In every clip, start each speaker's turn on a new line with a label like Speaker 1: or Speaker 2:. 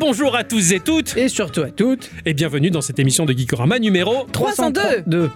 Speaker 1: bonjour à tous et toutes
Speaker 2: Et surtout à toutes,
Speaker 1: et bienvenue dans cette émission de Geekorama numéro
Speaker 2: 302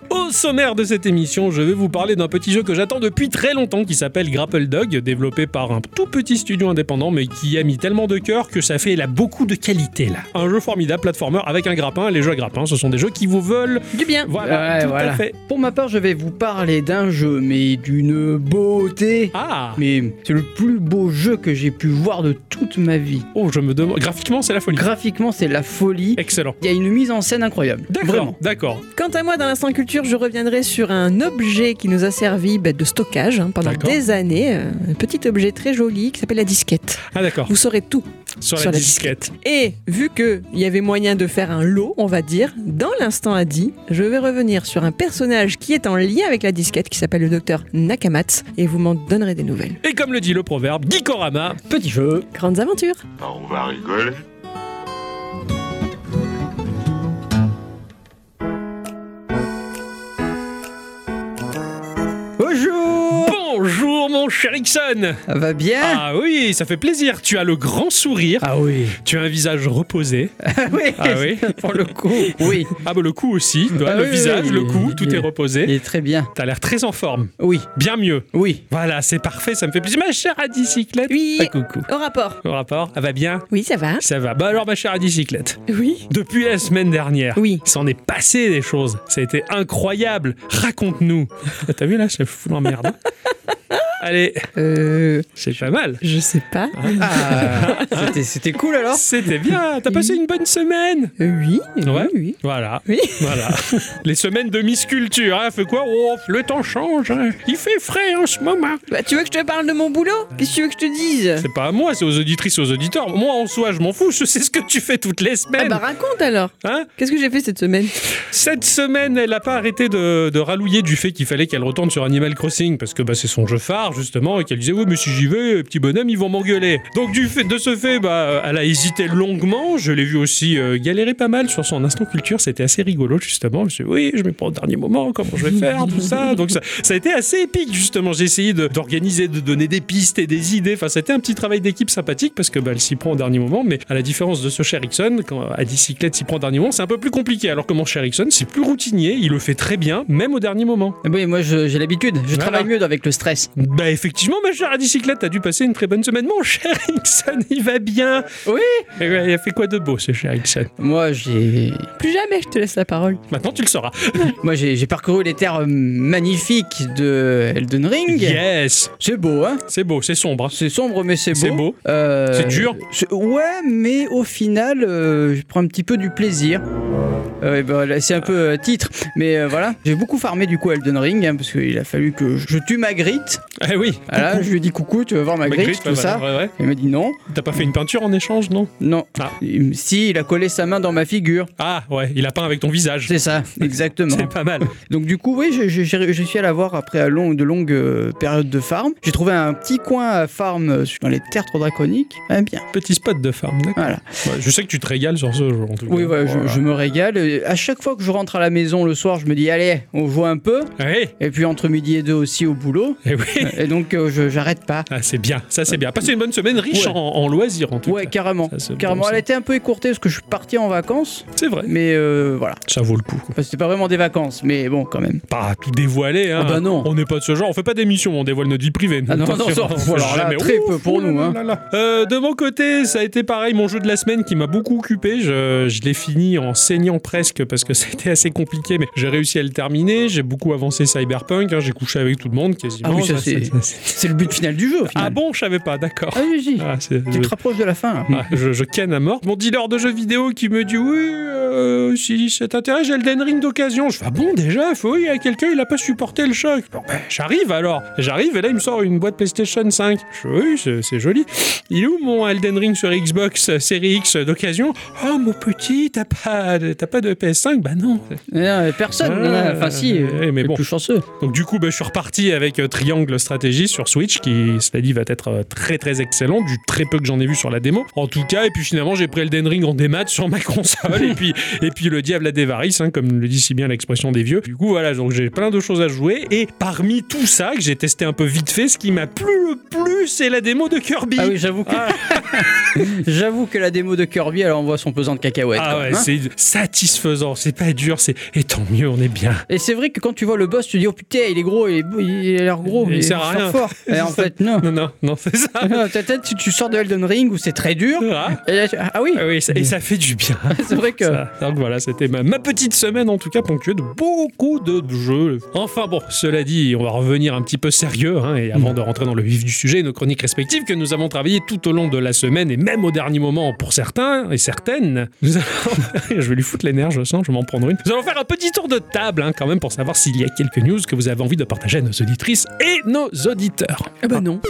Speaker 1: Au sommaire de cette émission, je vais vous parler d'un petit jeu que j'attends depuis très longtemps qui s'appelle Grapple Dog, développé par un tout petit studio indépendant mais qui a mis tellement de cœur que ça fait là, beaucoup de qualité là. Un jeu formidable, platformer avec un grappin. Les jeux à grappin, ce sont des jeux qui vous veulent.
Speaker 2: du bien.
Speaker 1: Voilà,
Speaker 2: Ouais,
Speaker 1: tout
Speaker 2: voilà.
Speaker 1: à fait.
Speaker 2: Pour ma part, je vais vous parler d'un jeu, mais d'une beauté.
Speaker 1: Ah
Speaker 2: Mais c'est le plus beau jeu que j'ai pu voir de toute ma vie.
Speaker 1: Oh, je me demande. Graphiquement, c'est la folie.
Speaker 2: Graphiquement, c'est la folie.
Speaker 1: Excellent.
Speaker 2: Il y a une mise en scène incroyable.
Speaker 1: D'accord,
Speaker 2: Vraiment.
Speaker 1: d'accord.
Speaker 3: Quant à moi, dans l'instant culture, je reviendrai sur un objet qui nous a servi bah, de stockage hein, pendant
Speaker 1: D'accord.
Speaker 3: des années. euh, Un petit objet très joli qui s'appelle la disquette.
Speaker 1: Ah d'accord.
Speaker 3: Vous saurez tout.
Speaker 1: Sur,
Speaker 3: sur
Speaker 1: la
Speaker 3: la
Speaker 1: disquette.
Speaker 3: Et vu qu'il y avait moyen de faire un lot, on va dire, dans l'instant a dit, je vais revenir sur un personnage qui est en lien avec la disquette qui s'appelle le docteur Nakamatsu et vous m'en donnerez des nouvelles.
Speaker 1: Et comme le dit le proverbe, Gikorama.
Speaker 2: Petit jeu.
Speaker 3: Grandes aventures
Speaker 4: Alors Bah, on va rigoler.
Speaker 2: Bonjour
Speaker 1: Bonjour mon cher Ixon.
Speaker 2: Ça va bien
Speaker 1: Ah oui, ça fait plaisir. Tu as le grand sourire.
Speaker 2: Ah oui.
Speaker 1: Tu as un visage reposé.
Speaker 2: Ah oui.
Speaker 1: Ah oui.
Speaker 2: Pour le coup. Oui.
Speaker 1: Ah bah le cou aussi. Ouais,
Speaker 2: Ah
Speaker 1: le
Speaker 2: oui,
Speaker 1: visage,
Speaker 2: oui,
Speaker 1: le
Speaker 2: oui,
Speaker 1: cou,
Speaker 2: oui,
Speaker 1: tout
Speaker 2: oui.
Speaker 1: est
Speaker 2: Il
Speaker 1: reposé.
Speaker 2: est très bien.
Speaker 1: T'as l'air très en forme.
Speaker 2: Oui.
Speaker 1: Bien mieux.
Speaker 2: Oui.
Speaker 1: Voilà, c'est parfait. Ça me fait plaisir. Ma chère à bicyclette.
Speaker 3: Oui
Speaker 1: Ah, coucou.
Speaker 3: Au rapport
Speaker 1: Au rapport, ça va bien
Speaker 3: Oui, ça va
Speaker 1: Ça va. Bah alors ma chère à bicyclette.
Speaker 3: Oui
Speaker 1: Depuis la semaine dernière.
Speaker 3: Oui.
Speaker 1: Il s'en est passé des choses. Ça a été incroyable. Raconte-nous. Ah, T'as vu là, je fous l'emmerde. Allez,
Speaker 3: Euh...
Speaker 1: c'est pas mal.
Speaker 3: Je sais pas.
Speaker 2: Ah, c'était- C'était cool alors
Speaker 1: C'était bien. T'as passé une bonne semaine.
Speaker 3: Euh, oui
Speaker 1: Ouais.
Speaker 3: Oui, oui.
Speaker 1: Voilà.
Speaker 3: Oui.
Speaker 1: Voilà. Les semaines de Miss Culture, hein, fait quoi Oh, le temps change. hein. Il fait frais en ce moment.
Speaker 3: Bah, tu veux que je te parle de mon boulot Qu'est-ce que tu veux que je te dise
Speaker 1: C'est pas à moi, c'est aux auditrices, aux auditeurs. Moi, en soi, je m'en fous. Je sais ce que tu fais toutes les
Speaker 3: Ah
Speaker 1: semaines.
Speaker 3: bah raconte alors
Speaker 1: Hein
Speaker 3: Qu'est-ce que j'ai fait cette semaine
Speaker 1: Cette semaine, elle a pas arrêté de, de rallouiller du fait qu'il fallait qu'elle retourne sur Animal Crossing parce que bah, c'est son jeu phare justement et qu'elle disait oui mais si j'y vais, euh, petit bonhomme, ils vont m'engueuler. Donc du fait de ce fait, bah, euh, elle a hésité longuement. Je l'ai vu aussi euh, galérer pas mal sur son instant culture. C'était assez rigolo justement. Je me suis dit, oui, je me prends au dernier moment. Comment je vais faire tout ça Donc ça, ça a été assez épique justement. J'ai essayé de- d'organiser, de donner des pistes et des idées. Enfin, c'était un petit travail d'équipe sympathique parce que bah, elle s'y prend au dernier moment. Mais à la différence de ce cher Ixon, quand à bicyclette s'y prend au dernier moment, c'est un peu plus compliqué. Alors que mon cher Ixon, c'est plus routinier. Il le fait très bien, même au dernier moment.
Speaker 2: Ah Oui, moi je- j'ai l'habitude. Je
Speaker 1: Voilà.
Speaker 2: travaille mieux avec le stress.
Speaker 1: Bah effectivement, ma chère à bicyclette, t'as dû passer une très bonne semaine. Mon cher Ixon, il va bien.
Speaker 2: Oui.
Speaker 1: Et ouais, il a fait quoi de beau, ce cher Ixon
Speaker 2: Moi j'ai
Speaker 3: Plus jamais je te laisse la parole.
Speaker 1: Maintenant, tu le sauras.
Speaker 2: moi j'ai j'ai parcouru les terres euh, magnifiques de Elden Ring.
Speaker 1: Yes.
Speaker 2: C'est beau, hein
Speaker 1: C'est beau, c'est sombre.
Speaker 2: C'est sombre, mais c'est beau.
Speaker 1: C'est beau.
Speaker 2: Euh,
Speaker 1: C'est dur.
Speaker 2: c'est- Ouais, mais au final, euh, je prends un petit peu du plaisir. Euh, et ben, là, c'est un peu euh, titre, mais euh, voilà. J'ai beaucoup farmé du coup Elden Ring, hein, parce qu'il a fallu que je tue ma grite.
Speaker 1: Eh oui.
Speaker 2: Voilà, je lui ai dit coucou, tu veux voir ma,
Speaker 1: Ma
Speaker 2: grite,
Speaker 1: grille,
Speaker 2: tout
Speaker 1: pas
Speaker 2: ça.
Speaker 1: mal, ouais, ouais.
Speaker 2: Il m'a dit non,
Speaker 1: T'as pas fait une peinture en échange, non
Speaker 2: non.
Speaker 1: Ah.
Speaker 2: Il- Si, il a collé sa main dans ma figure.
Speaker 1: Ah ouais, il a peint avec ton visage.
Speaker 2: C'est ça, exactement.
Speaker 1: C'est pas mal.
Speaker 2: Donc du coup, oui, je, je- j'ai je suis allé la voir après un long- de longues euh, périodes de farm. J'ai trouvé un petit coin à farm euh, dans les terres trop draconiques. Ah, bien,
Speaker 1: Petit spot de farm, d'accord.
Speaker 2: voilà.
Speaker 1: Ouais, je sais que tu te régales sur ce jeu, en tout cas.
Speaker 2: Oui, voilà, je, je me régale. Et À chaque fois que je rentre à la maison le soir, je me dis, allez, on joue un peu.
Speaker 1: Oui,
Speaker 2: Et puis entre midi et deux aussi au boulot.
Speaker 1: eh oui.
Speaker 2: Et donc, euh, je j'arrête pas.
Speaker 1: Ah, c'est bien, ça c'est bien. Passer une bonne semaine riche
Speaker 2: Ouais.
Speaker 1: en, en loisirs, en tout
Speaker 2: Ouais,
Speaker 1: cas.
Speaker 2: carrément.
Speaker 1: Ça, c'est
Speaker 2: Carrément,
Speaker 1: bon,
Speaker 2: elle
Speaker 1: ça.
Speaker 2: était un peu écourtée parce que je suis parti en vacances.
Speaker 1: C'est vrai,
Speaker 2: Mais euh, voilà.
Speaker 1: ça vaut le coup.
Speaker 2: Enfin, c'était pas vraiment des vacances, mais bon, quand même.
Speaker 1: Pas à tout dévoiler, hein.
Speaker 2: Ah bah non.
Speaker 1: On n'est pas de ce genre, on fait pas d'émission, on dévoile notre vie privée. nous.
Speaker 2: Ah non, non,
Speaker 1: Attention,
Speaker 2: non,
Speaker 1: on fait
Speaker 2: alors là,
Speaker 1: jamais.
Speaker 2: très peu pour
Speaker 1: là
Speaker 2: nous,
Speaker 1: là
Speaker 2: hein.
Speaker 1: là là. Euh, de mon côté, ça a été pareil, mon jeu de la semaine qui m'a beaucoup occupé. Je, je l'ai fini en saignant presque parce que c'était assez compliqué, mais j'ai réussi à le terminer. J'ai beaucoup avancé Cyberpunk, hein. j'ai couché avec tout le monde quasiment.
Speaker 2: Ah oui, ça, c'est-
Speaker 1: c'est-
Speaker 2: C'est le but final du jeu, au final.
Speaker 1: Ah bon, je savais pas, d'accord.
Speaker 2: Ah oui, si.
Speaker 1: Ah, c'est-
Speaker 2: Tu
Speaker 1: je-
Speaker 2: te rapproches de la fin. hein.
Speaker 1: ah, je, je ken à mort. Mon dealer de jeux vidéo qui me dit oui, euh, si ça t'intéresse, j'ai Elden Ring d'occasion. Je fais ah bon déjà, faut oui, il y a quelqu'un, il a pas supporté le choc. Bon ben, j'arrive alors. J'arrive et là il me sort une boîte PlayStation 5. Je fais, oui, c'est c'est joli. Il est où mon Elden Ring sur Xbox Series X d'occasion Oh mon petit, t'as pas, t'as pas de PS5 Bah non.
Speaker 2: Non, Eh, personne.
Speaker 1: Ah,
Speaker 2: non, non, enfin, si. euh,
Speaker 1: eh, mais
Speaker 2: le
Speaker 1: bon.
Speaker 2: plus chanceux.
Speaker 1: Donc du coup, ben, je suis reparti avec euh, Triangle Stratégie sur Switch, qui, cela dit, va être euh, très très excellent, du très peu que j'en ai vu sur la démo. En tout cas, et puis finalement, j'ai pris Elden Ring en démat sur ma console, et puis et puis le diable à des varices, hein, comme le dit si bien l'expression des vieux. Du coup, voilà, donc j'ai plein de choses à jouer, et parmi tout ça que j'ai testé un peu vite fait, ce qui m'a plu le plus, c'est la démo de Kirby.
Speaker 2: Ah oui, j'avoue que.
Speaker 1: Ah,
Speaker 2: J'avoue que la démo de Kirby, alors on voit son pesant de cacahuètes.
Speaker 1: Ah
Speaker 2: quand
Speaker 1: ouais,
Speaker 2: même, hein.
Speaker 1: c'est satisfaisant, c'est pas dur, c'est et tant mieux, on est bien.
Speaker 2: Et c'est vrai que quand tu vois le boss, tu dis oh putain, il est gros, il, est beau, il a l'air gros,
Speaker 1: Il
Speaker 2: mais
Speaker 1: sert
Speaker 2: sort
Speaker 1: à rien.
Speaker 2: fort. Et en
Speaker 1: C'est ça. Ah.
Speaker 2: fait, non.
Speaker 1: Non, non, non, c'est ça.
Speaker 2: Non, Peut-être tu, tu sors de Elden Ring où c'est très dur.
Speaker 1: Ah,
Speaker 2: Et là, tu- ah oui,
Speaker 1: ah oui, ça- et ça fait du bien.
Speaker 2: c'est vrai que.
Speaker 1: Ça. Donc voilà, c'était ma, ma petite semaine en tout cas ponctuée de beaucoup de jeux. Enfin bon, cela dit, on va revenir un petit peu sérieux hein, et avant de rentrer dans le vif du sujet, nos chroniques respectives que nous avons travaillées tout au long de la semaine et même au dernier moment pour certains et certaines. Nous allons... je vais lui foutre les nerfs, je sens, je vais m'en prendre une. Nous allons faire un petit tour de table hein, quand même pour savoir s'il y a quelques news que vous avez envie de partager à nos auditrices et nos auditeurs.
Speaker 3: Ah bah non.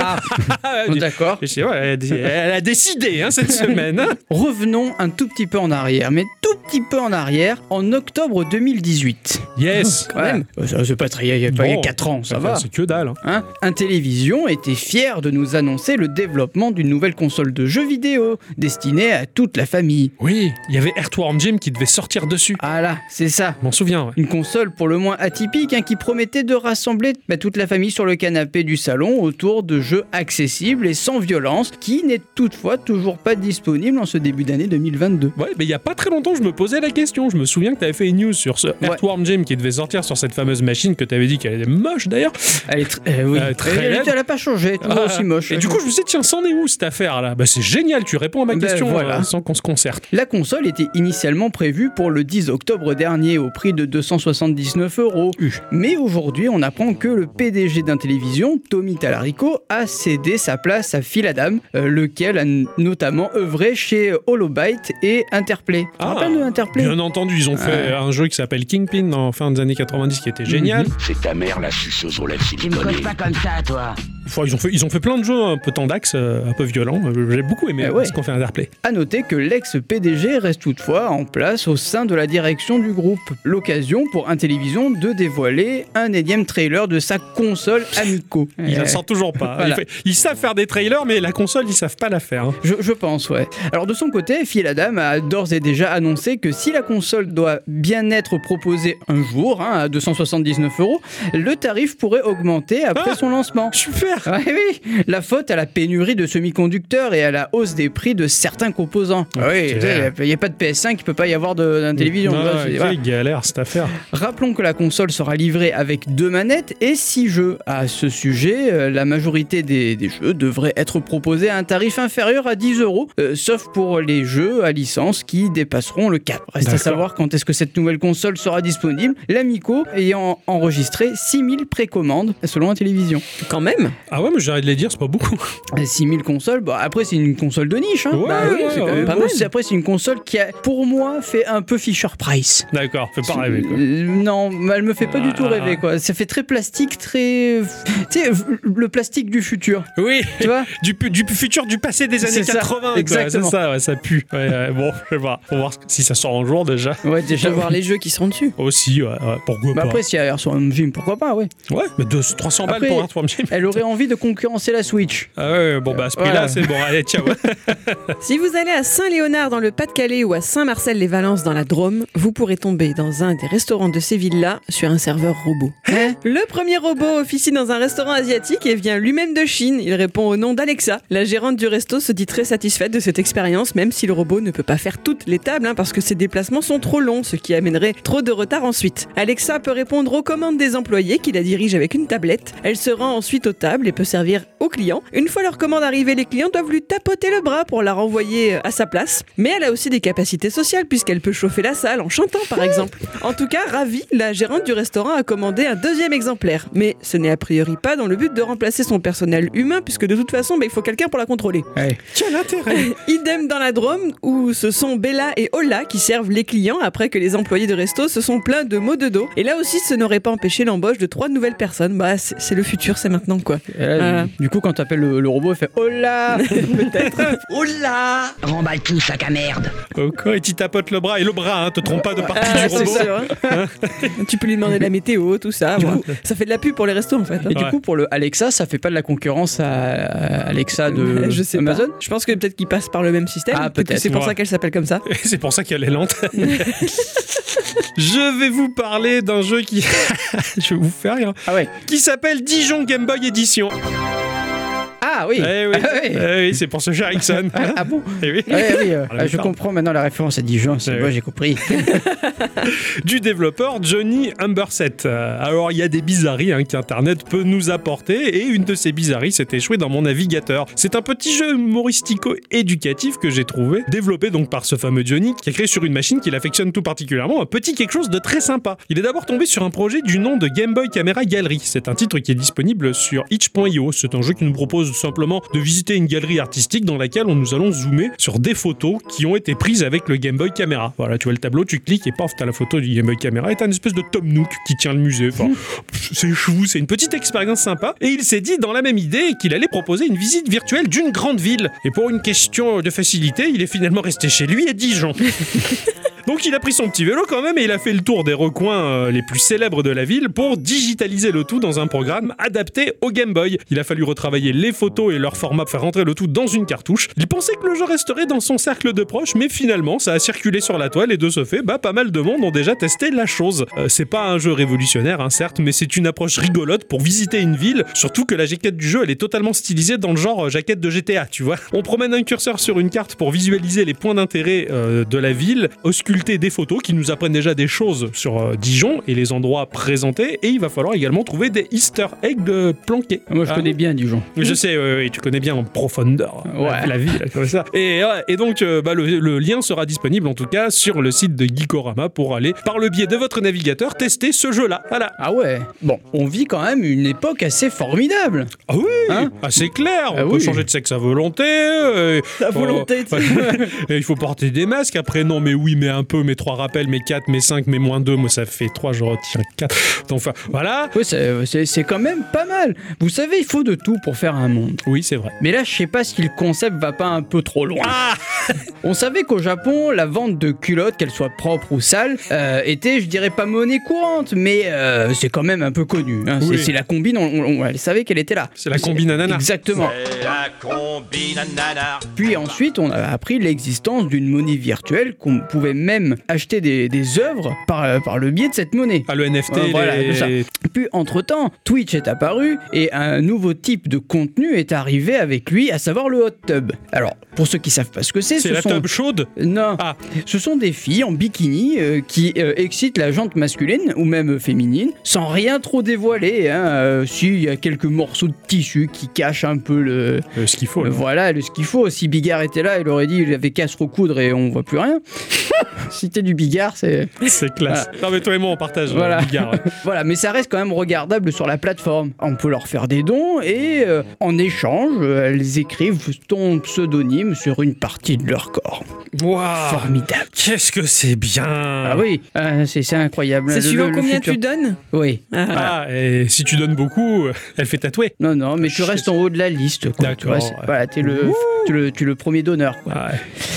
Speaker 2: Ah,
Speaker 1: Ah,
Speaker 2: bon,
Speaker 1: du-
Speaker 2: d'accord.
Speaker 1: je sais, ouais, elle a dé- elle a décidé hein, cette semaine. hein.
Speaker 2: Revenons un tout petit peu en arrière, mais tout petit peu en arrière, en octobre 2018.
Speaker 1: Yes.
Speaker 2: Quand même. oh, C'est pas très, il y a pas il y a
Speaker 1: Bon.
Speaker 2: 4 ans, ça va.
Speaker 1: C'est que dalle. hein.
Speaker 2: Hein Intellivision était fier de nous annoncer le développement d'une nouvelle console de jeux vidéo destinée à toute la famille.
Speaker 1: Oui, il y avait Earthworm Jim qui devait sortir dessus.
Speaker 2: Ah là, c'est ça.
Speaker 1: Je m'en souviens, ouais.
Speaker 2: Une console pour le moins atypique hein, qui promettait de rassembler bah, toute la famille sur le canapé du salon autour de jeux accessibles et sans violence qui n'est toutefois toujours pas disponible en ce début d'année 2022.
Speaker 1: Ouais, mais il y a pas très longtemps, je me posais la question. Je me souviens que t'avais fait une news sur ce Earthworm Jim qui devait sortir sur cette fameuse machine que t'avais dit qu'elle était moche d'ailleurs.
Speaker 2: Elle est tr- eh oui.
Speaker 1: Euh, très
Speaker 2: elle, elle
Speaker 1: laide.
Speaker 2: était- elle a pas changé, elle est toujours
Speaker 1: Ah,
Speaker 2: aussi moche.
Speaker 1: Et du coup, je me suis dit, tiens, c'en est où cette affaire là Bah, c'est génial, tu réponds à ma
Speaker 2: Ben,
Speaker 1: question
Speaker 2: voilà.
Speaker 1: euh, sans qu'on se concerte.
Speaker 2: La console était initialement prévue pour le 10 octobre dernier au prix de 279 euros. Mais aujourd'hui, on apprend que le PDG d'Intellivision, Tommy Talarico, a cédé sa place à Phil Adam, euh, lequel a n- notamment œuvré chez euh, Holobyte et Interplay. Tu te
Speaker 1: Ah,
Speaker 2: rappelles de Interplay
Speaker 1: Bien entendu, ils ont
Speaker 2: Ah.
Speaker 1: fait un jeu qui s'appelle Kingpin en fin des années 90 qui était génial.
Speaker 2: Mhm.
Speaker 4: C'est ta mère la suceuse aux lèvres
Speaker 5: Tu me
Speaker 4: siliconées.
Speaker 5: causes pas comme ça, toi.
Speaker 1: Enfin, ils, ont fait, ils ont fait plein de jeux un peu tendax, euh, un peu violents. Euh, J'ai beaucoup aimé
Speaker 2: Eh ouais.
Speaker 1: ce qu'on fait à Interplay.
Speaker 2: À noter que l'ex-PDG reste toutefois en place au sein de la direction du groupe. L'occasion pour Intellivision de dévoiler un énième trailer de sa console Amico.
Speaker 1: Ils
Speaker 2: Eh.
Speaker 1: en sortent toujours pas. hein.
Speaker 2: Voilà.
Speaker 1: Ils fait- Ils savent faire des trailers, mais la console, ils savent pas la faire. hein.
Speaker 2: Je, je pense, ouais. Alors de son côté, Phil Adam a d'ores et déjà annoncé que si la console doit bien être proposée un jour, hein, à 279 euros, le tarif pourrait augmenter après
Speaker 1: Ah
Speaker 2: son lancement.
Speaker 1: Super
Speaker 2: Ouais, oui, la faute à la pénurie de semi-conducteurs et à la hausse des prix de certains composants.
Speaker 1: Oh,
Speaker 2: Ah oui,
Speaker 1: putain.
Speaker 2: tu sais, il n'y a pas de PS5, il peut pas y avoir de- d'un télévision.
Speaker 1: Non,
Speaker 2: tu vois, c'est-
Speaker 1: quelle
Speaker 2: voilà.
Speaker 1: galère cette affaire.
Speaker 2: Rappelons que la console sera livrée avec deux manettes et six jeux. À ce sujet, euh, la majorité des, des jeux devraient être proposés à un tarif inférieur à 10 euros, euh, sauf pour les jeux à licence qui dépasseront le cap. Reste à
Speaker 1: D'accord.
Speaker 2: savoir quand est-ce que cette nouvelle console sera disponible, l'Amico ayant enregistré 6000 précommandes selon la télévision.
Speaker 3: Quand même.
Speaker 1: Ah ouais, mais j'arrête de les dire, c'est pas beaucoup.
Speaker 2: 6000 consoles, bah après c'est une console de niche. Hein.
Speaker 1: Ouais,
Speaker 2: Bah oui,
Speaker 1: ouais,
Speaker 2: c'est quand
Speaker 1: ouais,
Speaker 2: même
Speaker 1: pas
Speaker 2: beau.
Speaker 1: mal.
Speaker 2: C'est- Après c'est une console qui a pour moi fait un peu Fisher Price.
Speaker 1: D'accord, fais pas rêver quoi.
Speaker 2: Euh, Non, mais elle me fait pas du tout
Speaker 1: Ah.
Speaker 2: rêver quoi. Ça fait très plastique, très. Tu sais, le plastique du futur.
Speaker 1: Oui,
Speaker 2: Tu vois
Speaker 1: du, pu- du futur, du passé des années
Speaker 2: C'est ça,
Speaker 1: 80. quoi.
Speaker 2: exactement.
Speaker 1: C'est ça, ouais, ça pue. Ouais, ouais, bon, je sais pas. Faut voir si ça sort un jour déjà.
Speaker 2: Ouais,
Speaker 3: Je
Speaker 2: déjà.
Speaker 3: vais voir les jeux qui seront dessus.
Speaker 1: Aussi, ouais, ouais, pourquoi
Speaker 2: Bah
Speaker 1: pas.
Speaker 2: après, si elle est sur un gym, pourquoi pas, ouais.
Speaker 1: ouais, mais 200, 300 balles
Speaker 2: Après-
Speaker 1: pour un Swarm Jim.
Speaker 2: Elle aurait envie de concurrencer la Switch.
Speaker 1: Ah ouais, bon, bah à ce prix-là,
Speaker 2: Ouais.
Speaker 1: c'est bon. Allez, ciao.
Speaker 3: Si vous allez à Saint-Léonard dans le Pas-de-Calais ou à Saint-Marcel-les-Valences dans la Drôme, vous pourrez tomber dans un des restaurants de ces villes-là sur un serveur robot.
Speaker 2: Hein
Speaker 3: Le premier robot officie dans un restaurant asiatique et vient lui-même de Chine. Il répond au nom d'Alexa. La gérante du resto se dit très satisfaite de cette expérience, même si le robot ne peut pas faire toutes les tables hein, parce que ses déplacements sont trop longs, ce qui amènerait trop de retard ensuite. Alexa peut répondre aux commandes des employés qui la dirigent avec une tablette. Elle se rend ensuite aux tables et peut servir aux clients. Une fois leur commande arrivée, les clients doivent lui tapoter le bras pour la renvoyer euh, à sa place. Mais elle a aussi des capacités sociales puisqu'elle peut chauffer la salle en chantant par exemple. En tout cas, ravie, la gérante du restaurant a commandé un deuxième exemplaire. Mais ce n'est a priori pas dans le but de remplacer son personnel humain puisque de toute façon, bah, il faut quelqu'un pour la contrôler.
Speaker 1: Quel intérêt
Speaker 3: Idem dans la Drôme, où ce sont Bella et Ola qui servent les clients après que les employés de resto se sont plaints de maux de dos. Et là aussi, ce n'aurait pas empêché l'embauche de trois nouvelles personnes. Bah, c'est c'est le futur, c'est maintenant quoi.
Speaker 2: Et là,
Speaker 3: Ah.
Speaker 2: Euh, Du coup, quand t'appelles le, le robot, elle fait Oh là
Speaker 5: Oh là Remballe tout, sac à merde.
Speaker 1: Ok, et tu tapotes le bras. Et le bras, hein, te trompe pas de partie
Speaker 3: Ah,
Speaker 1: du
Speaker 3: c'est
Speaker 1: robot.
Speaker 3: sûr, hein. tu peux lui demander la météo, tout ça.
Speaker 2: Du
Speaker 3: Voilà.
Speaker 2: coup-
Speaker 3: ça fait de la pub pour les restos en fait. hein.
Speaker 2: Et du
Speaker 1: Ouais.
Speaker 2: coup, pour le Alexa, ça fait pas de la concurrence à Alexa de
Speaker 3: Je sais
Speaker 2: Amazon
Speaker 3: pas. Je pense que peut-être qu'ils passent par le même système.
Speaker 2: Ah,
Speaker 3: Peut-être que
Speaker 2: peut-être,
Speaker 3: C'est pour
Speaker 1: ouais.
Speaker 3: ça qu'elle s'appelle comme ça.
Speaker 1: Et C'est pour ça qu'elle est lente. je vais vous parler d'un jeu qui. je vais vous faire rire.
Speaker 2: Ah ouais.
Speaker 1: Qui s'appelle Dijon Game Boy Edition.
Speaker 2: Ah oui.
Speaker 1: Eh oui,
Speaker 2: Ah oui.
Speaker 1: Eh oui, c'est pour ce Harrison.
Speaker 2: Ah bon
Speaker 1: Eh oui.
Speaker 2: Ah ouais, oui, euh,
Speaker 1: Ah,
Speaker 2: je
Speaker 1: pardon.
Speaker 2: comprends maintenant la référence à Dijon, c'est
Speaker 1: Ouais.
Speaker 2: bon, j'ai compris.
Speaker 1: du développeur Johnny Humberset. Euh, Alors, il y a des bizarreries hein, qu'Internet peut nous apporter, et une de ces bizarreries s'est échouée dans mon navigateur. C'est un petit jeu humoristico-éducatif que j'ai trouvé, développé donc par ce fameux Johnny, qui a créé sur une machine qu'il affectionne tout particulièrement, un petit quelque chose de très sympa. Il est d'abord tombé sur un projet du nom de Game Boy Camera Gallery. C'est un titre qui est disponible sur itch.io. C'est un jeu qui nous propose simplement de visiter une galerie artistique dans laquelle on nous allons zoomer sur des photos qui ont été prises avec le Game Boy Camera. Voilà, tu vois le tableau, tu cliques et paf, t'as la photo du Game Boy Camera et t'as une espèce de Tom Nook qui tient le musée. Enfin, pff, c'est chou, c'est une petite expérience sympa. Et il s'est dit dans la même idée qu'il allait proposer une visite virtuelle d'une grande ville. Et pour une question de facilité, il est finalement resté chez lui à Dijon. Donc il a pris son petit vélo quand même et il a fait le tour des recoins euh, les plus célèbres de la ville pour digitaliser le tout dans un programme adapté au Game Boy. Il a fallu retravailler les photos et leur format pour faire rentrer le tout dans une cartouche. Il pensait que le jeu resterait dans son cercle de proches, mais finalement ça a circulé sur la toile et de ce fait, bah pas mal de monde ont déjà testé la chose. Euh, c'est pas un jeu révolutionnaire, hein, certes, mais c'est une approche rigolote pour visiter une ville, surtout que la jaquette du jeu elle est totalement stylisée dans le genre euh, jaquette de GTA, tu vois. On promène un curseur sur une carte pour visualiser les points d'intérêt euh, de la ville, ausculter des photos qui nous apprennent déjà des choses sur euh, Dijon et les endroits présentés, et il va falloir également trouver des easter eggs euh, planqués.
Speaker 2: Moi, je
Speaker 1: Ah.
Speaker 2: connais bien Dijon.
Speaker 1: Mais Je sais, oui, oui, tu connais bien en profondeur hein, la-
Speaker 2: Ouais.
Speaker 1: la ville, comme ça. Et, ouais, et donc, euh, bah, le, le lien sera disponible en tout cas sur le site de Geekorama pour aller, par le biais de votre navigateur, tester ce jeu-là. Voilà.
Speaker 2: Ah ouais Bon, on vit quand même une époque assez formidable.
Speaker 1: Ah oui
Speaker 2: Hein
Speaker 1: Ah, c'est clair, on
Speaker 2: Ah
Speaker 1: peut
Speaker 2: oui.
Speaker 1: changer de sexe à volonté. euh, faut-
Speaker 3: La volonté, tu sais.
Speaker 1: Et il faut porter des masques. Après, non, mais oui, mais un peu, mais trois rappels, mais quatre, mais cinq, mais moins deux. Moi, ça fait trois, je retiens quatre. Enfin, voilà.
Speaker 2: Ouais, c'est- c'est c'est quand même pas mal. Vous savez, il faut de tout pour faire un monde.
Speaker 1: Oui, c'est vrai.
Speaker 2: Mais là, je sais pas si le concept va pas un peu trop loin.
Speaker 1: Ah
Speaker 2: On savait qu'au Japon, la vente de culottes, qu'elles soient propres ou sales, euh, était, je dirais, pas monnaie courante, mais euh, c'est quand même un peu connu. hein. C'est-
Speaker 1: Oui.
Speaker 2: C'est, la combine, on, on- on- elle savait qu'elle était là.
Speaker 1: C'est la combine à nanar.
Speaker 2: Exactement.
Speaker 6: La combine à nanar.
Speaker 2: Puis ensuite, on a appris l'existence d'une monnaie virtuelle qu'on pouvait même acheter des, des œuvres par, euh, par le biais de cette monnaie.
Speaker 1: Ah, le NFT,
Speaker 2: Ouais, voilà,
Speaker 1: les-
Speaker 2: tout ça. Puis entre-temps, Twitch est apparu et un nouveau type de contenu est arrivé avec lui, à savoir le hot tub. Alors, pour ceux qui savent pas ce que c'est,
Speaker 1: c'est
Speaker 2: ce
Speaker 1: la
Speaker 2: sont...
Speaker 1: tub chaude
Speaker 2: Non,
Speaker 1: Ah.
Speaker 2: ce sont des filles en bikini euh, qui euh, excitent la jante masculine ou même féminine sans rien trop dévoiler. Hein, euh, S'il y a quelques morceaux de tissu qui cachent un peu le,
Speaker 1: Euh, Ce qu'il faut.
Speaker 2: le
Speaker 1: là.
Speaker 2: voilà, le- ce qu'il faut. Si Bigard était là, il aurait dit il avait qu'à se recoudre et on voit plus rien. si t'es du Bigard, c'est
Speaker 1: C'est classe. Non, mais toi et moi, on partage. euh,
Speaker 2: Voilà.
Speaker 1: Bigard, ouais.
Speaker 2: voilà, mais ça reste quand même regardable sur la plateforme. On peut leur faire des dons et euh, en échange, euh, elles écrivent ton pseudonyme sur une partie de leur corps.
Speaker 1: Waouh
Speaker 2: Formidable.
Speaker 1: Qu'est-ce que c'est bien
Speaker 2: Ah oui, euh, c'est c'est incroyable.
Speaker 3: C'est
Speaker 2: Le-
Speaker 3: suivant
Speaker 2: le- le
Speaker 3: combien
Speaker 2: futur.
Speaker 3: tu donnes
Speaker 2: Oui.
Speaker 3: Ah.
Speaker 1: Ah, et si tu donnes beaucoup, euh, elle fait tatouer.
Speaker 2: Non, non, mais tu
Speaker 1: Je
Speaker 2: restes en haut de la liste. quoi. Tu
Speaker 1: D'accord,
Speaker 2: vois, c'est-
Speaker 1: ouais.
Speaker 2: Voilà, t'es le, tu le, t'es le premier donneur. Quoi.
Speaker 1: Ouais.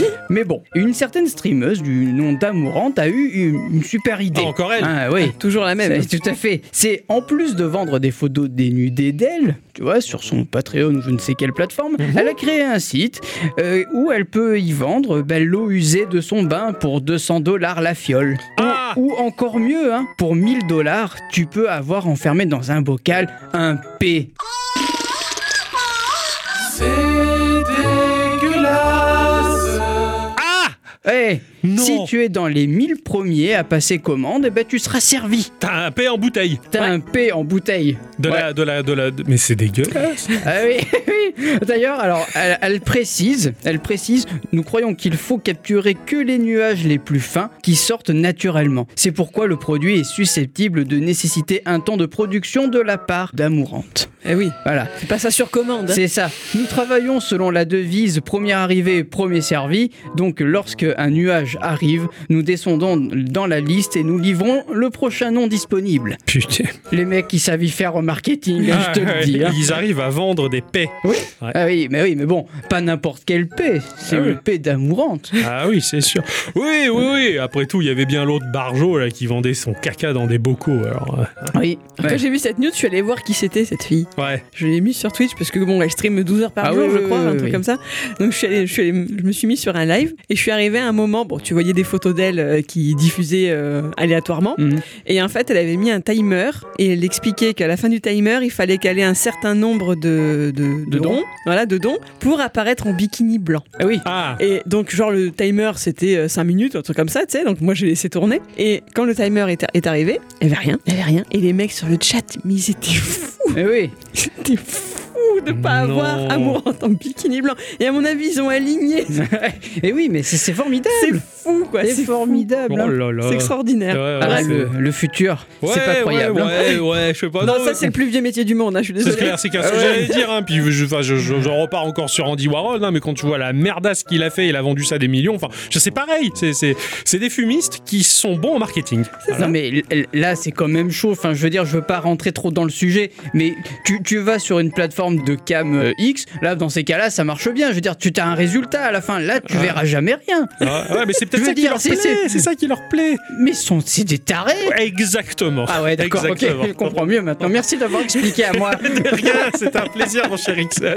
Speaker 1: Ah.
Speaker 2: Mais bon, une certaine streameuse du nom d'Amourante a eu une, une super idée.
Speaker 1: Ah, encore elle
Speaker 2: Ah, oui.
Speaker 3: Toujours la même.
Speaker 2: C'est- Tout à fait. C'est en plus de vendre des photos dénudées d'elle, tu vois, sur son Patreon ou je ne sais quelle plateforme, elle a créé un site euh, où elle peut y vendre ben, l'eau usée de son bain pour 200 dollars la fiole. Ou-
Speaker 1: Ah
Speaker 2: Ou, encore mieux, hein, pour 1000 dollars, tu peux avoir enfermé dans un bocal un P.
Speaker 1: Ah
Speaker 2: Eh,
Speaker 1: Non.
Speaker 2: si tu es dans les 1000 premiers à passer commande, eh ben, tu seras servi.
Speaker 1: T'as un P en bouteille.
Speaker 2: T'as un P en bouteille.
Speaker 1: De la, de la, de la. de- Mais c'est dégueulasse.
Speaker 2: Ah oui, oui. D'ailleurs, alors, elle, elle précise, elle précise, nous croyons qu'il faut capturer que les nuages les plus fins qui sortent naturellement. C'est pourquoi le produit est susceptible de nécessiter un temps de production de la part d'Amourante.
Speaker 3: Eh oui,
Speaker 2: Voilà,
Speaker 3: c'est pas ça sur commande. hein.
Speaker 2: c'est ça. Nous travaillons selon la devise premier arrivé, premier servi. Donc, lorsque un nuage arrive, nous descendons dans la liste et nous livrons le prochain nom disponible.
Speaker 1: Putain.
Speaker 2: Les mecs qui savent y faire au marketing, hein, je te
Speaker 1: Ah,
Speaker 2: le dis.
Speaker 1: ouais,
Speaker 2: hein.
Speaker 1: Ils arrivent à vendre des paix.
Speaker 2: Ah oui, mais oui, mais bon, pas n'importe quelle paix, c'est
Speaker 1: Ah oui.
Speaker 2: une paix d'amourante.
Speaker 1: Ah oui, c'est sûr. Oui, oui, oui. Après tout, il y avait bien l'autre Barjo là, qui vendait son caca dans des bocaux. Alors, euh,
Speaker 2: Oui.
Speaker 3: Quand j'ai vu cette news, je suis allée voir qui c'était cette fille.
Speaker 1: ouais.
Speaker 3: Je l'ai mise sur Twitch parce que bon, elle stream 12 heures par
Speaker 2: Ah
Speaker 3: jour,
Speaker 2: oui,
Speaker 3: je
Speaker 2: oui,
Speaker 3: crois,
Speaker 2: oui,
Speaker 3: un truc
Speaker 2: oui.
Speaker 3: comme ça. Donc je, suis allée- je, suis allée- je me suis mis sur un live et je suis arrivé à un moment. Bon, donc tu voyais des photos d'elle euh, qui diffusaient euh, aléatoirement.
Speaker 2: Mhm.
Speaker 3: Et en fait, elle avait mis un timer et elle expliquait qu'à la fin du timer, il fallait caler un certain nombre de, de,
Speaker 2: De dons.
Speaker 3: ronds, voilà, de dons, pour apparaître en bikini blanc. Ah oui.
Speaker 1: Ah,
Speaker 3: Et donc, genre, le timer, c'était 5 minutes, un truc comme ça, tu sais. Donc, moi, j'ai laissé tourner. Et quand le timer est, est arrivé, il n'y avait rien, il n'y avait rien. Et les mecs sur le chat, mais ils étaient fous,
Speaker 2: Eh oui.
Speaker 3: ils étaient fous de pas
Speaker 1: Non.
Speaker 3: avoir amour en tant que bikini blanc. Et à mon avis, ils ont aligné.
Speaker 2: Eh oui, mais c'est- c'est
Speaker 3: C'est
Speaker 2: formidable.
Speaker 3: fou, quoi.
Speaker 2: C'est
Speaker 3: C'est fou.
Speaker 2: formidable.
Speaker 1: oh
Speaker 2: hein.
Speaker 1: là là.
Speaker 3: C'est extraordinaire.
Speaker 1: Ouais, ouais,
Speaker 2: Ah,
Speaker 1: ouais,
Speaker 2: le, le futur,
Speaker 1: Ouais,
Speaker 2: c'est pas croyable.
Speaker 1: Ouais,
Speaker 2: hein.
Speaker 1: ouais, ouais, je sais pas.
Speaker 3: Non, ça,
Speaker 1: mais-
Speaker 3: c'est le plus vieux métier du monde, hein, je suis
Speaker 1: Oh, C'est
Speaker 3: désolée.
Speaker 1: clair, c'est clair. C'est ce que
Speaker 2: Ah Ouais.
Speaker 1: j'allais dire. Hein. Puis je, enfin, je, je- je repars encore sur Andy Warhol, hein, mais quand tu vois la merdasse qu'il a fait, il a vendu ça des millions. Enfin, je- c'est pareil. C'est- C'est c'est des fumistes qui sont bons en marketing.
Speaker 2: Non mais l- l- là c'est quand même chaud. Enfin je veux dire je veux pas rentrer trop dans le sujet, mais tu, tu vas sur une plateforme de cam euh, X. Là dans ces cas-là ça marche bien. Je veux dire tu as un résultat à la fin. Là tu verras jamais rien.
Speaker 1: Ah, ouais, mais c'est peut-être
Speaker 2: Je
Speaker 1: ça
Speaker 2: veux
Speaker 1: qui
Speaker 2: dire,
Speaker 1: leur
Speaker 2: c'est-
Speaker 1: plaît.
Speaker 2: c'est-
Speaker 1: C'est ça qui leur plaît.
Speaker 2: Mais sont c'est des tarés.
Speaker 1: Exactement.
Speaker 2: Ah ouais d'accord. Ok
Speaker 1: Exactement.
Speaker 2: je comprends mieux maintenant. Merci d'avoir expliqué à moi.
Speaker 1: De rien, c'est un plaisir, mon cher Ixon.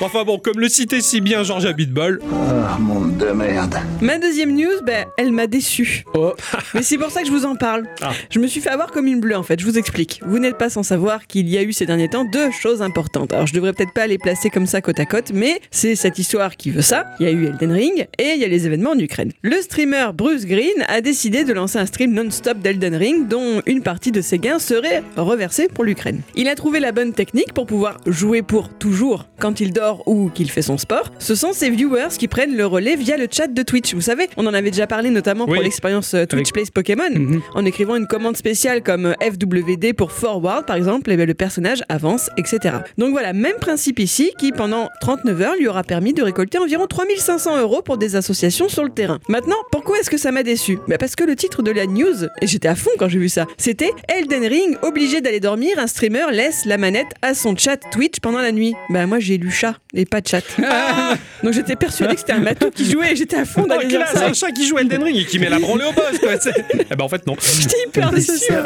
Speaker 1: Enfin bon, comme le citait si bien Georges Abitbol,
Speaker 4: Ah, monde de merde.
Speaker 3: Ma deuxième news, ben, elle m'a déçue.
Speaker 2: Oh.
Speaker 3: Mais c'est pour ça que je vous en parle.
Speaker 1: Ah.
Speaker 3: Je me suis fait avoir comme une bleue en fait, je vous explique. Vous n'êtes pas sans savoir qu'il y a eu ces derniers temps deux choses importantes. Alors je devrais peut-être pas les placer comme ça côte à côte, mais c'est cette histoire qui veut ça. Il y a eu Elden Ring et il y a les événements en Ukraine. Le streamer Bruce Green a décidé de lancer un stream non-stop d'Elden Ring dont une partie de ses gains serait reversée pour l'Ukraine. Il a trouvé la bonne technique pour pouvoir jouer pour toujours quand il dort ou qu'il fait son sport. Ce sont ses viewers qui prennent le relais via le chat de Twitch. Vous savez, on en avait déjà parlé notamment
Speaker 1: Oui.
Speaker 3: pour l'expérience euh, Twitch
Speaker 1: Avec- Mm.
Speaker 3: Plays Pokémon
Speaker 2: Mhm.
Speaker 3: en écrivant une commande spéciale comme euh, FWD pour Forward par exemple, et bien le personnage avance, etc. Donc voilà, même principe ici qui pendant 39 heures lui aura permis de récolter environ 3500 euros pour des associations sur le terrain. Maintenant, pourquoi est-ce que ça m'a déçu bah Parce que le titre de la news, et j'étais à fond quand j'ai vu ça, c'était Elden Ring, obligé d'aller dormir, un streamer laisse la manette à son chat Twitch pendant la nuit. Bah moi j'ai lu chat et pas chat. Ah Donc j'étais persuadée que c'était un matou qui jouait et j'étais à fond
Speaker 1: oh,
Speaker 3: d'aller dire
Speaker 1: classe,
Speaker 3: ça.
Speaker 1: un chat qui joue à Elden Ring et qui met la branlée au boss. Quoi. c'est- Eh ben en fait non.
Speaker 3: J'étais hyper déçue.
Speaker 1: Ah,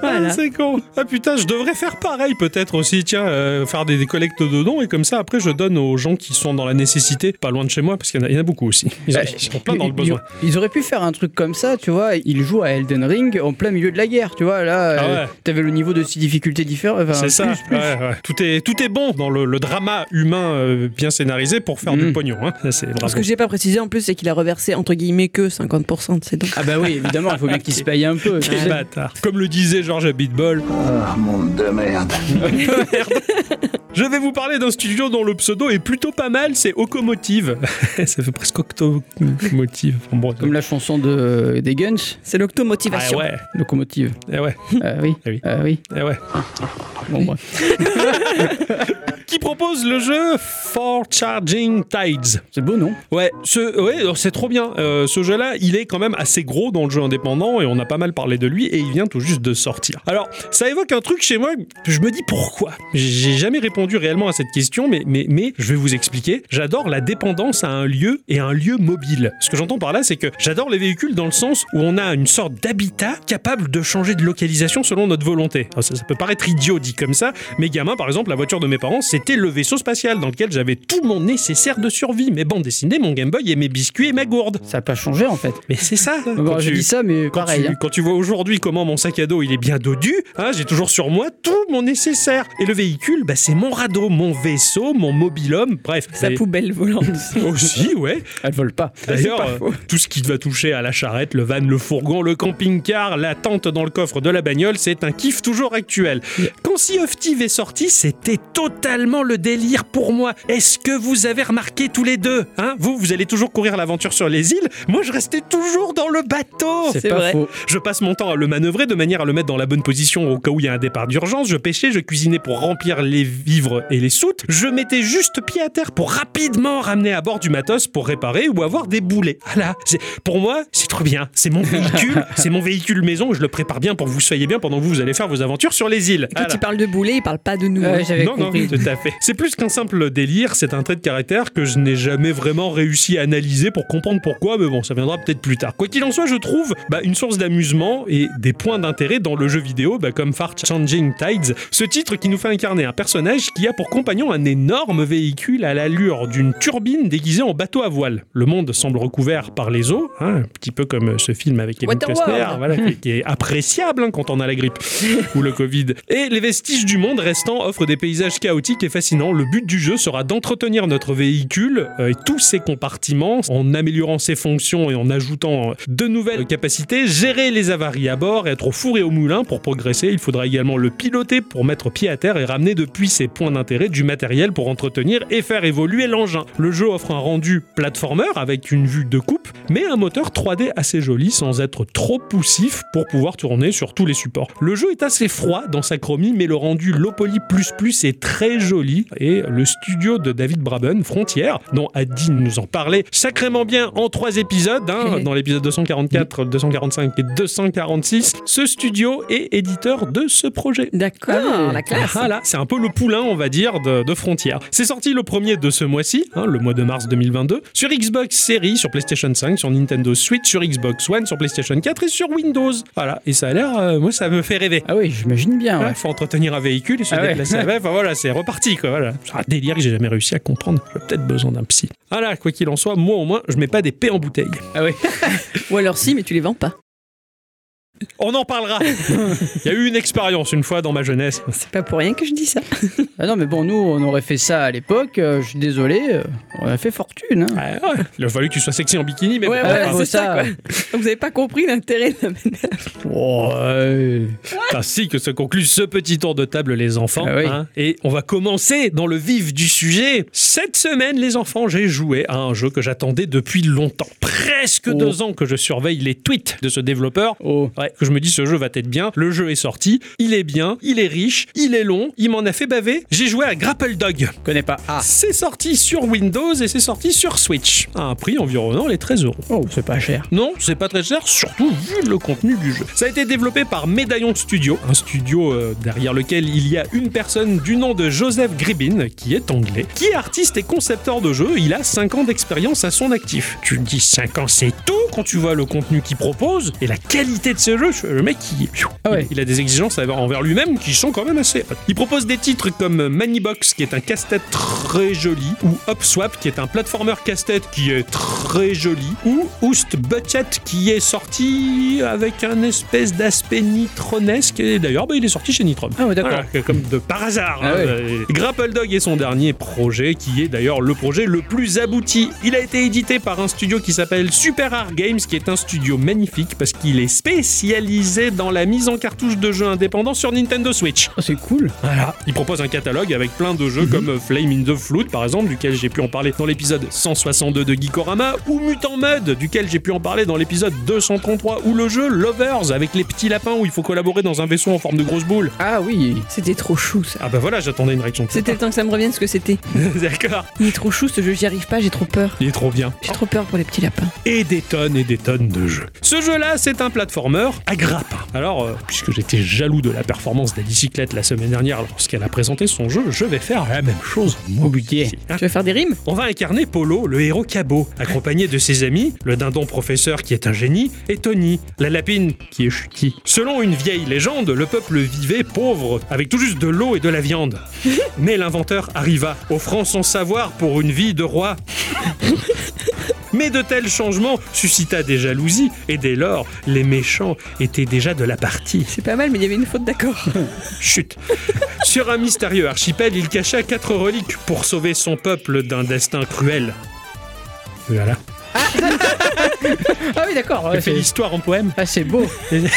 Speaker 3: Voilà.
Speaker 1: c'est con. Ah putain, je devrais faire pareil peut-être aussi. Tiens, euh, faire des, des collectes de dons et comme ça après je donne aux gens qui sont dans la nécessité, pas loin de chez moi, parce qu'il y, en a- il y en a beaucoup aussi. Ils, ont- ils sont plein dans le
Speaker 2: Ils-
Speaker 1: besoin.
Speaker 2: Ils, ils auraient pu faire un truc comme ça, tu vois. Ils jouent à Elden Ring en plein milieu de la guerre, tu vois. Là,
Speaker 1: Ah
Speaker 2: euh,
Speaker 1: ouais.
Speaker 2: t'avais le niveau de six difficultés différentes. enfin,
Speaker 1: C'est ça.
Speaker 2: plus, plus.
Speaker 1: ouais, ouais. Tout est tout est bon dans le, le drama humain euh, bien scénarisé pour faire du
Speaker 2: Mm.
Speaker 1: pognon. Hein. Ça, C'est bravo.
Speaker 3: Ce que j'ai pas précisé en plus, c'est qu'il a reversé entre guillemets que 50% de ses dons.
Speaker 2: Ah bah oui, évidemment, il faut bien qu'ils se payent un peu. tu
Speaker 1: Quel
Speaker 2: sais.
Speaker 1: bâtard. Comme le disait Georges Abitbol,
Speaker 4: Ah, monde de merde.
Speaker 1: Je vais vous parler d'un studio dont le pseudo est plutôt pas mal, c'est Ocomotive. Ça fait presque Octomotive. Enfin, bon,
Speaker 2: Comme la chanson de euh, des Guns,
Speaker 3: C'est
Speaker 1: ah
Speaker 3: l'octomotivation.
Speaker 1: ouais,
Speaker 2: locomotive.
Speaker 1: eh ouais,
Speaker 2: Ah oui.
Speaker 1: Ah oui.
Speaker 2: Ah oui.
Speaker 1: eh ouais.
Speaker 2: Bon, bref.
Speaker 1: Qui propose le jeu For Charging Tides
Speaker 2: C'est beau, non
Speaker 1: Ouais, ce, ouais, alors c'est trop bien. Euh, ce jeu-là, il est quand même assez gros dans le jeu indépendant et on a pas mal parlé de lui et il vient tout juste de sortir. Alors, ça évoque un truc chez moi. Je me dis pourquoi. J'ai jamais répondu réellement à cette question, mais, mais, mais je vais vous expliquer. J'adore la dépendance à un lieu et à un lieu mobile. Ce que j'entends par là, c'est que j'adore les véhicules dans le sens où on a une sorte d'habitat capable de changer de localisation selon notre volonté. Alors, ça, ça peut paraître idiot dit comme ça, mais gamin, par exemple, la voiture de mes parents, c'était le vaisseau spatial dans lequel j'avais tout mon nécessaire de survie, mes bandes dessinées, mon Game Boy et mes biscuits et ma gourde.
Speaker 2: Ça a pas changé en fait.
Speaker 1: Mais c'est ça.
Speaker 2: Bon,
Speaker 1: Quand
Speaker 2: je
Speaker 1: tu-
Speaker 2: dis bah, ça, mais
Speaker 1: quand
Speaker 2: pareil.
Speaker 1: tu,
Speaker 2: hein.
Speaker 1: quand tu vois aujourd'hui comment mon sac à dos il est bien dodu, hein, j'ai toujours sur moi tout mon nécessaire. Et le véhicule, bah, c'est mon radeau, mon vaisseau, mon mobilhome, bref.
Speaker 3: Sa
Speaker 1: Mais-
Speaker 3: poubelle volante.
Speaker 1: Aussi, ouais.
Speaker 2: Elle vole pas.
Speaker 1: D'ailleurs,
Speaker 2: Bah, C'est pas faux.
Speaker 1: euh, tout ce qui va toucher à la charrette, le van, le fourgon, le camping-car, la tente dans le coffre de la bagnole, c'est un kiff toujours actuel. Quand Sea of Thieves est sorti, c'était totalement le délire pour moi. Est-ce que vous avez remarqué tous les deux hein Vous, vous allez toujours courir l'aventure sur les îles. Moi, je restais toujours dans le bateau.
Speaker 2: c'est
Speaker 3: c'est
Speaker 2: pas
Speaker 3: vrai.
Speaker 2: faux.
Speaker 1: Je passe mon temps à le manœuvrer de manière à le mettre dans la bonne position au cas où il y a un départ d'urgence. Je pêchais, je cuisinais pour remplir les vivres et les soutes. Je mettais juste pied à terre pour rapidement ramener à bord du matos pour réparer ou avoir des boulets. Voilà. C'est- Pour moi, c'est trop bien. C'est mon véhicule. c'est mon véhicule maison. Je le prépare bien pour que vous soyez bien pendant que vous allez faire vos aventures sur les îles.
Speaker 3: Quand
Speaker 1: Voilà.
Speaker 3: il parle de boulet, il parle pas de nous.
Speaker 2: Ouais,
Speaker 3: hein.
Speaker 2: J'avais
Speaker 1: Non, non,
Speaker 2: compris.
Speaker 1: tout à fait. C'est plus qu'un simple délire, c'est un trait de caractère que je n'ai jamais vraiment réussi à analyser pour comprendre pourquoi, mais bon, ça viendra peut-être plus tard. Quoi qu'il en soit, je trouve bah, une source d'amusement et des points d'intérêt dans le jeu vidéo, bah, comme Far Changing Tides, ce titre qui nous fait incarner un personnage personnage qui a pour compagnon un énorme véhicule à l'allure d'une turbine déguisée en bateau à voile. Le monde semble recouvert par les eaux, hein, un petit peu comme ce film avec Kevin
Speaker 3: Waterworld.
Speaker 1: Costner, voilà, qui, qui est appréciable hein, quand on a la grippe ou le Covid. Et les vestiges du monde restant offrent des paysages chaotiques et fascinants. Le but du jeu sera d'entretenir notre véhicule euh, et tous ses compartiments en améliorant ses fonctions et en ajoutant euh, de nouvelles capacités, gérer les avaries à bord, être au four et au moulin pour progresser. Il faudra également le piloter pour mettre pied à terre et ramener depuis ses points d'intérêt du matériel pour entretenir et faire évoluer l'engin. Le jeu offre un rendu platformer avec une vue de coupe, mais un moteur 3D assez joli sans être trop poussif pour pouvoir tourner sur tous les supports. Le jeu est assez froid dans sa chromie, mais le rendu low poly plus plus est très joli et le studio de David Braben, Frontière, dont Adine nous en parlait sacrément bien en trois épisodes, hein, dans l'épisode 244, 245 et 246, ce studio est éditeur de ce projet.
Speaker 3: D'accord, la classe.
Speaker 1: Voilà, Ah, c'est un peu le poulain, on va dire, de, de Frontière. C'est sorti le premier de ce mois-ci, hein, le mois de mars 2022, sur Xbox Series, sur PlayStation 5, sur Nintendo Switch, sur Xbox One, sur PlayStation 4 et sur Windows. Voilà, et ça a l'air, euh, moi, ça me fait rêver.
Speaker 2: Ah oui, j'imagine bien.
Speaker 1: Il
Speaker 2: ouais.
Speaker 1: faut entretenir un véhicule et se
Speaker 2: Ah ouais.
Speaker 1: déplacer avec. Enfin voilà, c'est reparti quoi. Voilà. C'est un délire que j'ai jamais réussi à comprendre. J'ai peut-être besoin d'un psy. Voilà, quoi qu'il en soit, moi au moins, je mets pas des paix en bouteille.
Speaker 2: Ah oui.
Speaker 3: Ou alors si, mais tu les vends pas.
Speaker 1: On en parlera. Il y a eu une expérience une fois dans ma jeunesse.
Speaker 3: C'est pas pour rien que je dis ça.
Speaker 2: Ah non, mais bon, nous, on aurait fait ça à l'époque. euh, je suis désolé, euh, on a fait fortune. hein.
Speaker 1: Ouais, ouais. Il a fallu que tu sois sexy en bikini, mais
Speaker 3: Ouais,
Speaker 1: bon,
Speaker 3: ouais,
Speaker 1: enfin,
Speaker 3: c'est ça,
Speaker 2: euh,
Speaker 3: Vous avez pas compris l'intérêt de la
Speaker 2: oh, euh,
Speaker 1: C'est ainsi que se conclut ce petit tour de table, les enfants.
Speaker 2: Ah oui.
Speaker 1: hein. et on va commencer dans le vif du sujet. Cette semaine, les enfants, j'ai joué à un jeu que j'attendais depuis longtemps. Presque
Speaker 2: Oh.
Speaker 1: deux ans que je surveille les tweets de ce développeur.
Speaker 2: oh.
Speaker 1: Ouais, que je me dis ce jeu va être bien. Le jeu est sorti, il est bien, il est riche, il est long, il m'en a fait baver. J'ai joué à Grapple Dog.
Speaker 2: connais pas. Ah,
Speaker 1: C'est sorti sur Windows et c'est sorti sur Switch à un prix environnant les 13 euros.
Speaker 2: oh, c'est pas cher.
Speaker 1: Non, c'est pas très cher, surtout vu le contenu du jeu. Ça a été développé par Médaillon Studio, un studio euh, derrière lequel il y a une personne du nom de Joseph Gribin, qui est anglais, qui est artiste et concepteur de jeu. Il a 5 ans d'expérience à son actif. Tu te dis 5 ans, c'est tout quand tu vois le contenu qu'il propose et la qualité de ce jeu. Le mec, il,
Speaker 2: Ah ouais.
Speaker 1: il a des exigences envers lui-même qui sont quand même assez hautes. Il propose des titres comme Manibox, qui est un casse-tête très joli, ou Hopswap, qui est un platformer casse-tête qui est très joli, ou Oust Bucket, qui est sorti avec un espèce d'aspect nitronesque. Et d'ailleurs, bah, il est sorti chez Nitron.
Speaker 2: Ah ouais, d'accord.
Speaker 1: Voilà, que- comme de par hasard.
Speaker 2: Ah ouais.
Speaker 1: euh, Grapple Dog est son dernier projet, qui est d'ailleurs le projet le plus abouti. Il a été édité par un studio qui s'appelle Super Art Games, qui est un studio magnifique parce qu'il est spécialisé dans la mise en cartouche de jeux indépendants sur Nintendo Switch.
Speaker 2: Oh, c'est cool.
Speaker 1: Voilà. Il propose un catalogue avec plein de jeux comme Flame in the Flood, par exemple, duquel j'ai pu en parler dans l'épisode 162 de Geekorama, ou Mutant Mud, duquel j'ai pu en parler dans l'épisode 233, ou le jeu Lovers avec les petits lapins où il faut collaborer dans un vaisseau en forme de grosse boule.
Speaker 2: Ah oui.
Speaker 3: C'était trop chou ça.
Speaker 1: Ah bah voilà, j'attendais une réaction. de
Speaker 3: C'était le temps que ça me revienne ce que c'était.
Speaker 1: D'accord.
Speaker 3: Il est trop chou ce jeu, j'y arrive pas, j'ai trop peur.
Speaker 1: Il est trop bien.
Speaker 3: J'ai trop peur pour les petits lapins.
Speaker 1: et des tonnes et des tonnes de jeux. Ce jeu-là, c'est un platformer à grappes. Alors, euh, puisque j'étais jaloux de la performance des bicyclettes la semaine dernière lorsqu'elle a présenté son jeu, je vais faire la même chose. Moi,
Speaker 2: Obligé.
Speaker 1: Hein
Speaker 3: Tu veux faire des rimes
Speaker 1: on va incarner Polo, le héros cabot, accompagné de ses amis, le dindon professeur qui est un génie, et Tony, la lapine qui est chuti. Selon une vieille légende, le peuple vivait pauvre, avec tout juste de l'eau et de la viande. Mais l'inventeur arriva, offrant son savoir pour une vie de roi. Mais de tels changements suscita des jalousies, et dès lors, les méchants étaient déjà de la partie.
Speaker 3: C'est pas mal, mais il y avait une faute d'accord.
Speaker 1: Chut. Sur un mystérieux archipel, il cacha quatre reliques pour sauver son peuple d'un destin cruel. Voilà.
Speaker 2: Ah oui, d'accord.
Speaker 1: J'ai
Speaker 2: ouais,
Speaker 1: fait
Speaker 2: c'est-
Speaker 1: l'histoire en poème.
Speaker 2: Ah, c'est beau.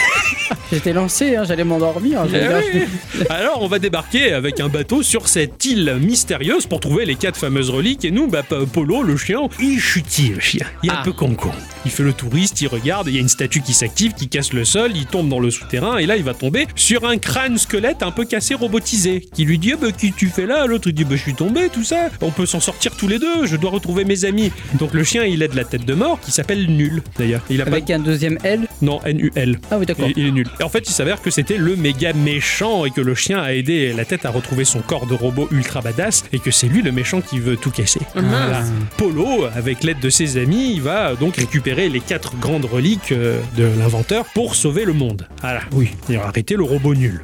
Speaker 2: J'étais lancé, hein, j'allais m'endormir. j'allais dire, je-
Speaker 1: Eh Alors on va débarquer avec un bateau sur cette île mystérieuse pour trouver les quatre fameuses reliques et nous, bah, pa- Polo, le chien, il chutit le chien. Il est
Speaker 2: Ah.
Speaker 1: un peu con-con. Il fait le touriste, il regarde, il y a une statue qui s'active, qui casse le sol, il tombe dans le souterrain et là il va tomber sur un crâne squelette un peu cassé robotisé qui lui dit Ah, bah, qui tu fais là L'autre il dit bah, je suis tombé, tout ça. On peut s'en sortir tous les deux, je dois retrouver mes amis. Donc le chien il aide la tête de mort qui s'appelle Nul d'ailleurs. Il a pas
Speaker 2: Avec un deuxième L.
Speaker 1: Non, N-U-L.
Speaker 2: Ah oui, d'accord.
Speaker 1: Il, il est nul. Et en fait, il s'avère que c'était le méga méchant et que le chien a aidé la tête à retrouver son corps de robot ultra badass et que c'est lui le méchant qui veut tout casser. Voilà. Polo, avec l'aide de ses amis, il va donc récupérer les quatre grandes reliques euh, de l'inventeur pour sauver le monde. Voilà, oui, il va arrêter le robot nul.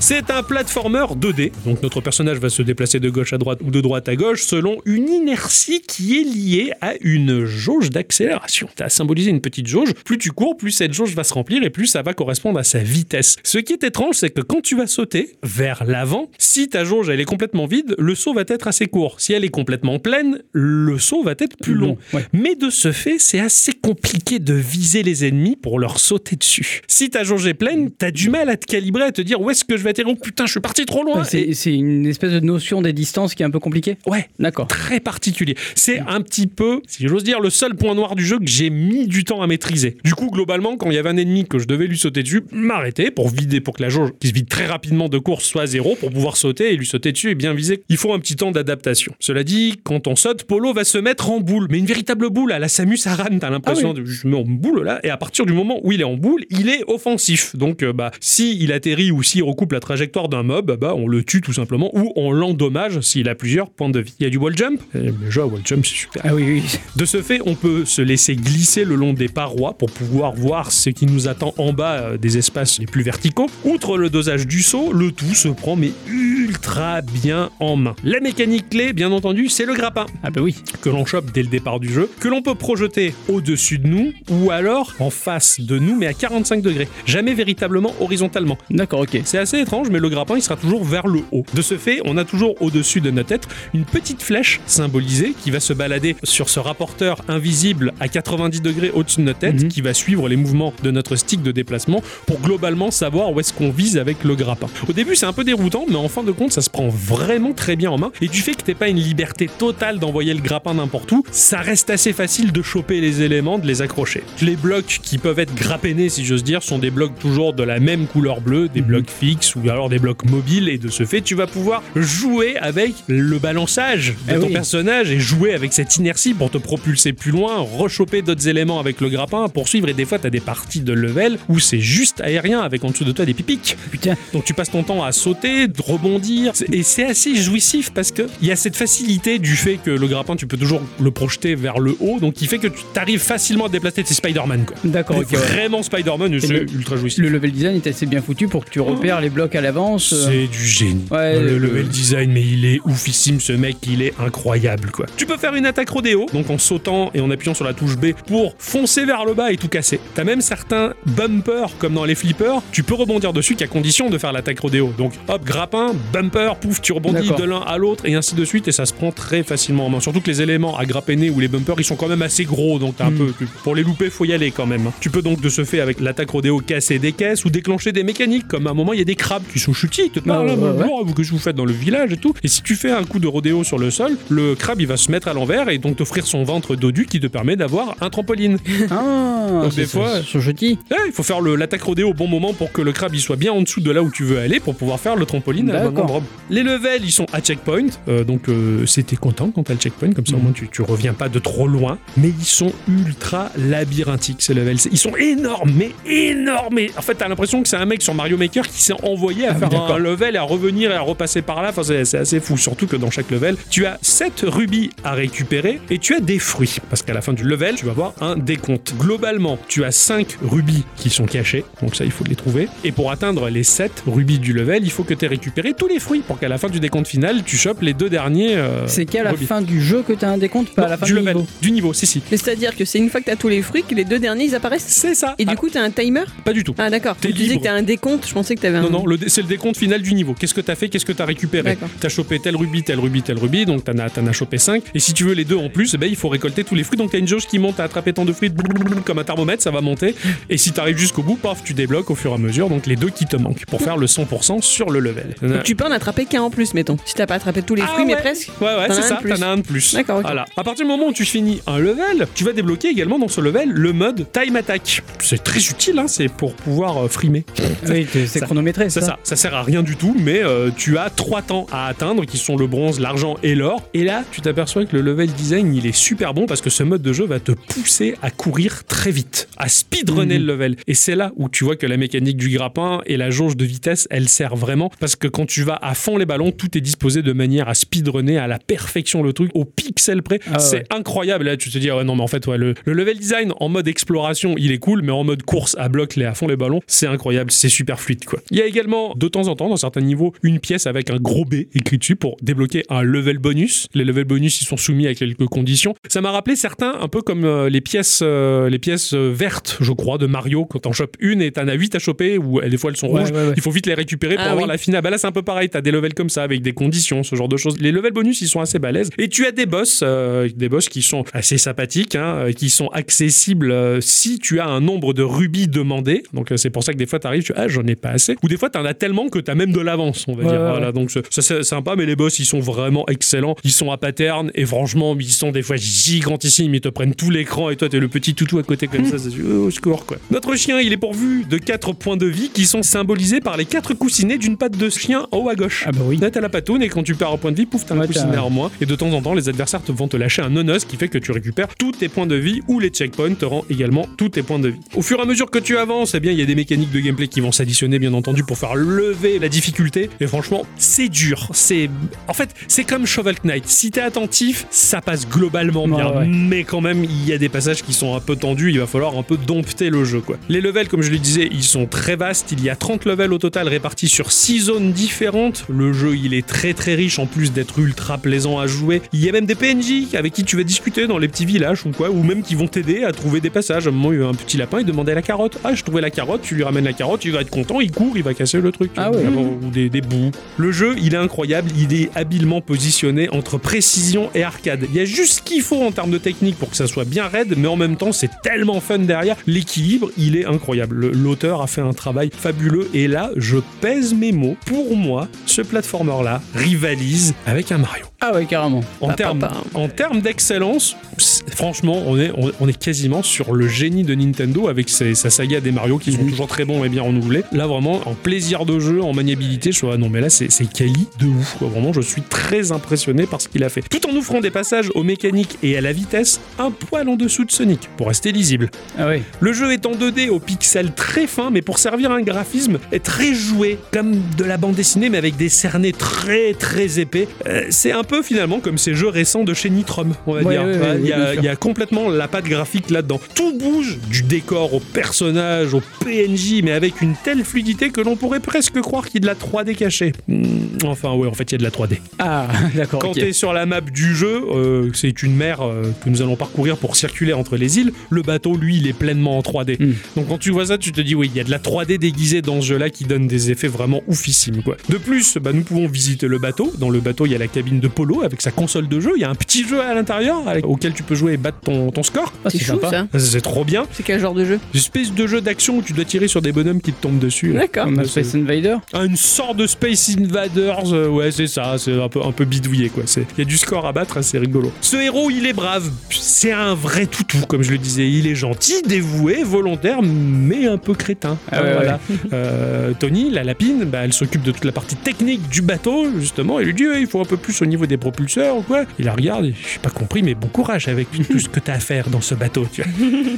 Speaker 1: C'est un platformer 2D, donc notre personnage va se déplacer de gauche à droite ou de droite à gauche selon une inertie qui est liée à une jauge d'accélération. Tu as symbolisé une petite jauge, plus tu cours, plus cette jauge va se remplir et plus ça va correspondre à sa vitesse. Ce qui est étrange, c'est que quand tu vas sauter vers l'avant, si ta jauge elle est complètement vide, le saut va être assez court. Si elle est complètement pleine, le saut va être plus long.
Speaker 2: ouais.
Speaker 1: Mais de ce fait, c'est assez compliqué de viser les ennemis pour leur sauter dessus. Si ta jauge est pleine, t'as du mal à te calibrer, à te dire où est-ce que je vais atterrir. Oh putain, je suis parti trop loin.
Speaker 2: Ouais, c'est
Speaker 1: Et-
Speaker 2: c'est une espèce de notion des distances qui est un peu compliquée.
Speaker 1: Ouais,
Speaker 2: D'accord.
Speaker 1: très particulier. C'est un petit peu, si j'ose dire, le seul point noir du jeu que j'ai mis du temps à maîtriser. Du coup, globalement, quand il y avait un ennemi que je devais lui sauter dessus, m'arrêter pour vider, pour que la jauge qui se vide très rapidement de course soit à zéro, pour pouvoir sauter et lui sauter dessus et bien viser. Il faut un petit temps d'adaptation. Cela dit, quand on saute, Polo va se mettre en boule, mais une véritable boule à la Samus Aran. T'as l'impression de je me mets en boule là, et à partir du moment où il est en boule, il est offensif. Donc, euh, bah, si il atterrit ou s'il recoupe la trajectoire d'un mob, bah, on le tue tout simplement ou on l'endommage s'il a plusieurs points de vie. Il y a du wall jump. Euh, déjà, wall jump, c'est super.
Speaker 2: Ah oui, oui.
Speaker 1: De ce fait, on peut se laisser glisser le long des parois pour pouvoir voir ce qui nous attend en bas euh, des espaces les plus verticaux. Outre le dosage du saut, le tout se prend mais ultra bien en main. La mécanique clé, bien entendu, c'est le grappin
Speaker 2: Ah bah oui.
Speaker 1: que l'on chope dès le départ du jeu, que l'on peut projeter au-dessus de nous ou alors en face de nous mais à 45 degrés, jamais véritablement horizontalement.
Speaker 2: D'accord, ok.
Speaker 1: C'est assez étrange, mais le grappin, il sera toujours vers le haut. De ce fait, on a toujours au-dessus de notre tête une petite flèche symbolisée qui va se balader sur ce rapporteur invisible à 90 degrés au-dessus de notre tête,
Speaker 2: Mhm.
Speaker 1: qui va suivre les mouvements de notre stick de déplacement pour globalement savoir où est-ce qu'on vise avec le grappin. Au début, c'est un peu déroutant, mais en fin de compte, ça se prend vraiment très bien en main. Et du fait que t'aies pas une liberté totale d'envoyer le grappin n'importe où, ça reste assez facile de choper les éléments, de les accrocher. Les blocs qui peuvent être grappénés, si j'ose dire, sont des blocs toujours de la même couleur bleue,
Speaker 2: Mhm.
Speaker 1: des blocs fixes ou alors des blocs mobiles. Et de ce fait, tu vas pouvoir jouer avec le balançage de
Speaker 2: Eh
Speaker 1: ton
Speaker 2: oui.
Speaker 1: personnage et jouer avec cette inertie pour te propulser plus loin, rechoper d'autres éléments avec le grappin, poursuivre. Et des fois, t'as des parties de level où c'est juste aérien avec en dessous de toi des pipiques.
Speaker 2: Putain.
Speaker 1: Donc tu passes ton temps à sauter, de rebondir, C'est- et c'est assez jouissif parce que il y a cette facilité du fait que le grappin tu peux toujours le projeter vers le haut, donc qui fait que tu t'arrives facilement à te déplacer. C'est Spider-Man quoi.
Speaker 2: D'accord,
Speaker 1: Mais
Speaker 2: ok. ouais.
Speaker 1: Vraiment Spider-Man, et c'est
Speaker 2: le-
Speaker 1: ultra jouissif.
Speaker 2: Le level design est assez bien foutu pour que tu repères les blocs à l'avance. euh.
Speaker 1: C'est du génie.
Speaker 2: Ouais,
Speaker 1: le
Speaker 2: le-
Speaker 1: level design, mais il est oufissime ce mec, il est incroyable quoi. Tu peux faire une attaque rodéo, donc en sautant et en appuyant sur la touche B pour foncer vers le bas et tout casser. T'as même certains bumpers comme dans les flippers, tu peux rebondir dessus qu'à condition de faire l'attaque rodéo. Donc hop, grappin, bumper, pouf, tu rebondis
Speaker 2: D'accord.
Speaker 1: de l'un à l'autre et ainsi de suite et ça se prend très facilement en main. Surtout que les éléments à grappiner ou les bumpers ils sont quand même assez gros donc t'as un
Speaker 2: Mm.
Speaker 1: peu tu- pour les louper faut y aller quand même. hein. Tu peux donc de ce fait avec l'attaque rodéo casser des caisses ou déclencher des mécaniques comme à un moment il y a des crabes qui sont chutis, ils te parlent,
Speaker 2: ouais,
Speaker 1: ah,
Speaker 2: ouais,
Speaker 1: bonjour,
Speaker 2: ouais.
Speaker 1: ah, vous que je vous faites dans le village et tout. Et si tu fais un coup de rodéo sur le sol, le crabe il va se mettre à l'envers et donc t'offrir son ventre dodu qui te permet d'avoir un trampoline.
Speaker 2: Ah,
Speaker 1: Donc,
Speaker 2: c'est-
Speaker 1: des fois-
Speaker 2: c'est- c'est joli.
Speaker 1: Ouais, Eh, il faut faire le- l'attaque rodéo au bon moment pour que le crabe il soit bien en dessous de là où tu veux aller pour pouvoir faire le trampoline à la bonne
Speaker 2: D'accord.
Speaker 1: endroit. Les levels ils sont à checkpoint, euh, donc euh, c'était content quand t'as le checkpoint, comme ça au
Speaker 2: Mhm.
Speaker 1: moins tu, tu reviens pas de trop loin. Mais ils sont ultra labyrinthiques ces levels, ils sont énormes, mais énormes. Et en fait t'as l'impression que c'est un mec sur Mario Maker qui s'est envoyé à
Speaker 2: Ah oui,
Speaker 1: faire un
Speaker 2: d'accord.
Speaker 1: level et à revenir et à repasser par là. Enfin c'est c'est assez fou, surtout que dans chaque level tu as 7 rubis à récupérer et tu as des fruits parce qu'à la fin du level tu vas avoir un décompte. Globalement tu as 5 rubis qui sont cachés, donc ça il faut les trouver. Et pour atteindre les 7 rubis du level, il faut que tu aies récupéré tous les fruits pour qu'à la fin du décompte final, tu chopes les deux derniers. euh,
Speaker 2: C'est qu'à la
Speaker 1: rubis.
Speaker 2: fin du jeu que t'as un décompte, pas à
Speaker 1: Non,
Speaker 2: la fin
Speaker 1: du
Speaker 2: du
Speaker 1: level,
Speaker 2: niveau.
Speaker 1: du niveau, si si.
Speaker 3: Mais c'est-à-dire que c'est une fois que t'as tous les fruits que les deux derniers ils apparaissent.
Speaker 1: C'est ça.
Speaker 3: Et
Speaker 1: Ah,
Speaker 3: du coup, t'as un timer
Speaker 1: pas du tout.
Speaker 3: Ah, d'accord.
Speaker 1: T'es
Speaker 3: Tu disais
Speaker 1: libre.
Speaker 3: que t'as un décompte, je pensais que t'avais un.
Speaker 1: Non, non, le dé- c'est le décompte final du niveau. Qu'est-ce que t'as fait Qu'est-ce que t'as récupéré
Speaker 3: D'accord.
Speaker 1: T'as chopé tel rubis, tel rubis, tel rubis, donc t'en as, t'en as chopé 5. Et si tu veux les deux en plus, eh ben, il faut récolter tous les fruits. Donc t'as une jauge qui monte, t'as attrapé tant de fruits, blablabla, comme un thermomètre, ça va monter. Et si t'arrives jusqu'au bout, paf, tu débloques au fur et à mesure, donc les deux qui te manquent, pour faire le 100% sur le level.
Speaker 2: Tu
Speaker 3: peux en attraper qu'un en plus, mettons. Si t'as pas attrapé tous les
Speaker 1: Ah
Speaker 3: fruits, mais
Speaker 1: ouais.
Speaker 3: presque.
Speaker 1: Ouais, ouais,
Speaker 3: T'en
Speaker 1: c'est
Speaker 3: as un
Speaker 1: ça,
Speaker 3: de plus.
Speaker 1: t'en as un de plus.
Speaker 3: D'accord, ok.
Speaker 1: Voilà. À partir du moment où tu finis un level, tu vas débloquer également dans ce level le mode time attack. C'est très utile, hein, c'est pour pouvoir euh, frimer.
Speaker 2: Oui, c'est- c'est
Speaker 1: Ça-
Speaker 2: chronométré,
Speaker 1: C'est ça, ça sert à rien du tout, mais euh, tu as trois temps à atteindre qui sont le bronze, l'argent et l'or. Et là, tu t'aperçois que le level design il est super bon parce que ce mode de jeu va te pousser à courir très vite, à speedrunner
Speaker 2: Mhm.
Speaker 1: le level. Et c'est là où tu vois que la mécanique du grappin et la jauge de vitesse elle sert vraiment parce que quand tu vas à fond les ballons, tout est disposé de manière à speedrunner à la perfection le truc, au pixel près.
Speaker 2: Ah ouais.
Speaker 1: c'est incroyable. Là, tu te dis, ah ouais, non, mais en fait, ouais, le, le level design en mode exploration, il est cool, mais en mode course à bloc, les, à fond les ballons, c'est incroyable, c'est super fluide, quoi. Il y a également, de temps en temps, dans certains niveaux, une pièce avec un gros B écrit dessus pour débloquer un level bonus. Les level bonus, ils sont soumis à quelques conditions. Ça m'a rappelé certains, un peu comme euh, les pièces, euh, les pièces euh, vertes, je crois, de Mario, quand t'en chopes une et t'en as 8 à choper, ou euh, des fois elles sont
Speaker 2: Ouais,
Speaker 1: rouges,
Speaker 2: ouais, ouais.
Speaker 1: il faut vite les récupérer pour
Speaker 3: Ah
Speaker 1: avoir
Speaker 3: oui.
Speaker 1: la finale. Bah là, c'est un peu pareil. T'as des levels comme ça avec des conditions, ce genre de choses. Les levels bonus, ils sont assez balèzes. Et tu as des boss, euh, des boss qui sont assez sympathiques, hein, euh, qui sont accessibles euh, si tu as un nombre de rubis demandés. Donc euh, c'est pour ça que des fois t'arrives, tu ah j'en ai pas assez. Ou des fois t'en as tellement que t'as même de l'avance, on va
Speaker 2: Ouais,
Speaker 1: dire.
Speaker 2: ouais, ouais.
Speaker 1: Voilà. Donc c'est- ça c'est sympa, mais les boss ils sont vraiment excellents. Ils sont à pattern et franchement ils sont des fois gigantissimes. Ils te prennent tout l'écran et toi t'es le petit toutou à côté comme ça. c'est- euh, Au secours quoi. Notre chien il est pourvu de 4 points de vie qui sont symbolisés par les 4 coussinets d'une patte de chien en haut à gauche.
Speaker 2: Ah bah oui.
Speaker 1: Là, t'as la patoune et quand tu perds un point de vie, pouf, t'as un
Speaker 2: Ouais,
Speaker 1: coussinet
Speaker 2: t'as-
Speaker 1: en moins. Et de temps en temps, les adversaires te vont te lâcher un nonos qui fait que tu récupères tous tes points de vie ou les checkpoints te rend également tous tes points de vie. Au fur et à mesure que tu avances, eh bien, il y a des mécaniques de gameplay qui vont s'additionner, bien entendu, pour faire lever la difficulté. Et franchement, c'est dur. C'est, en fait, c'est comme Shovel Knight. Si t'es attentif, ça passe globalement bien.
Speaker 2: Ouais, ouais.
Speaker 1: Mais quand même, il y a des passages qui sont un peu tendus. Il va falloir un peu dompter le jeu, quoi. Les levels, comme je le disais, ils sont très vastes. Il y a 30 levels au total répartis sur 6 zones différentes. Le jeu, il est très très riche en plus d'être ultra plaisant à jouer. Il y a même des PNJ avec qui tu vas discuter dans les petits villages ou quoi, ou même qui vont t'aider à trouver des passages. À un moment, il y a un petit lapin, il demandait la carotte. Ah, je trouvais la carotte, tu lui ramènes la carotte, il va être content, il court, il va casser le truc. tu
Speaker 2: Ah
Speaker 1: vois.
Speaker 2: ouais.
Speaker 1: Ou des, des bouts. Le jeu, il est incroyable, il est habilement positionné entre précision et arcade. Il y a juste ce qu'il faut en termes de technique pour que ça soit bien raide, mais en même temps, c'est tellement fun derrière. L'équilibre, il est incroyable. Le- L'auteur a fait un travail fabuleux, et là, je pèse mes mots. Pour moi, ce platformer-là rivalise avec un Mario.
Speaker 2: Ah ouais, carrément.
Speaker 1: En
Speaker 3: Pas,
Speaker 1: termes
Speaker 3: pas, pas.
Speaker 1: en termes d'excellence, pss, franchement, on est, on, on est quasiment sur le génie de Nintendo avec ses- sa saga des Mario qui sont toujours très bons et bien renouvelés. Là, vraiment, en plaisir de jeu, en maniabilité, je suis ah non, mais là, c'est c'est quali de ouf. quoi. Vraiment, je suis très impressionné par ce qu'il a fait. Tout en offrant des passages aux mécaniques et à la vitesse un poil en dessous de Sonic pour rester lisible.
Speaker 2: Ah ouais.
Speaker 1: Le jeu est en 2D au pixel très fin, mais pour servir un graphisme est très joué, comme de la bande dessinée, mais avec des cernés très très épais. Euh, c'est un peu finalement comme ces jeux récents de chez Nitrom, on va
Speaker 2: Ouais,
Speaker 1: dire.
Speaker 2: ouais,
Speaker 1: Ouais,
Speaker 2: ouais,
Speaker 1: Il y,
Speaker 2: bien
Speaker 1: a,
Speaker 2: sûr.
Speaker 1: il y a complètement la patte graphique là-dedans. Tout bouge, du décor au personnage, au PNJ, mais avec une telle fluidité que l'on pourrait presque croire qu'il y a de la 3D cachée. Hmm, Enfin, ouais, en fait, il y a de la 3D.
Speaker 2: Ah, d'accord.
Speaker 1: Quand
Speaker 2: ok.
Speaker 1: tu es sur la map du jeu, euh, c'est une mer euh, que nous allons parcourir pour circuler entre les îles. Le bateau, lui, il est pleinement en 3D.
Speaker 2: Mm.
Speaker 1: Donc quand tu vois ça, tu te dis, oui, il y a de la 3D déguisée dans ce jeu-là qui donne des effets vraiment oufissimes. Quoi. De plus, bah, nous pouvons visiter le bateau. Dans le bateau, il y a la cabine de Polo avec sa console de jeu. Il y a un petit jeu à l'intérieur avec- auquel tu peux jouer et battre ton, ton score.
Speaker 2: Ah,
Speaker 3: C'est
Speaker 2: c'est
Speaker 3: chou,
Speaker 2: sympa.
Speaker 3: ça.
Speaker 1: Ça, C'est trop bien.
Speaker 3: C'est quel genre de jeu
Speaker 1: Une espèce de jeu d'action où tu dois tirer sur des bonhommes qui te tombent dessus. là.
Speaker 3: D'accord.
Speaker 2: Comme
Speaker 1: Ah,
Speaker 2: Space Invader
Speaker 1: Ah, une sorte de Space Invaders, euh, ouais c'est ça, c'est un peu, un peu bidouillé quoi. C'est- Il y a du score à battre, hein, c'est rigolo. Ce héros, il est brave, c'est un vrai toutou comme je le disais. Il est gentil, dévoué, volontaire, mais un peu crétin.
Speaker 2: Ah ouais,
Speaker 1: Euh, voilà. Euh, Tony, la lapine, bah, elle s'occupe de toute la partie technique du bateau justement. Elle lui dit, Eh, il faut un peu plus au niveau des propulseurs ou quoi. Il la regarde, et, j'ai pas compris, mais bon courage avec tout ce que t'as à faire dans ce bateau. Tu vois.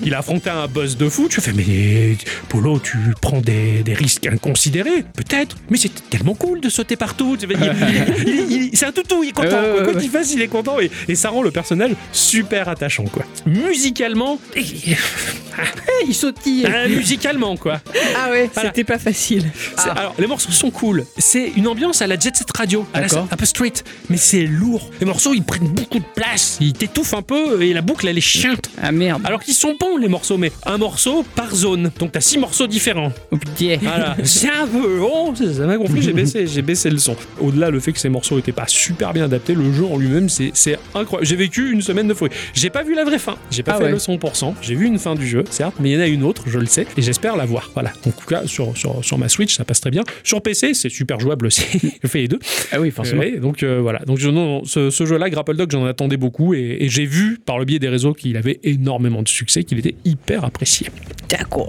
Speaker 1: Il affrontait un boss de fou. Tu fais, mais Polo, tu prends des, des risques inconsidérés. Peut-être, mais c'est tellement cool de sauter partout. Tu fais, il- il- il- il- c'est un toutou, il est content.
Speaker 2: Ouais, ouais,
Speaker 1: quoi.
Speaker 2: ouais,
Speaker 1: Quoi qu'il fasse, il est content. Et, et ça rend le personnage super attachant. quoi. Musicalement,
Speaker 2: Eh, Il sautille
Speaker 1: euh, musicalement, quoi.
Speaker 3: Ah ouais,
Speaker 1: Voilà.
Speaker 3: c'était pas facile.
Speaker 1: C'est- Alors, les morceaux sont cool. C'est une ambiance à la Jet Set Radio, à la-
Speaker 2: D'accord.
Speaker 1: un peu straight, mais c'est lourd. Les morceaux, ils prennent beaucoup de place, ils t'étouffent un peu et la boucle, elle est chiante.
Speaker 2: Ah merde
Speaker 1: Alors qu'ils sont bons, les morceaux, mais un morceau par zone. Donc, t'as six morceaux différents.
Speaker 2: Oh putain
Speaker 1: Voilà, c'est un peu long, ça ça m'a compris, j'ai baissé, j'ai baissé le son. Au-delà, le fait que ces morceaux étaient pas super bien adaptés, le jeu en lui-même, c'est c'est incroyable. J'ai vécu une semaine de folie. J'ai pas vu la vraie fin, j'ai pas
Speaker 2: Ah
Speaker 1: fait
Speaker 2: ouais.
Speaker 1: le 100%, j'ai vu une fin du jeu, certes, mais il y en a une autre, je le sais, et j'espère la voir. Voilà, en tout cas, sur, sur, sur ma Switch, ça passe très bien. Sur PC, c'est super jouable jouable aussi. Je fais les deux.
Speaker 2: Ah oui, forcément.
Speaker 1: Ouais, donc euh, voilà. Donc je- non, ce, ce jeu-là, Grapple Dog, j'en attendais beaucoup et, et j'ai vu par le biais des réseaux qu'il avait énormément de succès, qu'il était hyper apprécié.
Speaker 3: D'accord.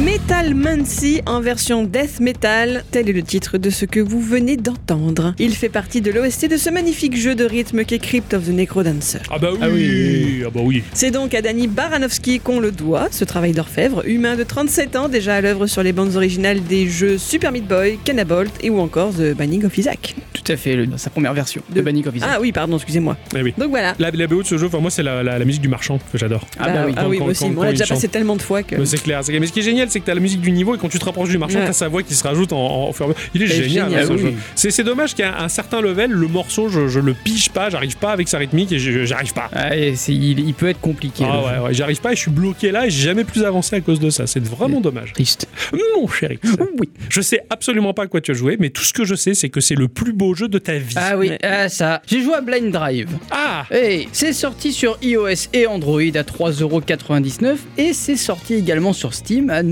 Speaker 3: Metal Mancy en version death metal, tel est le titre de ce que vous venez d'entendre. Il fait partie de l'OST de ce magnifique jeu de rythme qu'est Crypt of the Necrodancer.
Speaker 1: Ah bah oui,
Speaker 2: Ah oui.
Speaker 1: ah bah oui.
Speaker 3: C'est donc à Danny Baranowski qu'on le doit, ce travail d'orfèvre, humain de 37 ans déjà à l'œuvre sur les bandes originales des jeux Super Meat Boy, Canabolt et ou encore The Banning of Isaac.
Speaker 2: Tout à fait, le- sa première version de
Speaker 3: De-
Speaker 2: Banning of Isaac.
Speaker 3: Ah oui, pardon, excusez-moi.
Speaker 1: Ah oui.
Speaker 3: Donc voilà.
Speaker 1: La, la BO de ce jeu, enfin moi c'est la, la- la musique du marchand que j'adore.
Speaker 2: Ah bah oui.
Speaker 1: quand-
Speaker 3: oui,
Speaker 1: quand-
Speaker 3: moi aussi,
Speaker 1: quand-
Speaker 3: mais on
Speaker 1: quand
Speaker 3: l'a
Speaker 1: il
Speaker 3: déjà
Speaker 1: chante.
Speaker 3: passé tellement de fois que.
Speaker 1: Mais C'est clair. c'est- Mais ce qui est génial, c'est que t'as la musique du niveau et quand tu te rapproches du marchand,
Speaker 3: Ouais.
Speaker 1: t'as sa voix qui se rajoute en, en fur et à mesure. Il est
Speaker 2: Elle est
Speaker 1: génial.
Speaker 2: géniale,
Speaker 1: hein, ce
Speaker 2: oui.
Speaker 1: jeu. C'est c'est dommage qu'à un certain level, le morceau, je, je le pige pas, j'arrive pas avec sa rythmique et je- j'arrive pas.
Speaker 2: Ah, et c'est- il, il peut être compliqué.
Speaker 1: Ah
Speaker 2: le jeu.
Speaker 1: ouais, ouais, j'arrive pas et je suis bloqué là et j'ai jamais plus avancé à cause de ça. C'est vraiment dommage.
Speaker 2: Triste.
Speaker 1: Mon chéri,
Speaker 2: Oui.
Speaker 1: je sais absolument pas à quoi tu as joué, mais tout ce que je sais, c'est que c'est le plus beau jeu de ta vie.
Speaker 2: Ah oui,
Speaker 3: Ouais.
Speaker 2: ah, ça. J'ai joué à Blind Drive.
Speaker 1: Ah
Speaker 2: Hey, c'est sorti sur iOS et Android à 3,99€ et c'est sorti également sur Steam à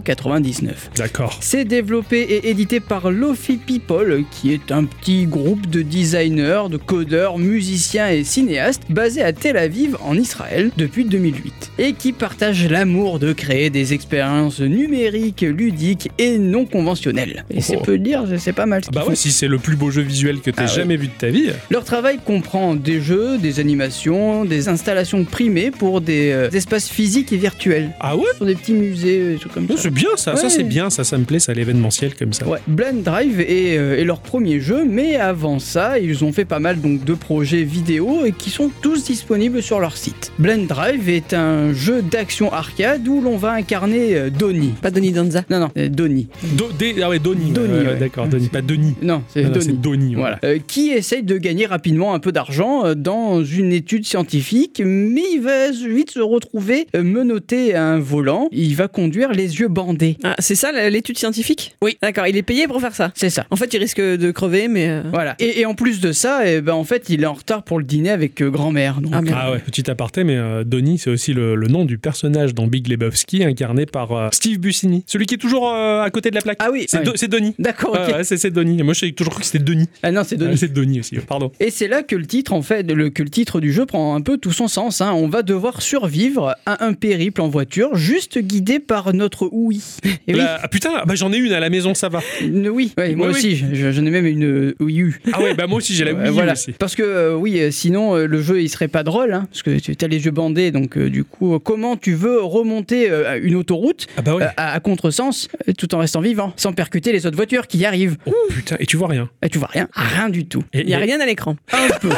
Speaker 2: 9,99€.
Speaker 1: D'accord.
Speaker 2: C'est développé et édité par Lofi People, qui est un petit groupe de designers, de codeurs, musiciens et cinéastes basé à Tel Aviv en Israël depuis 2008 et qui partage l'amour de créer des expériences numériques, ludiques et non conventionnelles. Et c'est
Speaker 1: Oh.
Speaker 2: peu dire, c'est pas mal. ce
Speaker 1: Ah Bah
Speaker 2: qu'ils
Speaker 1: ouais,
Speaker 2: font.
Speaker 1: si c'est le plus beau jeu visuel que t'aies
Speaker 2: Ah ouais.
Speaker 1: jamais vu de ta vie.
Speaker 2: Leur travail comprend des jeux, des animations, des installations primées pour des euh, espaces physiques et virtuels.
Speaker 1: Ah ouais
Speaker 2: Ce sont des petits musées, des trucs comme
Speaker 1: Non,
Speaker 2: ça.
Speaker 1: c'est bien ça, ça
Speaker 2: Ouais.
Speaker 1: c'est bien, ça, ça me plaît, ça l'événementiel comme ça.
Speaker 2: Ouais, Blind Drive est, euh, est leur premier jeu, mais avant ça, ils ont fait pas mal donc de projets vidéo et qui sont tous disponibles sur leur site. Blind Drive est un jeu d'action arcade où l'on va incarner euh, Donnie.
Speaker 3: Pas Donny Danza.
Speaker 2: Non non, euh, Donnie.
Speaker 1: Do- des- ah ouais, Donnie.
Speaker 2: Donnie,
Speaker 1: ouais, ouais,
Speaker 2: ouais.
Speaker 1: D'accord, Donnie, pas Denis.
Speaker 2: Non, c'est
Speaker 1: Ah Non, non,
Speaker 2: Donnie.
Speaker 1: C'est Donnie. ouais.
Speaker 2: Voilà. Euh, qui essaye de gagner rapidement un peu d'argent euh, dans une étude scientifique, mais il va vite se retrouver euh, menotté à un volant. Il va conduire les yeux bandés.
Speaker 3: Ah, c'est ça la- l'étude scientifique Oui. D'accord, il est payé pour faire ça.
Speaker 2: C'est ça.
Speaker 3: En fait, il risque de crever, mais. euh,
Speaker 2: Voilà. Et, et en plus de ça, eh ben, en fait, il est en retard pour le dîner avec euh, grand-mère. donc,
Speaker 3: Ah, merde.
Speaker 1: Ah ouais, petit aparté, mais euh, Donnie, c'est aussi le, le nom du personnage dans Big Lebowski, incarné par euh, Steve Buscemi. Celui qui est toujours euh, à côté de la plaque.
Speaker 2: Ah oui,
Speaker 1: c'est
Speaker 2: ah oui.
Speaker 1: Do- c'est Donnie.
Speaker 2: D'accord, ok.
Speaker 1: Ah ouais, c'est c'est Donnie. Moi, j'ai toujours cru que c'était Denis.
Speaker 2: Ah non, c'est Denis.
Speaker 1: Ah, c'est Denis aussi, pardon.
Speaker 2: Et c'est là que le titre, en fait, le, que le titre du jeu prend un peu tout son sens. hein. On va devoir survivre à un périple en voiture, juste guidé par notre ou
Speaker 3: oui.
Speaker 2: Et oui,
Speaker 1: La- Ah putain, bah j'en ai une à la maison, ça va.
Speaker 2: une- oui, ouais, moi
Speaker 1: Oui, oui.
Speaker 2: aussi, je- je- j'en ai même une euh, Wii U.
Speaker 1: Ah ouais, bah moi aussi j'ai la
Speaker 2: Euh,
Speaker 1: Wii U
Speaker 2: voilà.
Speaker 1: aussi.
Speaker 2: Parce que euh, oui, euh, sinon euh, le jeu il serait pas drôle, hein, parce que tu as les yeux bandés, donc euh, du coup, euh, comment tu veux remonter euh, à une autoroute
Speaker 1: Ah bah ouais.
Speaker 2: euh, à, à contresens euh, tout en restant vivant, sans percuter les autres voitures qui y arrivent
Speaker 1: Oh putain, et tu vois rien.
Speaker 2: Et Tu vois rien, rien Euh. du tout.
Speaker 1: Et-
Speaker 3: Il n'y a
Speaker 1: et-
Speaker 3: rien à l'écran.
Speaker 2: Un peu.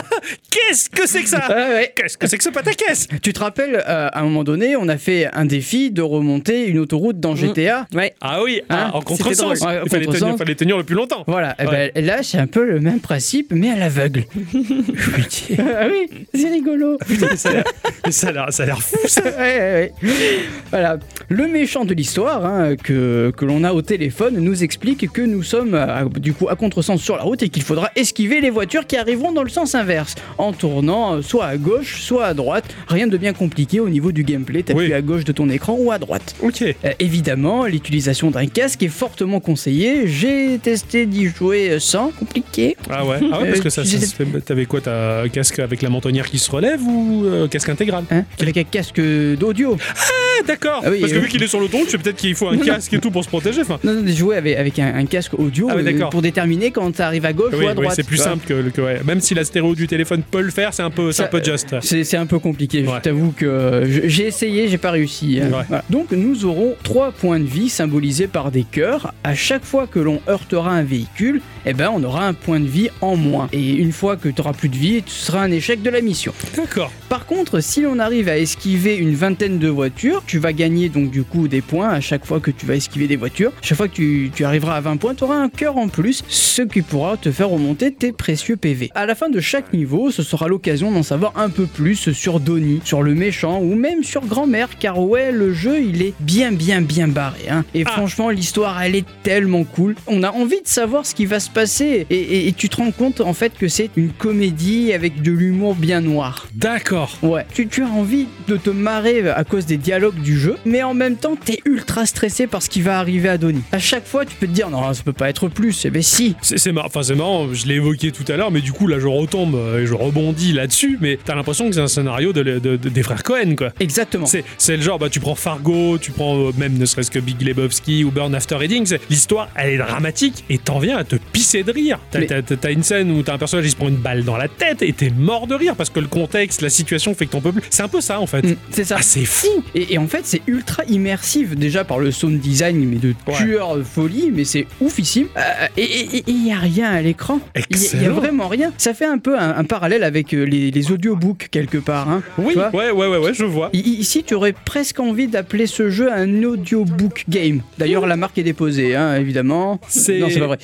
Speaker 1: Qu'est-ce que c'est
Speaker 2: Ouais,
Speaker 1: que ça
Speaker 2: ouais.
Speaker 1: Qu'est-ce que c'est que ce pataquès
Speaker 2: Tu te rappelles, euh, à un moment donné, on a fait un défi de remonter une autoroute dans GTA.
Speaker 3: Ouais.
Speaker 1: Ah oui, ah,
Speaker 2: Hein,
Speaker 1: en contresens.
Speaker 2: drôle. Ouais,
Speaker 1: il fallait
Speaker 2: contresens.
Speaker 1: tenir, fallait tenir le plus longtemps.
Speaker 2: Voilà, eh
Speaker 1: Ouais.
Speaker 2: ben, là c'est un peu le même principe, mais à l'aveugle. ah oui, c'est rigolo.
Speaker 1: Putain, ça a l'air- mais ça a l'air ça a l'air fou.
Speaker 2: Ouais, ouais, ouais. Voilà. Le méchant de l'histoire hein, que, que l'on a au téléphone nous explique que nous sommes euh, à- du coup à contresens sur la route et qu'il faudra esquiver les voitures qui arriveront dans le sens inverse en tournant euh, soit à gauche, soit à droite. Rien de bien compliqué au niveau du gameplay. T'appuies
Speaker 1: Oui.
Speaker 2: à gauche de ton écran ou à droite.
Speaker 1: Ok.
Speaker 2: Euh, évidemment, l'utilisation d'un casque est fortement conseillée. J'ai testé d'y jouer euh, sans, compliqué.
Speaker 1: Ah ouais. Ah ouais, parce que ça,
Speaker 2: Euh,
Speaker 1: ça
Speaker 2: j'ai-
Speaker 1: se fait- T'avais quoi T'as un casque avec la mentonnière qui se relève ou euh, casque intégral
Speaker 2: Hein, avec un casque d'audio.
Speaker 1: Ah d'accord.
Speaker 2: Ah oui,
Speaker 1: parce que
Speaker 2: euh,
Speaker 1: vu qu'il est sur l'autoroute, c'est peut-être qu'il faut un casque et tout pour se protéger. Enfin,
Speaker 2: Non, non, j'ai joué avec, avec un, un casque audio
Speaker 1: Ah oui,
Speaker 2: euh,
Speaker 1: d'accord.
Speaker 2: pour déterminer quand t'arrives à gauche
Speaker 1: oui,
Speaker 2: ou à
Speaker 1: oui,
Speaker 2: droite.
Speaker 1: c'est plus
Speaker 2: tu vois.
Speaker 1: simple que, le- que ouais. même si la stéréo du téléphone peut le faire, c'est un peu, c'est un
Speaker 2: Ça,
Speaker 1: peu just.
Speaker 2: C'est c'est un peu compliqué,
Speaker 1: Ouais.
Speaker 2: je t'avoue que euh, je- j'ai essayé, j'ai pas réussi. hein.
Speaker 1: Ouais.
Speaker 2: Voilà. Donc nous aurons trois points de vie symbolisés par des cœurs. À chaque fois que l'on heurtera un véhicule, eh ben on aura un point de vie en moins. Et une fois que tu auras plus de vie, tu seras un échec de la mission.
Speaker 1: D'accord.
Speaker 2: Par contre, si l'on arrive à esquiver une vingtaine de voitures, tu vas gagner donc du coup des points à chaque fois que tu vas esquiver des voitures. Chaque fois que tu, tu arriveras à 20 points, tu auras un cœur en plus, ce qui pourra te faire remonter tes précieux PV. À la fin de chaque niveau, ce sera l'occasion d'en savoir un peu plus sur Donnie, sur le méchant ou même sur grand-mère, car ouais, le jeu il est bien bien bien barré. hein. Et
Speaker 1: Ah.
Speaker 2: franchement, l'histoire elle est tellement cool. On a envie de savoir ce qui va se passer et, et- et tu te rends compte en fait que c'est une comédie avec de l'humour bien noir.
Speaker 1: D'accord.
Speaker 2: Ouais, tu, tu as envie de te marrer à cause des dialogues du jeu, mais en même temps, t'es ultra stressé par ce qui va arriver à Donnie. À chaque fois, tu peux te dire non, ça peut pas être plus. Eh ben si.
Speaker 1: C'est c'est marrant, enfin, c'est marrant, je l'ai évoqué tout à l'heure, mais du coup là je retombe euh, et je rebondis là-dessus, mais t'as l'impression que c'est un scénario de, de- de- des frères Cohen quoi.
Speaker 2: Exactement.
Speaker 1: C'est c'est le genre, bah, tu prends Fargo, tu prends euh, même ne serait-ce que Big Lebowski ou Burn After Reading. c'est- L'histoire, elle est dramatique et t'en viens à te pisser de rire. T'as
Speaker 2: Mais-
Speaker 1: t'as- t'as- t'as une scène où t'as un personnage qui se prend une balle dans la tête et t'es mort de rire parce que le contexte, la situation fait que t'en peux plus. C'est un peu ça en fait.
Speaker 2: Mm, C'est ça.
Speaker 1: Ah, c'est fou!
Speaker 2: Et, et en fait, c'est ultra immersif déjà par le sound design, mais de
Speaker 1: Ouais.
Speaker 2: tueur de folie, mais c'est oufissime. Euh, et il n'y a rien à l'écran. Il y a- il y a
Speaker 1: Excellent.
Speaker 2: vraiment rien. Ça fait un peu un, un parallèle avec euh, les, les audiobooks quelque part. hein. Tu
Speaker 1: Oui,
Speaker 2: vois
Speaker 1: ouais, ouais, ouais, ouais, je vois.
Speaker 2: I- i- Ici, tu aurais presque envie d'appeler ce jeu un audiobook game. D'ailleurs, la marque est déposée, hein, évidemment.
Speaker 1: C'est-
Speaker 2: Non, c'est pas vrai.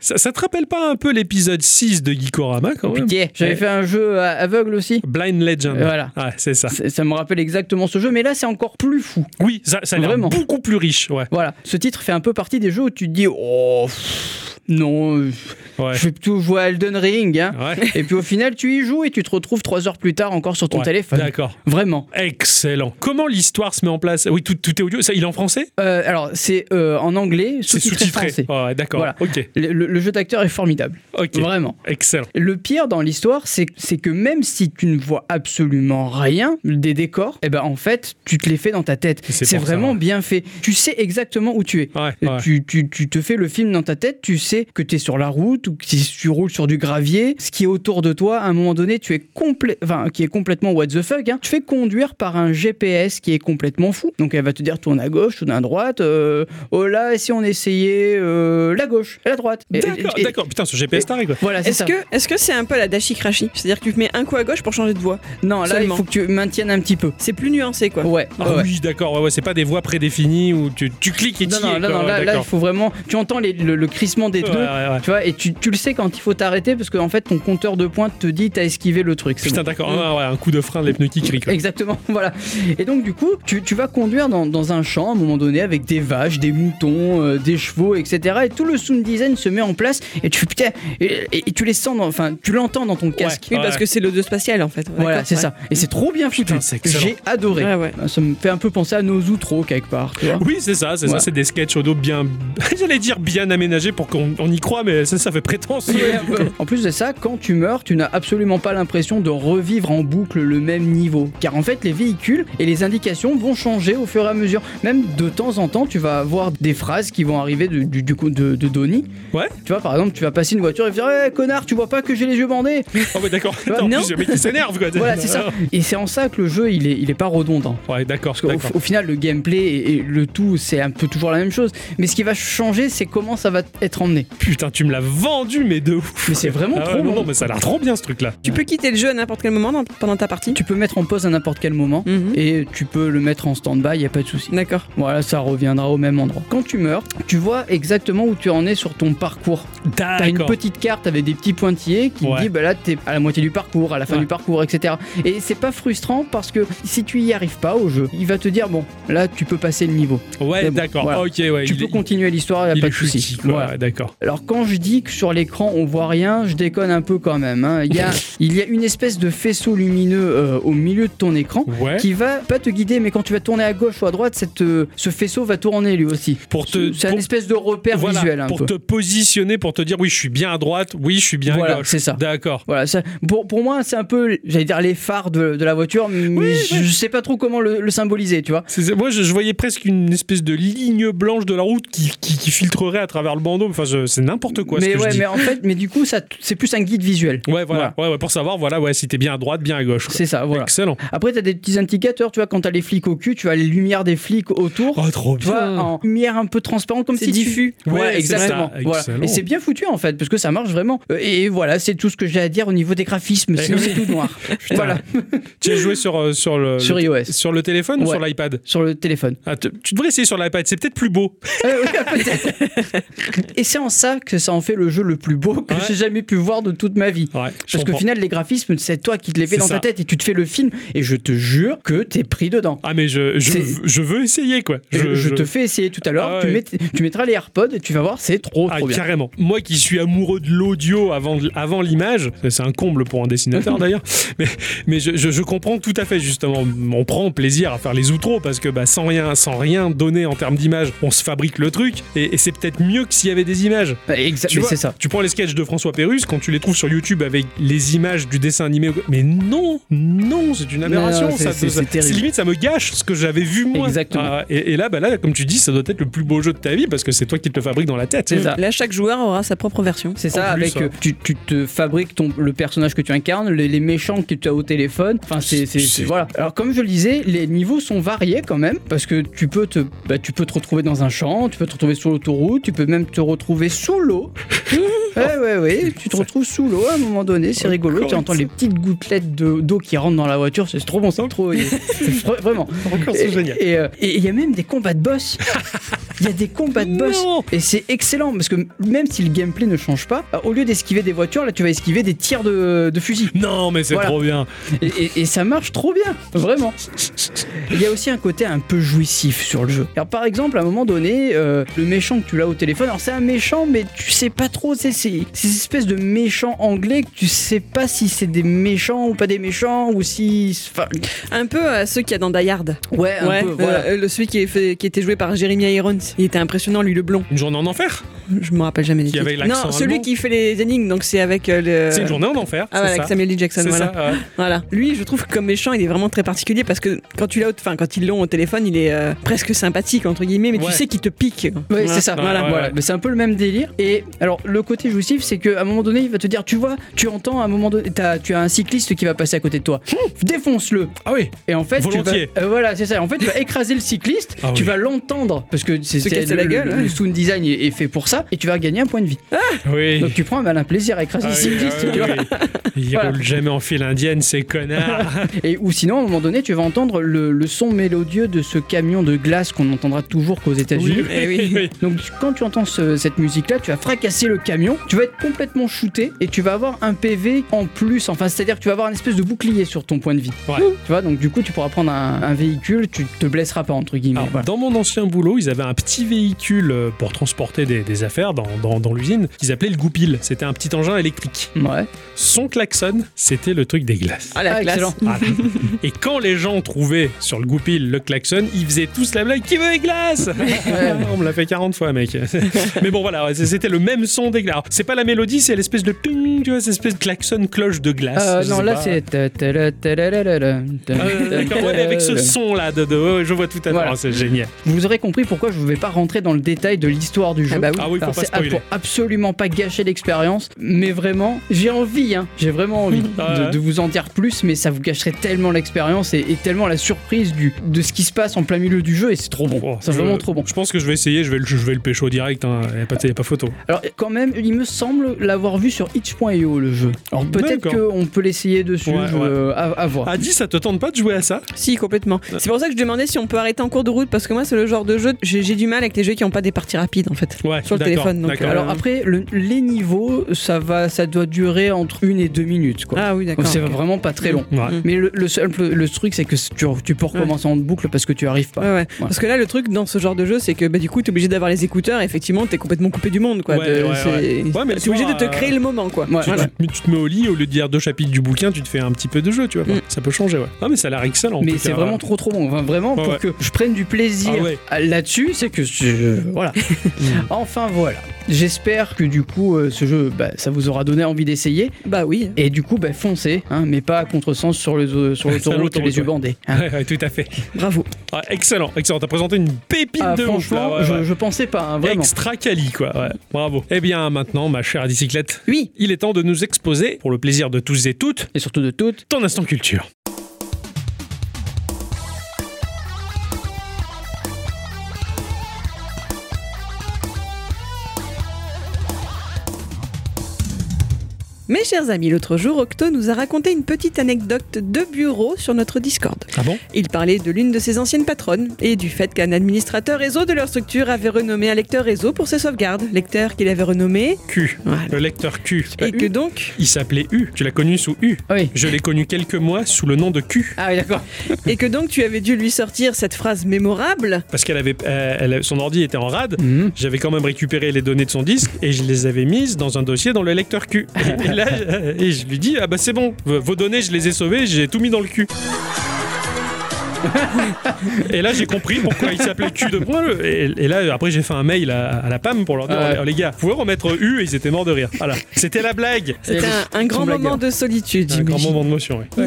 Speaker 1: Ça, ça te rappelle pas un peu l'épisode 6 de Geekorama quand même?
Speaker 2: Pitié, j'avais fait un jeu à- aveugle aussi.
Speaker 1: Blind Legend.
Speaker 2: Voilà.
Speaker 1: Ouais, c'est ça.
Speaker 2: C'est- Ça me rappelle exactement ce jeu, mais là, c'est encore plus fou.
Speaker 1: Oui, ça, ça a l'air
Speaker 2: Vraiment.
Speaker 1: beaucoup plus riche, ouais.
Speaker 2: Voilà, ce titre fait un peu partie des jeux où tu te dis Oh, pff, non, euh,
Speaker 1: Ouais.
Speaker 2: je vais plutôt jouer à Elden Ring. hein.
Speaker 1: Ouais.
Speaker 2: Et puis au final, tu y joues et tu te retrouves trois heures plus tard encore sur ton
Speaker 1: Ouais,
Speaker 2: téléphone.
Speaker 1: D'accord.
Speaker 2: Vraiment.
Speaker 1: Excellent. Comment l'histoire se met en place Oui, tout, tout est audio. Ça, il est en français
Speaker 2: Euh, alors, c'est euh, en anglais,
Speaker 1: C'est
Speaker 2: sous-titré
Speaker 1: sous-titré. Ah
Speaker 2: français.
Speaker 1: Ouais, d'accord.
Speaker 2: Voilà.
Speaker 1: Ok.
Speaker 2: Le, le- le jeu d'acteur est formidable.
Speaker 1: Ok.
Speaker 2: Vraiment.
Speaker 1: Excellent.
Speaker 2: Le pire dans l'histoire, c'est c'est que même si tu ne vois absolument rien des décors, eh ben en fait, tu te les fais dans ta tête.
Speaker 1: C'est
Speaker 2: C'est
Speaker 1: pour ça,
Speaker 2: vraiment
Speaker 1: ouais.
Speaker 2: bien fait. Tu sais exactement où tu es.
Speaker 1: Ouais,
Speaker 2: Et
Speaker 1: ouais.
Speaker 2: Tu, tu- tu te fais le film dans ta tête, tu sais que tu es sur la route ou que tu roules sur du gravier, ce qui est autour de toi, à un moment donné, tu es complè- enfin, qui est complètement what the fuck. hein. Tu fais conduire par un GPS qui est complètement fou. Donc elle va te dire tourne à gauche, tourne à droite, euh, oh là, si on essayait euh, la gauche, la droite. Et-
Speaker 1: D'accord,
Speaker 2: et- et-
Speaker 1: d'accord. Putain, ce GPS taré, quoi.
Speaker 2: Voilà, c'est
Speaker 3: Est-ce
Speaker 2: ça.
Speaker 3: que est-ce que c'est un peu la dashi crashi C'est-à-dire que tu mets un coup à gauche pour changer de voix.
Speaker 2: Non, là,
Speaker 3: Seulement.
Speaker 2: il faut que tu maintiennes un petit peu.
Speaker 3: C'est plus nuancé quoi.
Speaker 2: Ouais,
Speaker 1: Ah
Speaker 2: ouais.
Speaker 1: oui, d'accord. Ouais, ouais, c'est pas des voies prédéfinies où tu, tu cliques et
Speaker 2: Non,
Speaker 1: t'y
Speaker 2: non,
Speaker 1: es,
Speaker 2: là,
Speaker 1: quoi.
Speaker 2: non, là,
Speaker 1: Ouais,
Speaker 2: là, il
Speaker 1: d'accord.
Speaker 2: faut vraiment. Tu entends les- le, le crissement des
Speaker 1: Ouais,
Speaker 2: pneus,
Speaker 1: ouais, ouais.
Speaker 2: tu vois, et tu, tu le sais quand il faut t'arrêter parce qu'en fait, ton compteur de points te dit t'as esquivé le truc. c'est
Speaker 1: Putain,
Speaker 2: bon.
Speaker 1: d'accord. Ah, Ouais, ouais, un coup de frein, les pneus qui crient. quoi.
Speaker 2: Exactement, voilà. Et donc, du coup, tu, tu vas conduire dans, dans un champ à un moment donné avec des vaches, des moutons, euh, des chevaux, etc. Et tout le sound design se met en place et tu putain, et, et- et tu les sens, dans- enfin, tu l'entends dans ton casque.
Speaker 3: Oui,
Speaker 1: Ouais. Ah,
Speaker 3: parce que c'est l'audio spatial en fait.
Speaker 2: Voilà,
Speaker 3: D'accord,
Speaker 2: c'est
Speaker 3: ouais.
Speaker 2: ça. Et c'est trop bien foutu.
Speaker 1: Putain, c'est excellent.
Speaker 2: J'ai adoré.
Speaker 3: Ouais, ouais.
Speaker 2: Ça me fait un peu penser à nos outros quelque part, tu vois.
Speaker 1: Oui, c'est ça, c'est ça,
Speaker 2: Ouais.
Speaker 1: c'est des sketchs audio bien, j'allais dire bien aménagés pour qu'on on y croit, mais ça, ça fait prétentieux.
Speaker 2: En plus de ça, quand tu meurs, tu n'as absolument pas l'impression de revivre en boucle le même niveau. Car en fait, les véhicules et les indications vont changer au fur et à mesure. Même de temps en temps, tu vas avoir des phrases qui vont arriver de, du, du coup de, de Donnie.
Speaker 1: Ouais.
Speaker 2: Tu vois, par exemple, tu vas passer une voiture et dire Eh, connard, tu vois pas que j'ai les yeux bandés
Speaker 1: Oh, mais d'accord. Attends, En
Speaker 2: Non.
Speaker 1: plus, le mec, il s'énerve, quoi.
Speaker 2: Voilà, c'est ça. Et c'est en ça que le jeu, il est, il est pas redondant.
Speaker 1: Ouais, d'accord,
Speaker 2: Parce qu'au
Speaker 1: d'accord.
Speaker 2: au final, le gameplay et, et le tout, c'est un peu toujours la même chose. Mais ce qui va changer, c'est comment ça va être emmené.
Speaker 1: Putain, tu me l'as vendu, mais de ouf.
Speaker 2: Mais c'est vraiment
Speaker 1: Ah ouais,
Speaker 2: trop
Speaker 1: non,
Speaker 2: long.
Speaker 1: non, mais ça a l'air trop bien, ce truc-là.
Speaker 3: Tu peux quitter le jeu à n'importe quel moment dans- pendant ta partie.
Speaker 2: Tu peux mettre en pause à n'importe quel moment
Speaker 3: Mhm.
Speaker 2: et tu peux le mettre en stand-by, y a pas de souci.
Speaker 3: D'accord.
Speaker 2: Voilà, ça reviendra au même endroit. Quand tu meurs, tu vois exactement où tu en es sur ton parcours. T'as une
Speaker 1: D'accord.
Speaker 2: petite carte avec des petits pointillés qui
Speaker 1: Ouais.
Speaker 2: te dit bah là t'es à la moitié du parcours, à la fin
Speaker 1: Ouais.
Speaker 2: du parcours, etc. Et c'est pas frustrant parce que si tu y arrives pas au jeu, il va te dire bon là tu peux passer le niveau,
Speaker 1: Ouais,
Speaker 2: Mais bon,
Speaker 1: d'accord.
Speaker 2: voilà.
Speaker 1: Ok, ouais.
Speaker 2: tu
Speaker 1: il
Speaker 2: peux
Speaker 1: est-
Speaker 2: continuer l'histoire, y a
Speaker 1: il
Speaker 2: pas
Speaker 1: est
Speaker 2: de souci.
Speaker 1: foutu, quoi.
Speaker 2: Voilà.
Speaker 1: Ouais, D'accord.
Speaker 2: Alors quand je dis que sur l'écran on voit rien, je déconne un peu quand même. hein. Il, y a, il y a une espèce de faisceau lumineux euh, au milieu de ton écran
Speaker 1: Ouais.
Speaker 2: qui va pas te guider, mais quand tu vas tourner à gauche ou à droite, cette, euh, ce faisceau va tourner lui aussi.
Speaker 1: Pour te-
Speaker 2: c'est
Speaker 1: pour-
Speaker 2: un espèce de repère
Speaker 1: Voilà,
Speaker 2: visuel un
Speaker 1: pour
Speaker 2: peu.
Speaker 1: te positionner, pour te dire oui, je suis bien à droite, oui, je suis bien
Speaker 2: Voilà,
Speaker 1: à gauche.
Speaker 2: c'est ça.
Speaker 1: D'accord.
Speaker 2: Voilà, ça- pour, pour moi, c'est un peu, j'allais dire, les phares de, de la voiture, mais je, je sais pas trop comment le, le symboliser, tu vois.
Speaker 1: C'est- c'est- Moi, je, je voyais presque une espèce de ligne blanche de la route qui, qui, qui filtrerait à travers le bandeau. Enfin, je- c'est n'importe quoi. ce
Speaker 2: mais
Speaker 1: que
Speaker 2: ouais,
Speaker 1: je dis.
Speaker 2: mais en fait, mais du coup, ça, t- c'est plus un guide visuel.
Speaker 1: Ouais, voilà. Ouais, ouais, pour savoir, voilà, ouais, si t'es bien à droite, bien à gauche. quoi.
Speaker 2: C'est ça, voilà.
Speaker 1: Excellent.
Speaker 2: Après, t'as des petits indicateurs, tu vois, quand t'as les flics au cul, tu as les lumières des flics autour.
Speaker 1: Oh, trop
Speaker 2: Tu vois,
Speaker 1: bien.
Speaker 2: en lumière un peu transparente, comme
Speaker 3: C'est
Speaker 2: si tu-
Speaker 3: diffus.
Speaker 2: Ouais,
Speaker 1: Ouais, c'est
Speaker 2: exactement.
Speaker 1: ça,
Speaker 2: Voilà.
Speaker 1: excellent.
Speaker 2: Et c'est bien foutu en fait, parce que ça marche vraiment. Euh, Et voilà, c'est tout ce que j'ai à dire au niveau des graphismes.
Speaker 1: Eh
Speaker 2: Sinon,
Speaker 1: oui.
Speaker 2: c'est tout noir. voilà,
Speaker 1: Tu as joué sur, euh, sur le.
Speaker 2: Sur
Speaker 1: le-
Speaker 2: iOS.
Speaker 1: Sur le téléphone ou
Speaker 2: Ouais.
Speaker 1: sur l'iPad
Speaker 2: sur le téléphone.
Speaker 1: Ah, tu- Tu devrais essayer sur l'iPad, c'est peut-être plus beau.
Speaker 2: Euh, oui, peut-être. Et c'est en ça que ça en fait le jeu le plus beau que
Speaker 1: Ouais.
Speaker 2: j'ai jamais pu voir de toute ma vie.
Speaker 1: Ouais,
Speaker 2: Parce
Speaker 1: je
Speaker 2: qu'au
Speaker 1: comprends.
Speaker 2: final, les graphismes, c'est toi qui te les fais
Speaker 1: C'est
Speaker 2: dans
Speaker 1: ça.
Speaker 2: ta tête et tu te fais le film. Et je te jure que t'es pris dedans.
Speaker 1: Ah, mais je, je,
Speaker 2: C'est-
Speaker 1: je veux essayer, quoi.
Speaker 2: Je, je te fais essayer tout à l'heure.
Speaker 1: Ah
Speaker 2: tu,
Speaker 1: ouais.
Speaker 2: mets- tu mettras les AirPods et tu vas voir, c'est trop,
Speaker 1: Ah,
Speaker 2: trop bien.
Speaker 1: carrément. Moi qui suis amoureux de l'audio avant, avant l'image, c'est- c'est un comble pour un dessinateur d'ailleurs, mais, mais je, je- je comprends tout à fait justement. On prend plaisir à faire les outros parce que bah, sans, rien, sans rien donner en termes d'image, on se fabrique le truc et, et c'est peut-être mieux que s'il y avait des images.
Speaker 2: Bah, Exact-
Speaker 1: Tu
Speaker 2: mais
Speaker 1: vois,
Speaker 2: c'est ça.
Speaker 1: Tu prends les sketchs de François Pérus, quand tu les trouves sur YouTube avec les images du dessin animé, mais non, non, c'est une aberration.
Speaker 2: Non, c'est-
Speaker 1: ça,
Speaker 2: c'est-
Speaker 1: ça-
Speaker 2: c'est terrible.
Speaker 1: limite, ça me gâche ce que j'avais vu moi.
Speaker 2: Exactement.
Speaker 1: Ah, et, et là, bah, là, comme tu dis, ça doit être le plus beau jeu de ta vie parce que c'est toi qui te le fabrique dans la tête.
Speaker 2: C'est ça.
Speaker 3: Là, chaque joueur aura sa propre version.
Speaker 2: C'est ça,
Speaker 1: En plus, hein.
Speaker 2: avec
Speaker 1: ouais.
Speaker 2: euh, tu, tu te fabriques ton, le personnage que tu incarnes, les, les méchants que tu as au téléphone. Enfin, c'est c'est-
Speaker 1: C'est-
Speaker 2: voilà. Alors comme je le disais, les niveaux sont variés quand même parce que tu peux te bah, tu peux te retrouver dans un champ, tu peux te retrouver sur l'autoroute, tu peux même te retrouver sous l'eau.
Speaker 1: Oh.
Speaker 2: ouais ouais ouais, tu te retrouves sous l'eau à un moment donné, c'est rigolo. Tu
Speaker 1: une
Speaker 2: entends les petites gouttelettes de- d'eau qui rentrent dans la voiture, c'est trop bon, c'est trop c'est vra- vraiment.
Speaker 1: Encore,
Speaker 2: Et
Speaker 1: c'est génial.
Speaker 2: et, euh, et il y a même des combats de boss. Il y a des combats de boss.
Speaker 1: Non.
Speaker 2: Et c'est excellent parce que même si le gameplay ne change pas, euh, au lieu d'esquiver des voitures, là tu vas esquiver des tirs de, de fusil.
Speaker 1: Non, mais c'est
Speaker 2: Voilà.
Speaker 1: trop bien.
Speaker 2: Et, et- et ça marche trop bien, vraiment. Il y a aussi un côté un peu jouissif sur le jeu. Alors par exemple, à un moment donné, euh, le méchant que tu l'as au téléphone, alors c'est un méchant, mais tu sais pas trop, c'est c'est- c'est ces espèces de méchants anglais que tu sais pas si c'est des méchants ou pas des méchants, ou si... Enfin,
Speaker 3: Un peu à ceux qu'il y a dans Die Hard.
Speaker 2: ouais, un
Speaker 3: ouais,
Speaker 2: peu, voilà.
Speaker 3: euh, le celui qui, est fait- qui était joué par Jeremy Irons. Il était impressionnant, lui, le blond.
Speaker 1: Une journée en enfer
Speaker 3: Je me rappelle jamais les
Speaker 1: Qui
Speaker 3: titres.
Speaker 1: avait l'accent
Speaker 3: Non, celui
Speaker 1: allemand.
Speaker 3: qui fait les énigmes, donc c'est avec euh, le.
Speaker 1: C'est une journée en enfer.
Speaker 3: Ah, ouais,
Speaker 1: c'est
Speaker 3: avec
Speaker 1: ça.
Speaker 3: Samuel L. Jackson,
Speaker 1: C'est
Speaker 3: voilà.
Speaker 1: ça, ouais.
Speaker 3: Voilà. Lui, je trouve que comme méchant, il est vraiment très particulier parce que quand tu l'as, au- enfin quand ils l'ont au téléphone, il est euh, presque sympathique entre guillemets, mais
Speaker 1: Ouais.
Speaker 3: tu sais qu'il te pique.
Speaker 2: Ouais,
Speaker 3: Voilà.
Speaker 2: c'est ça.
Speaker 1: Ouais,
Speaker 2: voilà,
Speaker 1: ouais,
Speaker 2: voilà.
Speaker 1: ouais.
Speaker 2: Mais c'est un peu le même délire. Et alors, le côté jouissif, c'est qu'à un moment donné, il va te dire Tu vois, tu entends à un moment donné, t'as- tu as un cycliste qui va passer à côté de toi. Défonce-le.
Speaker 1: Ah oui,
Speaker 2: Et en fait,
Speaker 1: Volontiers.
Speaker 2: tu vas. euh, voilà, c'est ça. En fait, tu vas écraser le cycliste.
Speaker 1: Ah
Speaker 2: tu
Speaker 1: oui.
Speaker 2: vas l'entendre. Parce que c'est
Speaker 3: Se
Speaker 2: c'est-
Speaker 3: casser
Speaker 2: le,
Speaker 3: la gueule,
Speaker 2: le-
Speaker 3: ouais.
Speaker 2: le sound design est, est fait pour ça. Et tu vas gagner un point de vie.
Speaker 1: oui.
Speaker 2: Donc, tu prends un malin plaisir à écraser le
Speaker 1: Ah oui,
Speaker 2: cycliste.
Speaker 1: ah
Speaker 2: tu vois.
Speaker 1: oui, oui. Ils
Speaker 2: Voilà.
Speaker 1: roulent jamais en file indienne, ces connards.
Speaker 2: Et, ou sinon, à un moment donné, tu vas entendre le, le son mélodieux de ce camion de glace qu'on entendra toujours qu'aux États-Unis.
Speaker 3: Eh oui.
Speaker 2: Donc quand tu entends ce- cette musique-là, tu vas fracasser le camion, tu vas être complètement shooté et tu vas avoir un PV en plus. Enfin, c'est-à-dire que tu vas avoir une espèce de bouclier sur ton point de vie.
Speaker 1: Ouais.
Speaker 2: Tu vois, donc du coup, tu pourras prendre un, un véhicule, tu te blesseras pas entre guillemets.
Speaker 1: Alors,
Speaker 2: voilà.
Speaker 1: Dans mon ancien boulot, ils avaient un petit véhicule euh, pour transporter des, des affaires dans, dans- dans l'usine qu'ils appelaient le goupil. C'était un petit engin électrique.
Speaker 2: Ouais.
Speaker 1: Son klaxon, c'était le truc des glaces.
Speaker 3: Ah, la
Speaker 2: Ah,
Speaker 3: classe.
Speaker 2: excellent.
Speaker 1: Voilà. Et quand les gens trouvaient sur le goupil le klaxon, ils faisaient tous la blague qui veut des glaces Ah, On me l'a fait 40 fois, mec. Mais bon, voilà, ouais, c'était le même son des glaces. Alors, C'est pas la mélodie, c'est l'espèce de ting, tu vois, cette espèce de klaxon cloche de glace.
Speaker 2: Euh,
Speaker 1: Je
Speaker 2: non,
Speaker 1: sais
Speaker 2: là
Speaker 1: Ah, pas.
Speaker 2: c'est. ta- ta- la- ta- la- la- la- la- ta-
Speaker 1: Ah, D'accord, ouais, mais avec ce son-là, de, de- ouais, ouais, je vois tout à fait.
Speaker 2: Voilà.
Speaker 1: Oh, c'est génial.
Speaker 2: Vous aurez compris pourquoi je ne vais pas rentrer dans le détail de l'histoire du jeu.
Speaker 3: bah oui.
Speaker 1: Ah oui, faut
Speaker 2: Alors,
Speaker 1: pas
Speaker 2: c'est
Speaker 1: spoiler.
Speaker 2: pour absolument pas gâcher l'expérience, mais vraiment, j'ai envie, hein, j'ai vraiment envie
Speaker 1: Ah
Speaker 2: de,
Speaker 1: ouais.
Speaker 2: de vous en dire plus, mais ça vous gâcherait tellement l'expérience et, et tellement la surprise du, de ce qui se passe en plein milieu du jeu, et c'est trop bon.
Speaker 1: Oh,
Speaker 2: c'est
Speaker 1: je-
Speaker 2: vraiment trop bon.
Speaker 1: Je pense que je vais essayer, je vais le, je vais le pécho direct, hein. y a pas, y a pas photo.
Speaker 2: Alors quand même, il me semble l'avoir vu sur itch.io le jeu. Alors peut-être
Speaker 1: D'accord.
Speaker 2: qu'on peut l'essayer dessus,
Speaker 1: Ouais,
Speaker 2: je-
Speaker 1: ouais.
Speaker 2: euh, à, à voir.
Speaker 1: Ah, dis, ça te tente pas de jouer à ça
Speaker 3: Si, complètement.
Speaker 1: Euh.
Speaker 3: C'est pour ça que je demandais si on peut arrêter en cours de route, parce que moi, c'est le genre de jeu, j'ai j'ai du mal avec les jeux qui n'ont pas des parties rapides, en fait.
Speaker 1: Ouais,
Speaker 3: Sur le
Speaker 1: d'accord,
Speaker 3: téléphone, donc,
Speaker 1: d'accord.
Speaker 3: euh,
Speaker 2: Alors après, le- les niveaux, ça va, ça doit durer entre une et deux minutes, quoi.
Speaker 3: Ah oui,
Speaker 2: Donc
Speaker 3: d'accord.
Speaker 2: c'est
Speaker 3: ok.
Speaker 2: vraiment pas très long.
Speaker 1: Ouais.
Speaker 2: Mais le, le seul le, le truc, c'est que tu, tu peux recommencer en boucle parce que tu arrives pas.
Speaker 3: Ouais, ouais. Parce que là, le truc dans ce genre de jeu, c'est que bah, du coup, t'es obligé d'avoir les écouteurs. Et effectivement, t'es complètement coupé du monde, quoi.
Speaker 1: Ouais,
Speaker 3: De-
Speaker 1: ouais,
Speaker 3: c'est-
Speaker 1: ouais. Ouais, mais
Speaker 3: t'es
Speaker 1: toi,
Speaker 3: obligé de te
Speaker 1: euh,
Speaker 3: créer le moment, quoi.
Speaker 2: Ouais,
Speaker 1: Tu,
Speaker 2: voilà.
Speaker 1: tu te- mais tu te mets au lit, au lieu de dire deux chapitres du bouquin, tu te fais un petit peu de jeu, tu vois.
Speaker 3: Mm.
Speaker 1: Ça peut changer, ouais. Ah, mais ça a l'air excellent. en
Speaker 2: Mais
Speaker 1: tout
Speaker 2: c'est
Speaker 1: cas.
Speaker 2: vraiment trop trop bon. Enfin, vraiment,
Speaker 1: Ouais,
Speaker 2: pour
Speaker 1: ouais.
Speaker 2: que je prenne du plaisir
Speaker 1: Ah ouais. Mm.
Speaker 2: à- là-dessus, c'est que je- voilà. enfin voilà. J'espère que du coup, euh, ce jeu, bah, ça vous aura donné envie d'essayer.
Speaker 3: Bah oui.
Speaker 2: Et du coup, bah, foncez, hein, mais pas à contresens sur le sur l'autoroute
Speaker 1: l'autoroute,
Speaker 2: les yeux
Speaker 1: ouais.
Speaker 2: bandés. hein.
Speaker 1: Ouais, ouais, tout à fait.
Speaker 3: Bravo.
Speaker 1: Ouais, excellent, excellent. T'as présenté une pépite
Speaker 2: Ah,
Speaker 1: de ouf, là.
Speaker 2: franchement,
Speaker 1: ouais,
Speaker 2: je,
Speaker 1: ouais.
Speaker 2: je pensais pas, hein, vraiment.
Speaker 1: Extra quali, quoi. Ouais. Bravo. Eh bien, maintenant, ma chère bicyclette,
Speaker 3: Oui.
Speaker 1: il est temps de nous exposer, pour le plaisir de tous et toutes,
Speaker 2: Et surtout de toutes.
Speaker 1: ton instant culture.
Speaker 3: Mes chers amis, l'autre jour, Octo nous a raconté une petite anecdote de bureau sur notre Discord.
Speaker 1: Ah bon
Speaker 3: Il parlait de l'une de ses anciennes patronnes et du fait qu'un administrateur réseau de leur structure avait renommé un lecteur réseau pour ses sauvegardes. Lecteur qu'il avait renommé.
Speaker 1: Q.
Speaker 3: Voilà.
Speaker 1: Le lecteur Q.
Speaker 3: Ah. Et que donc,
Speaker 1: Il s'appelait U. Tu l'as connu sous U.
Speaker 2: Ah Oui.
Speaker 1: Je l'ai connu quelques mois sous le nom de Q.
Speaker 2: Ah oui, d'accord.
Speaker 3: et que donc tu avais dû lui sortir cette phrase mémorable.
Speaker 1: Parce qu'elle avait, euh, elle- son ordi était en rade.
Speaker 2: Mhm.
Speaker 1: J'avais quand même récupéré les données de son disque et je les avais mises dans un dossier dans le lecteur Q. Et, et là, euh, et je lui dis ah bah c'est bon, v- vos données je les ai sauvées, j'ai tout mis dans le cul. et là j'ai compris pourquoi il s'appelait Q de point. le- Et, et là après j'ai fait un mail à, à la PAM pour leur dire
Speaker 2: Ouais.
Speaker 1: Oh, les gars, vous pouvez remettre U et ils étaient morts de rire. Voilà, c'était la blague.
Speaker 3: C'était un, un grand
Speaker 2: blagueur.
Speaker 3: moment de solitude.
Speaker 1: hein. Un grand
Speaker 3: j'imagine.
Speaker 1: moment de motion. oui.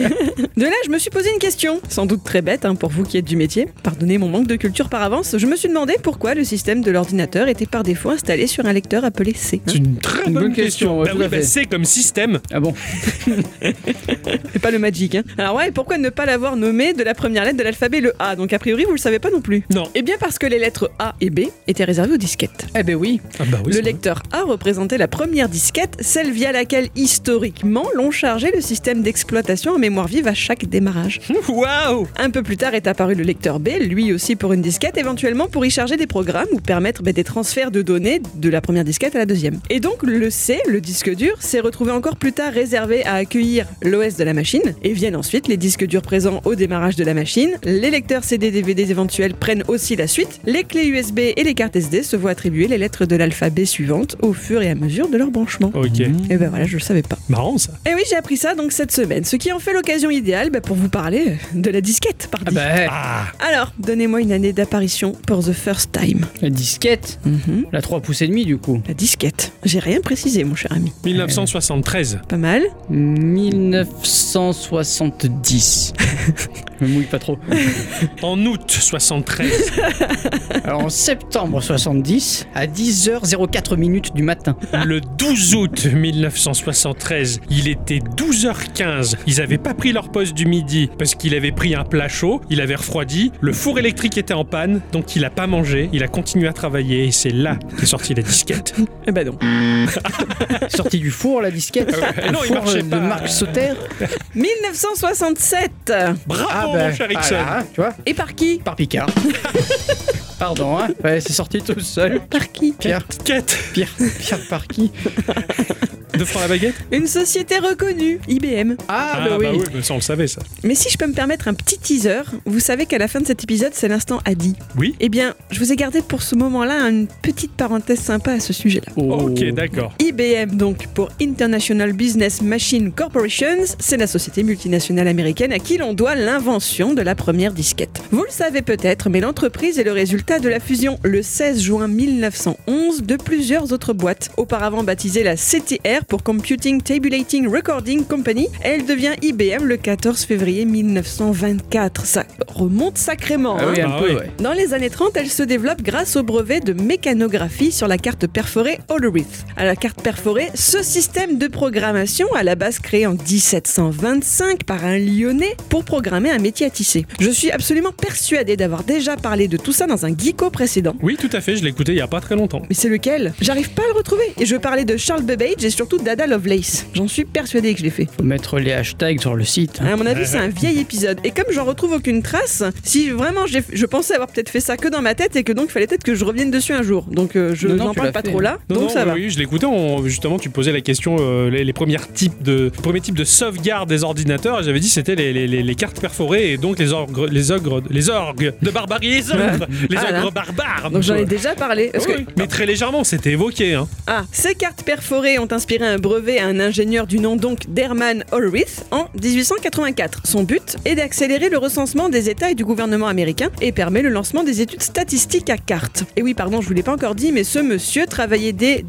Speaker 3: De là, je me suis posé une question, sans doute très bête hein, pour vous qui êtes du métier. Pardonnez mon manque de culture par avance, je me suis demandé pourquoi le système de l'ordinateur était par défaut installé sur un lecteur appelé C.
Speaker 1: C'est une très
Speaker 2: Une
Speaker 1: bonne,
Speaker 2: bonne question, ouais,
Speaker 1: Bah
Speaker 2: tout
Speaker 1: oui,
Speaker 2: à
Speaker 1: bah
Speaker 2: fait.
Speaker 1: c'est comme système.
Speaker 2: Ah bon.
Speaker 3: Et pas le Magic. Hein. Alors ouais, pourquoi ne pas l'avoir nommé de la première lettre de l'alphabet le A Donc a priori, vous le savez pas non plus.
Speaker 1: Non.
Speaker 3: Eh bien parce que les lettres A et B étaient réservées aux disquettes.
Speaker 2: Eh ben oui.
Speaker 1: Ah bah oui,
Speaker 3: le
Speaker 1: c'est vrai.
Speaker 3: lecteur A représentait la première disquette, celle via laquelle historiquement l'on chargeait le système d'exploitation en mémoire vive à chaque démarrage.
Speaker 1: Waouh
Speaker 3: Un peu plus tard est apparu le lecteur B, lui aussi pour une disquette, éventuellement pour y charger des programmes ou permettre bah, des transferts de données de la première disquette à la deuxième. Et donc le C, le disque dur, s'est retrouvé encore plus tard réservé à accueillir l'OS de la machine, et viennent ensuite les disques durs présents au démarrage de la machine, les lecteurs CD-DVD éventuels prennent aussi la suite, les clés USB et les cartes SD se voient attribuer les lettres de l'alphabet suivante au fur et à mesure de leur branchement.
Speaker 1: Ok,
Speaker 2: Mm.
Speaker 3: Et ben voilà, je le savais pas.
Speaker 1: marrant ça.
Speaker 3: Et oui, j'ai appris ça donc cette semaine, ce qui en fait l'occasion idéale bah, pour vous parler euh, de la disquette, par
Speaker 2: Ah bah,
Speaker 1: Ah,
Speaker 3: alors, donnez-moi une année d'apparition pour the first time.
Speaker 2: la disquette.
Speaker 1: Ah.
Speaker 3: Mhm.
Speaker 2: La 3 pouces et demi du coup.
Speaker 3: La disquette. J'ai rien précisé, mon cher ami.
Speaker 1: 1973.
Speaker 3: Pas mal.
Speaker 2: 1970. Je me mouille pas trop.
Speaker 1: En août 73.
Speaker 2: Alors en septembre 70, à 10h04 minutes du matin.
Speaker 1: Le 12 août 1973, il était 12h15. Ils n'avaient pas pris leur pause du midi parce qu'il avait pris un plat chaud, il avait refroidi, le four électrique était en panne, donc il a pas mangé, il a continué à travailler et c'est là qu'est sortie la disquette.
Speaker 3: Eh ben non.
Speaker 2: Sortie du four, la disquette.
Speaker 1: Ah ouais.
Speaker 2: Le
Speaker 1: Non, il
Speaker 2: four,
Speaker 1: marchait
Speaker 2: euh,
Speaker 1: pas.
Speaker 2: De Marc Sauter.
Speaker 3: 1967
Speaker 1: Bravo mon cher Ixon.
Speaker 2: ah là, hein, tu vois,
Speaker 3: Et par qui
Speaker 2: par Picard. Pardon, hein. Ouais, c'est sorti tout seul.
Speaker 3: Par qui
Speaker 2: Pierre,
Speaker 1: Petite quête.
Speaker 2: Pierre, Pierre par qui
Speaker 1: De francs la baguette
Speaker 3: Une société reconnue, IBM.
Speaker 2: Ah, bah oui.
Speaker 1: mais ça on le savait ça.
Speaker 3: Mais si je peux me permettre un petit teaser, vous savez qu'à la fin de cet épisode, c'est l'instant Adi.
Speaker 1: Oui.
Speaker 3: Eh bien, je vous ai gardé pour ce moment-là une petite parenthèse sympa à ce sujet-là.
Speaker 2: Oh.
Speaker 1: Ok, d'accord.
Speaker 3: IBM, donc pour International Business Machine Corporations, c'est la société multinationale américaine à qui l'on doit l'invention de la première disquette. Vous le savez peut-être, mais l'entreprise est le résultat de la fusion le 16 juin 1911 de plusieurs autres boîtes. Auparavant baptisée la CTR pour Computing Tabulating Recording Company, elle devient IBM le 14 février 1924. Ça remonte sacrément.
Speaker 2: Ah
Speaker 3: hein.
Speaker 2: oui, un
Speaker 1: Ah
Speaker 2: peu,
Speaker 1: oui.
Speaker 2: ouais.
Speaker 3: Dans les années 30, elle se développe grâce au brevet de mécanographie sur la carte perforée Hollerith. À la carte perforée, ce système de programmation, à la base créé en 1725 par un Lyonnais pour programmer un métier à tisser. Je suis absolument persuadée d'avoir déjà parlé de tout ça dans un geeko précédent.
Speaker 1: Oui, tout à fait, je l'ai écouté il y a pas très longtemps.
Speaker 3: Mais c'est lequel J'arrive pas à le retrouver. Et je parlais de Charles Babbage et surtout d'Ada Lovelace. J'en suis persuadée que je l'ai fait.
Speaker 2: Faut mettre les hashtags sur le site. hein.
Speaker 3: À mon avis, c'est un vieil épisode. Et comme j'en retrouve aucune trace, si vraiment j'ai- je pensais avoir peut-être fait ça que dans ma tête et que donc il fallait peut-être que je revienne dessus un jour. Donc euh, je
Speaker 2: Non, non,
Speaker 3: n'en
Speaker 2: tu
Speaker 3: parle
Speaker 2: l'as
Speaker 3: pas
Speaker 2: fait.
Speaker 3: trop là.
Speaker 1: hein. Non,
Speaker 3: donc
Speaker 1: non,
Speaker 3: ça
Speaker 1: oui,
Speaker 3: va.
Speaker 1: oui, je l'écoutais. on- Justement, tu posais la question, euh, les, les premiers types de, les premiers types de sauvegarde des ordinateurs. et J'avais dit c'était les, les- les- les cartes perforées et donc les orgres, les ogres, les orgues de barbarie, les ogres, les
Speaker 3: Ah, là.
Speaker 1: ogres barbares.
Speaker 3: Donc j'en ai
Speaker 1: Ouais.
Speaker 3: déjà parlé. Parce que-
Speaker 1: Oui, Mais très légèrement, c'était évoqué. Hein.
Speaker 3: Ah, ces cartes perforées ont inspiré un brevet à un ingénieur du nom donc d'Herman Hollerith en 1884. Son but est d'accélérer le recensement des États et du gouvernement américain et permet le lancement des études statistiques à cartes. Et oui, pardon, je vous l'ai pas encore dit, mais ce monsieur travaillait dès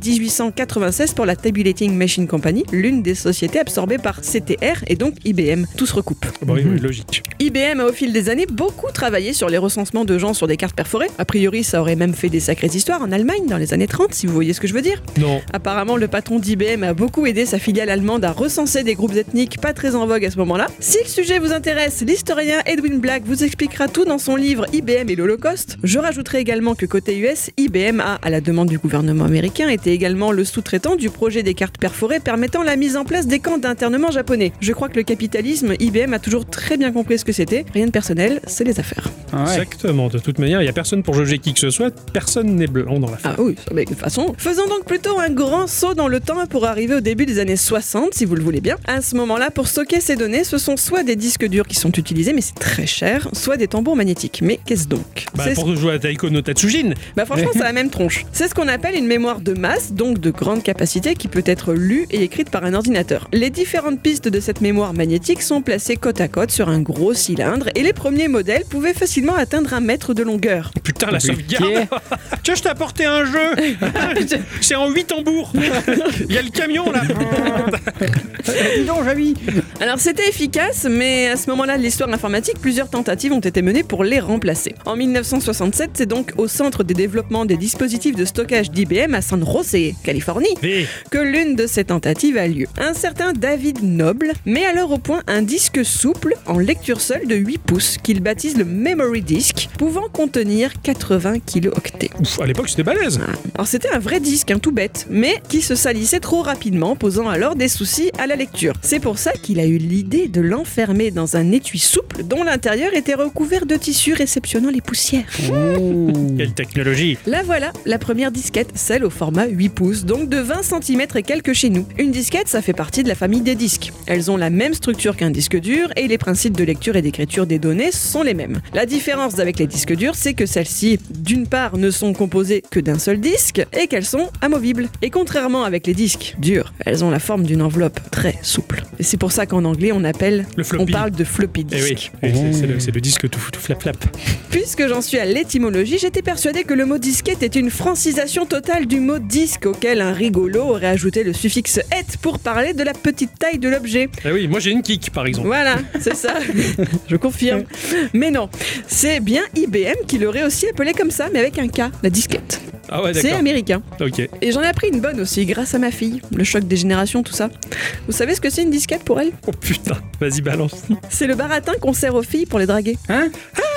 Speaker 3: 1896 pour la Tabulating Machine Company, l'une des sociétés absorbées par CTR et donc IBM. Tout se recoupe.
Speaker 1: Bah oui, oui,
Speaker 3: Mhm.
Speaker 1: logique.
Speaker 3: IBM a au fil des années beaucoup travaillé sur les recensements de gens sur des cartes perforées. A priori, ça aurait même fait des sacrées histoires en Allemagne dans les années 30, si vous voyez ce que je veux dire.
Speaker 1: Non.
Speaker 3: Apparemment, le patron d'IBM a beaucoup aidé sa filiale allemande à recenser des groupes ethniques pas très en vogue à ce moment-là. Si le sujet vous intéresse, l'historien Edwin Black vous expliquera tout dans son livre IBM et l'Holocauste. Je rajouterai également que côté US, IBM a, à la demande du gouvernement américain, été également le sous-traitant du projet des cartes perforées permettant la mise en place des camps d'internement japonais. Je crois que le capitalisme, IBM a toujours très bien compris ce que c'était. Rien de personnel, c'est les affaires.
Speaker 2: Ah ouais.
Speaker 1: Exactement. De toute manière, il y a personne pour juger qui que ce soit. Personne n'est blanc dans la
Speaker 3: Ah oui, ça, mais de toute façon. Faisons donc plutôt un grand saut dans le temps pour arriver au début des années 60, si vous le voulez bien. À ce moment-là, pour stocker ces données, ce sont soit des disques durs qui sont utilisés, mais c'est très cher, soit des tambours magnétiques. Mais qu'est-ce donc
Speaker 1: Bah,
Speaker 3: C'est-
Speaker 1: pour jouer à Taiko no Tatsujin.
Speaker 3: bah franchement, c'est la même tronche. C'est ce qu'on appelle une mémoire de masse, donc de grande capacité, qui peut être lue et écrite par un ordinateur. Les différentes pistes de cette mémoire magnétique sont placées côte à côte sur un gros cylindre, et les premiers modèles pouvaient facilement atteindre un mètre de longueur.
Speaker 1: Putain, la sauvegarde. Tiens, je t'ai apporté un jeu. C'est en 8 tambours. Il y a le camion là.
Speaker 2: Eh, Dis donc, Jamy.
Speaker 3: Alors c'était efficace, mais à ce moment-là de l'histoire informatique, plusieurs tentatives ont été menées pour les remplacer. En 1967, c'est donc au Centre des développements des dispositifs de stockage d'IBM à San José, Californie,
Speaker 1: Et-
Speaker 3: que l'une de ces tentatives a lieu. Un certain David Noble met alors au point un disque souple en lecture seule de 8 pouces qu'il baptise le Memory Disk, pouvant contenir 80 kilooctets.
Speaker 1: Ouf, à l'époque, c'était balèze.
Speaker 3: Alors c'était un vrai disque, un tout bête, mais qui se salissait trop rapidement, posant alors des soucis à la lecture. C'est pour ça qu'il a eu l'idée de l'enfermer dans un étui souple dont l'intérieur était recouvert de tissu réceptionnant les poussières.
Speaker 1: Quelle technologie.
Speaker 3: Là voilà, la première disquette, celle au format 8 pouces, donc de 20 cm et quelques chez nous. Une disquette, ça fait partie de la famille des disques. Elles ont la même structure qu'un disque dur et les principes de lecture et d'écriture des données sont les mêmes. La différence avec les disques durs, c'est que celles-ci, d'une part, ne sont composées que d'un seul disque et qu'elles sont amovibles. Et contrairement avec les disques durs, elles ont la forme d'une enveloppe très souple. Et c'est pour ça qu'en anglais, on appelle,
Speaker 1: Le
Speaker 3: on
Speaker 1: floppy.
Speaker 3: parle de floppy
Speaker 1: Eh
Speaker 3: disk.
Speaker 1: oui, Et c'est c'est le, c'est le disque tout, tout flap flap.
Speaker 3: Puisque j'en suis à l'étymologie, j'étais persuadée que le mot disquette est une francisation totale du mot disque auquel un rigolo aurait ajouté le suffixe et pour parler de la petite taille de l'objet.
Speaker 1: Eh oui, moi j'ai une kick par exemple.
Speaker 3: Voilà, c'est ça. Je confirme. Mais non, c'est bien IBM qui l'aurait aussi appelé comme ça, mais avec un K, la disquette.
Speaker 1: Ah ouais,
Speaker 3: C'est
Speaker 1: d'accord.
Speaker 3: américain.
Speaker 1: Ok.
Speaker 3: Et j'en ai appris une bonne aussi, grâce à ma fille. Le choc des générations, tout ça. Vous savez ce que c'est une disquette pour elle
Speaker 1: Oh putain, vas-y balance.
Speaker 3: C'est le baratin qu'on sert aux filles pour les draguer. Ah
Speaker 2: Hein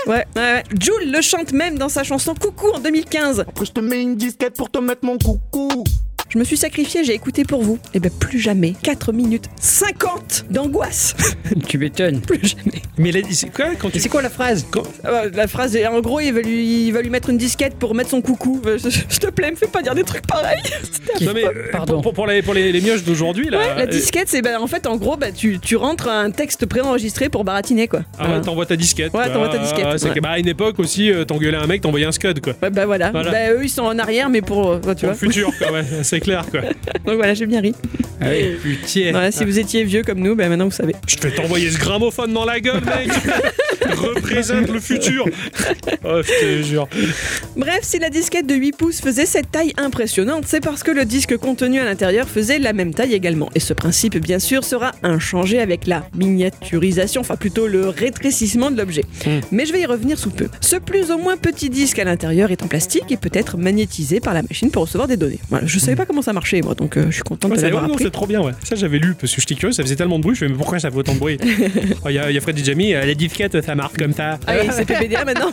Speaker 3: Ouais, ouais, ouais. Jules le chante même dans sa chanson Coucou en 2015.
Speaker 7: Après je te mets une disquette pour te mettre mon coucou
Speaker 3: Je me suis sacrifié, j'ai écouté pour vous. Et ben plus jamais. 4 minutes 50 d'angoisse.
Speaker 2: Tu m'étonnes.
Speaker 3: plus jamais.
Speaker 1: Mais la- c'est quoi quand tu...
Speaker 2: Et c'est quoi la phrase
Speaker 1: quand-
Speaker 3: Ah bah, La phrase est en gros, il va lui, il va lui mettre une disquette pour mettre son coucou. Euh, Je, je te plains, me fais pas dire des trucs pareils.
Speaker 2: Ah,
Speaker 1: Non mais euh,
Speaker 2: Pardon.
Speaker 1: pour, pour- pour les, pour les, les mioches d'aujourd'hui là,
Speaker 3: La
Speaker 1: euh,
Speaker 3: disquette, c'est ben, en fait, en gros, bah, tu, tu rentres un texte préenregistré pour baratiner quoi.
Speaker 1: ah ouais,
Speaker 3: Voilà.
Speaker 1: t'envoies ta disquette.
Speaker 3: Ouais,
Speaker 1: quoi.
Speaker 3: t'envoies ta disquette,
Speaker 1: Ah, c'est
Speaker 3: ouais.
Speaker 1: que- bah, à une époque aussi, euh, t'engueulais un mec, t'envoyais un scud quoi.
Speaker 3: Ouais, bah voilà.
Speaker 1: Voilà.
Speaker 3: Bah, eux, ils sont en arrière, mais pour. euh, tu
Speaker 1: Pour
Speaker 3: vois.
Speaker 1: le futur, quoi, ouais, c'est clair quoi.
Speaker 3: Donc voilà, j'ai bien ri.
Speaker 1: Putain.
Speaker 3: Voilà, si vous étiez vieux comme nous, ben maintenant vous savez.
Speaker 1: Je vais t'envoyer ce gramophone dans la gueule, mec. Représente le futur. Oh, je te jure.
Speaker 3: Bref, si la disquette de 8 pouces faisait cette taille impressionnante, c'est parce que le disque contenu à l'intérieur faisait la même taille également. Et ce principe, bien sûr, sera inchangé avec la miniaturisation, enfin plutôt le rétrécissement de l'objet.
Speaker 1: Mmh.
Speaker 3: Mais je vais y revenir sous peu. Ce plus ou moins petit disque à l'intérieur est en plastique et peut être magnétisé par la machine pour recevoir des données. Voilà, je savais pas comment ça marchait, moi, donc euh, je suis contente
Speaker 1: Mmh. Ouais,
Speaker 3: de
Speaker 1: c'est
Speaker 3: l'avoir
Speaker 1: ouais, non,
Speaker 3: appris.
Speaker 1: c'est trop bien, ouais. Ça, j'avais lu parce que j'étais curieux, ça faisait tellement de bruit. Je me mais pourquoi ça fait autant de bruit Oh, Il y, a- y a Fred et Jamie, euh, les disquettes, ça marque comme ça.
Speaker 3: Ah oui, c'est PBDA maintenant.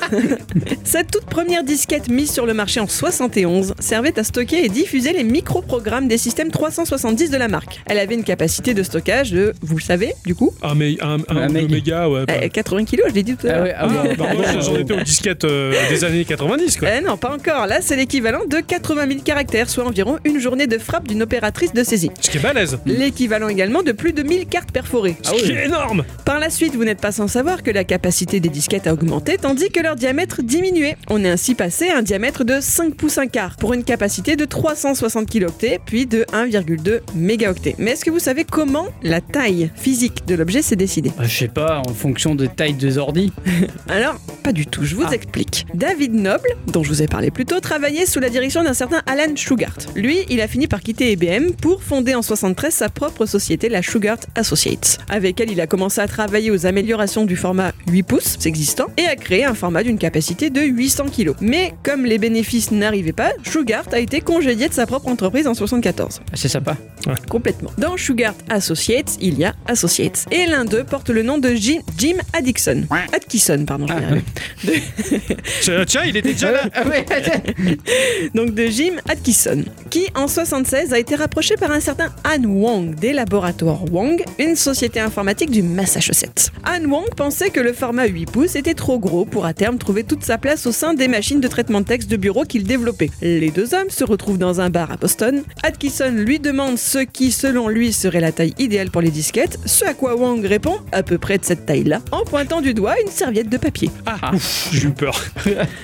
Speaker 3: Cette toute première disquette mise sur le marché en 71 servait à stocker et diffuser les microprogrammes des systèmes 370 de la marque. Elle avait une capacité de stockage de, vous le savez, du coup,
Speaker 1: Ah, mais un, un,
Speaker 2: Un
Speaker 1: un
Speaker 2: mec.
Speaker 1: méga, ouais. bah.
Speaker 3: euh, 80 kilos, je l'ai dit tout à
Speaker 2: Ah
Speaker 3: l'heure.
Speaker 2: ouais, ah
Speaker 1: Ah,
Speaker 2: bon.
Speaker 1: bah, moi, j'en étais aux disquettes euh, des années 90, quoi.
Speaker 3: oh. Eh non, pas encore. Là, c'est l'équivalent de 80 000 caractères, soit environ une journée de frappe d'une opératrice de saisie.
Speaker 1: Ce qui est balèze.
Speaker 3: Ah L'équivalent également de plus de 1000 cartes perforées.
Speaker 1: Ce qui est énorme.
Speaker 3: Par la suite, vous n'êtes pas sans savoir que la capacité des disquettes a augmenté tandis que leur diamètre diminuait. On est ainsi passé à un diamètre de 5 pouces 1 quart pour une capacité de 360 kilooctets puis de 1,2 mégaoctets. Mais est-ce que vous savez comment la taille physique de l'objet s'est décidée
Speaker 2: Ah, Je sais pas, en fonction de taille des ordi.
Speaker 3: Alors, pas du tout, je vous
Speaker 2: Ah.
Speaker 3: explique. David Noble, dont je vous ai parlé plus tôt, travaillait sous la direction d'un certain Alan Shugart. Lui, il a fini par quitter IBM pour fonder en 73 sa propre société, la Shugart Associates, avec elle il a commencé à travailler aux améliorations du format 8 pouces c'est existant et a créé un format d'une capacité de 800 kg. Mais comme les bénéfices n'arrivaient pas, Shugart a été congédié de sa propre entreprise en 74.
Speaker 2: Ah, C'est sympa.
Speaker 3: Complètement. Dans Sugar Associates, il y a Associates. Et l'un d'eux porte le nom de Jim, Jim Addison. Atkinson, pardon, je vais y arriver.
Speaker 1: Tiens, tiens, il était déjà là.
Speaker 2: Ah ouais,
Speaker 3: Donc de Jim Atkinson, qui en 76 a été rapproché par un certain Anne Wong des laboratoires Wong, une société informatique du Massachusetts. Anne Wong pensait que le format 8 pouces était trop gros pour à terme trouver toute sa place au sein des machines de traitement de texte de bureau qu'il développait. Les deux hommes se retrouvent dans un bar à Boston. Atkinson lui demande ce qui, selon lui, serait la taille idéale pour les disquettes, ce à quoi Wong répond à peu près de cette taille-là, en pointant du doigt une serviette de papier. Eh.
Speaker 1: J'ai eu peur.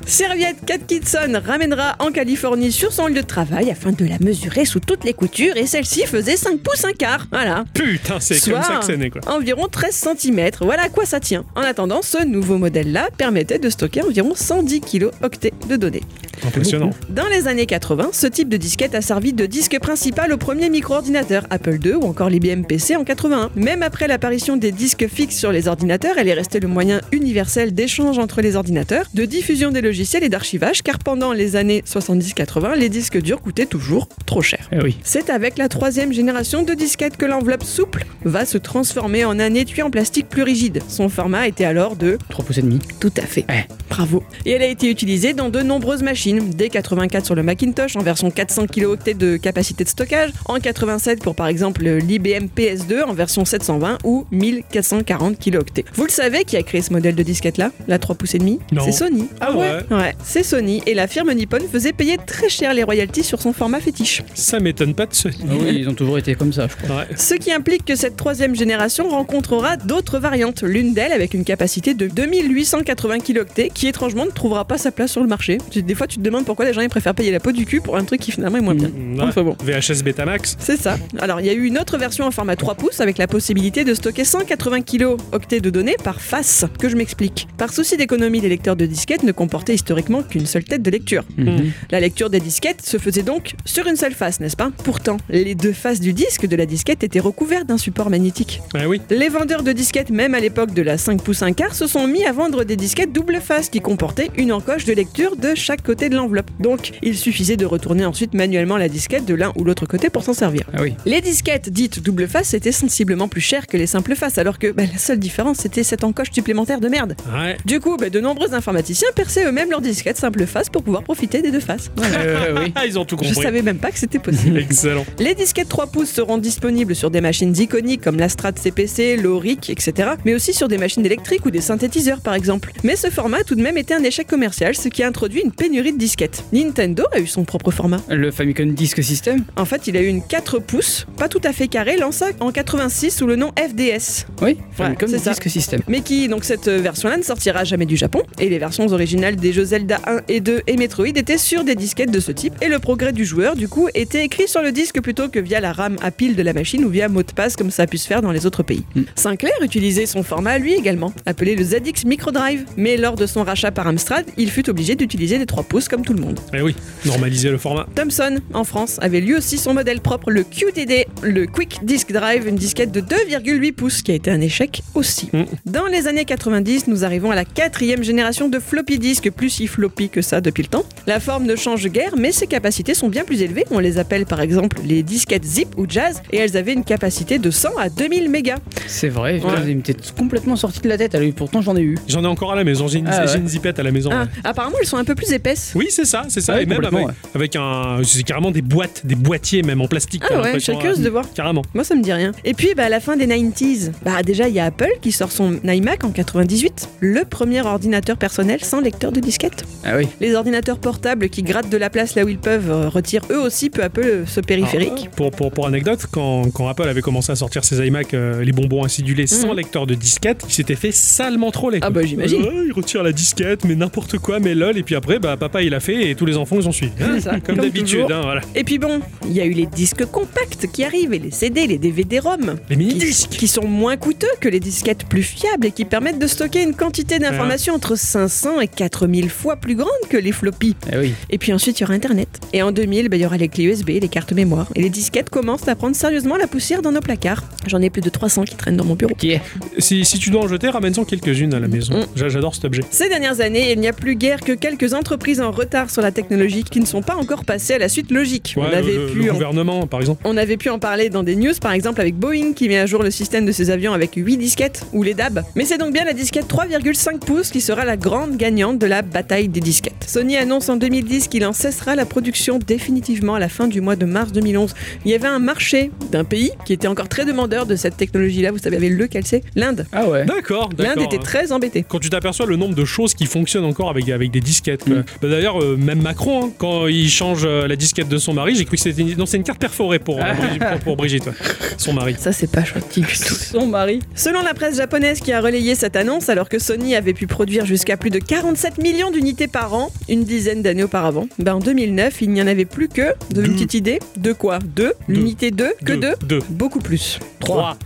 Speaker 3: Serviette Cat Kitson ramènera en Californie sur son lieu de travail afin de la mesurer sous toutes les coutures et celle-ci faisait 5 pouces un quart. Voilà.
Speaker 1: Putain, c'est
Speaker 3: Soit
Speaker 1: comme ça que c'est né, quoi.
Speaker 3: Environ 13 cm. Voilà à quoi ça tient. En attendant, ce nouveau modèle-là permettait de stocker environ 110 kilo octets de données.
Speaker 1: Impressionnant.
Speaker 3: Dans les années 80, ce type de disquette a servi de disque principal au premier micro-ordinateur Apple II ou encore l'IBM PC en 81. Même après l'apparition des disques fixes sur les ordinateurs, elle est restée le moyen universel d'échange entre les ordinateurs, de diffusion des logiciels et d'archivage, car pendant les années 70-80, les disques durs coûtaient toujours trop cher.
Speaker 2: Ah oui.
Speaker 3: C'est avec la troisième génération de disquettes que l'enveloppe souple va se transformer en un étui en plastique plus rigide. Son format était alors de
Speaker 2: 3 pouces et demi.
Speaker 3: tout à fait.
Speaker 2: Ouais.
Speaker 3: Bravo. Et elle a été utilisée dans de nombreuses machines. Dès 84 sur le Macintosh en version 400 kilooctets de capacité de stockage. En 87 pour par exemple l'IBM PS2 en version 720 ou 1440 kilooctets. Vous le savez qui a créé ce modèle de disquette là La 3 pouces et demi
Speaker 1: Non.
Speaker 3: C'est Sony.
Speaker 1: Ah ouais
Speaker 3: Ouais, c'est Sony. Et la firme Nippon faisait payer très cher les royalties sur son format fétiche.
Speaker 1: Ça m'étonne pas de ce.
Speaker 2: Ah oui, ils ont toujours été comme ça, je crois.
Speaker 1: Ouais.
Speaker 3: Ce qui implique que cette troisième génération rencontrera d'autres variantes, l'une d'elles avec une capacité de 2880 kilooctets qui étrangement ne trouvera pas sa place sur le marché. Tu- Des fois tu te demandes pourquoi les gens ils préfèrent payer la peau du cul pour un truc qui finalement est moins bien.
Speaker 1: Ouais.
Speaker 3: Enfin bon.
Speaker 1: VHS Betamax.
Speaker 3: C'est ça. Alors, il y a eu une autre version en format 3 pouces avec la possibilité de stocker 180 kilo octets de données par face, que je m'explique. Par souci d'économie, les lecteurs de disquettes ne comportaient historiquement qu'une seule tête de lecture.
Speaker 2: Mhm.
Speaker 3: La lecture des disquettes se faisait donc sur une seule face, n'est-ce pas Pourtant, les deux faces du disque de la disquette étaient recouvertes d'un support magnétique.
Speaker 1: Ah oui.
Speaker 3: Les vendeurs de disquettes, même à l'époque de la 5 pouces 1 quart, se sont mis à vendre des disquettes double face box qui comportait une encoche de lecture de chaque côté de l'enveloppe. Donc, il suffisait de retourner ensuite manuellement la disquette de l'un ou l'autre côté pour s'en servir.
Speaker 2: Ah oui.
Speaker 3: Les disquettes dites double face étaient sensiblement plus chères que les simples faces, alors que bah, la seule différence c'était cette encoche supplémentaire de merde.
Speaker 1: Ouais.
Speaker 3: Du coup, bah, de nombreux informaticiens perçaient eux-mêmes leurs disquettes simple face pour pouvoir profiter des deux faces.
Speaker 2: Euh, oui.
Speaker 1: Ah, ils ont tout
Speaker 3: Je
Speaker 1: compris.
Speaker 3: savais même pas que c'était possible.
Speaker 1: Excellent.
Speaker 3: Les disquettes 3 pouces seront disponibles sur des machines iconiques comme l'Astrad CPC, l'Auric, etc., mais aussi sur des machines électriques ou des synthétiseurs par exemple. Mais ce format a tout de même été un échec commercial, ce qui a introduit une pénurie de disquettes. Nintendo a eu son propre format.
Speaker 2: Le Famicom Disk System
Speaker 3: En fait, il a eu une 4 pouces, pas tout à fait carrée, lancée en 86 sous le nom FDS.
Speaker 2: Oui, Famicom
Speaker 3: c'est ça.
Speaker 2: Disk System.
Speaker 3: Mais qui, donc cette euh, version-là, ne sortira jamais du Japon. Et les versions originales des jeux Zelda 1 et 2 et Metroid étaient sur des disquettes de ce type. Et le progrès du joueur, du coup, était écrit sur le disque plutôt que via la RAM à pile de la machine ou via mot de passe comme ça a pu se faire dans les autres pays. Sinclair utilisait son format lui également, appelé le ZX Microdrive. Mais lors de son rachat par Amstrad, il fut obligé d'utiliser les 3 pouces comme tout le monde.
Speaker 1: Eh oui, normaliser le format.
Speaker 3: Thomson, en France, avait lui aussi son modèle propre, le QDD, le Quick Disk Drive, une disquette de 2,8 pouces, qui a été un échec aussi.
Speaker 1: Mm.
Speaker 3: Dans les années 90, nous arrivons à la quatrième génération de floppy disk, plus si floppy que ça depuis le temps. La forme ne change guère, mais ses capacités sont bien plus élevées. On les appelle par exemple les disquettes zip ou jazz, et elles avaient une capacité de 100 à 2000 mégas.
Speaker 2: C'est vrai,
Speaker 1: Ouais.
Speaker 2: putain, il m'était complètement sorti de la tête, alors que pourtant j'en ai eu.
Speaker 1: J'en ai encore à la maison. J'ai une,
Speaker 2: Ah ouais.
Speaker 1: j'ai une zipette à la maison.
Speaker 3: Ah,
Speaker 1: ouais.
Speaker 3: apparemment, elles sont un peu plus épaisses.
Speaker 1: Oui, c'est ça, c'est ça.
Speaker 2: Ouais,
Speaker 1: Et même avec,
Speaker 2: complètement, ouais.
Speaker 1: avec un. C'est carrément des boîtes, des boîtiers même en plastique. t'as
Speaker 3: Ah ouais, je
Speaker 1: l'impression,
Speaker 3: serais curieuse
Speaker 1: hein.
Speaker 3: de voir.
Speaker 1: Carrément.
Speaker 3: Moi, ça me dit rien. Et puis, bah, à la fin des 90s, bah, déjà, il y a Apple qui sort son iMac en 98, le premier ordinateur personnel sans lecteur de disquette.
Speaker 2: Ah oui.
Speaker 3: Les ordinateurs portables qui grattent de la place là où ils peuvent euh, retirent eux aussi peu à peu euh, ce périphérique.
Speaker 1: Alors, pour, pour, pour anecdote, quand, quand Apple avait commencé à sortir ses iMac, euh, les bonbons acidulés sans
Speaker 3: Mhm.
Speaker 1: lecteur de disquette, il s'était fait salement troller.
Speaker 3: Ah
Speaker 1: quoi.
Speaker 3: bah, j'imagine.
Speaker 1: Ouais, il retire la disquette, mais n'importe quoi, mais lol. Et puis après, bah, papa, il a fait et tous les enfants, ils ont suivi. hein.
Speaker 3: C'est ça,
Speaker 1: Comme,
Speaker 3: comme
Speaker 1: d'habitude,
Speaker 3: toujours.
Speaker 1: hein, voilà.
Speaker 3: Et puis bon, il y a eu les disques compacts qui arrivent et les CD, les DVD-ROM.
Speaker 1: Les mini-disques.
Speaker 3: Qui, qui sont moins coûteux que les disquettes plus fiables et qui permettent de stocker une quantité
Speaker 1: Ah.
Speaker 3: d'informations entre 500 et 4000 fois plus grande que les floppies.
Speaker 2: Ah oui.
Speaker 3: Et puis ensuite, il y aura Internet. Et en 2000, bah, il y aura les clés USB, les cartes mémoire. Et les disquettes commencent à prendre sérieusement la poussière dans nos placards. J'en ai plus de 300 qui traînent dans mon bureau.
Speaker 2: Qui est
Speaker 1: Si, si tu dois en jeter, ramène-en quelques-unes à la maison.
Speaker 3: Mhm.
Speaker 1: J'a- J'adore cet objet.
Speaker 3: Ces dernières années, il n'y a plus guère que quelques entreprises en retard sur la technologie qui ne sont pas encore passées à la suite logique.
Speaker 1: Ouais,
Speaker 3: on, avait
Speaker 1: le,
Speaker 3: pu
Speaker 1: le
Speaker 3: en-
Speaker 1: gouvernement, par exemple.
Speaker 3: on avait pu en parler dans des news, par exemple avec Boeing qui met à jour le système de ses avions avec 8 disquettes ou les DAB. Mais c'est donc bien la disquette 3,5 pouces qui sera la grande gagnante de la bataille des disquettes. Sony annonce en 2010 qu'il en cessera la production définitivement à la fin du mois de mars 2011. Il y avait un marché d'un pays qui était encore très demandeur de cette technologie-là, vous savez lequel c'est L'Inde.
Speaker 2: Ah ouais.
Speaker 1: D'accord, d'accord.
Speaker 3: L'Inde était
Speaker 1: hein.
Speaker 3: très embêtée.
Speaker 1: quand tu t'aperçois le nombre de choses qui fonctionnent encore avec, avec des disquettes. quoi. Bah, D'ailleurs, euh, même Macron, hein, quand il change euh, la disquette de son mari, j'ai cru que c'était une... Non, c'est une carte perforée pour, euh, Brigitte- pour, pour Brigitte, ouais. son mari.
Speaker 3: Ça, c'est pas gentil du tout. Son mari. Selon la presse japonaise qui a relayé cette annonce, alors que Sony avait pu produire jusqu'à plus de 47 millions d'unités par an, une dizaine d'années auparavant, ben en 2009, il n'y en avait plus que, de
Speaker 1: Deux.
Speaker 3: une petite idée, de quoi Deux
Speaker 1: Deux.
Speaker 3: L'unité 2 Que deux
Speaker 1: Deux.
Speaker 3: Beaucoup plus.
Speaker 1: Trois.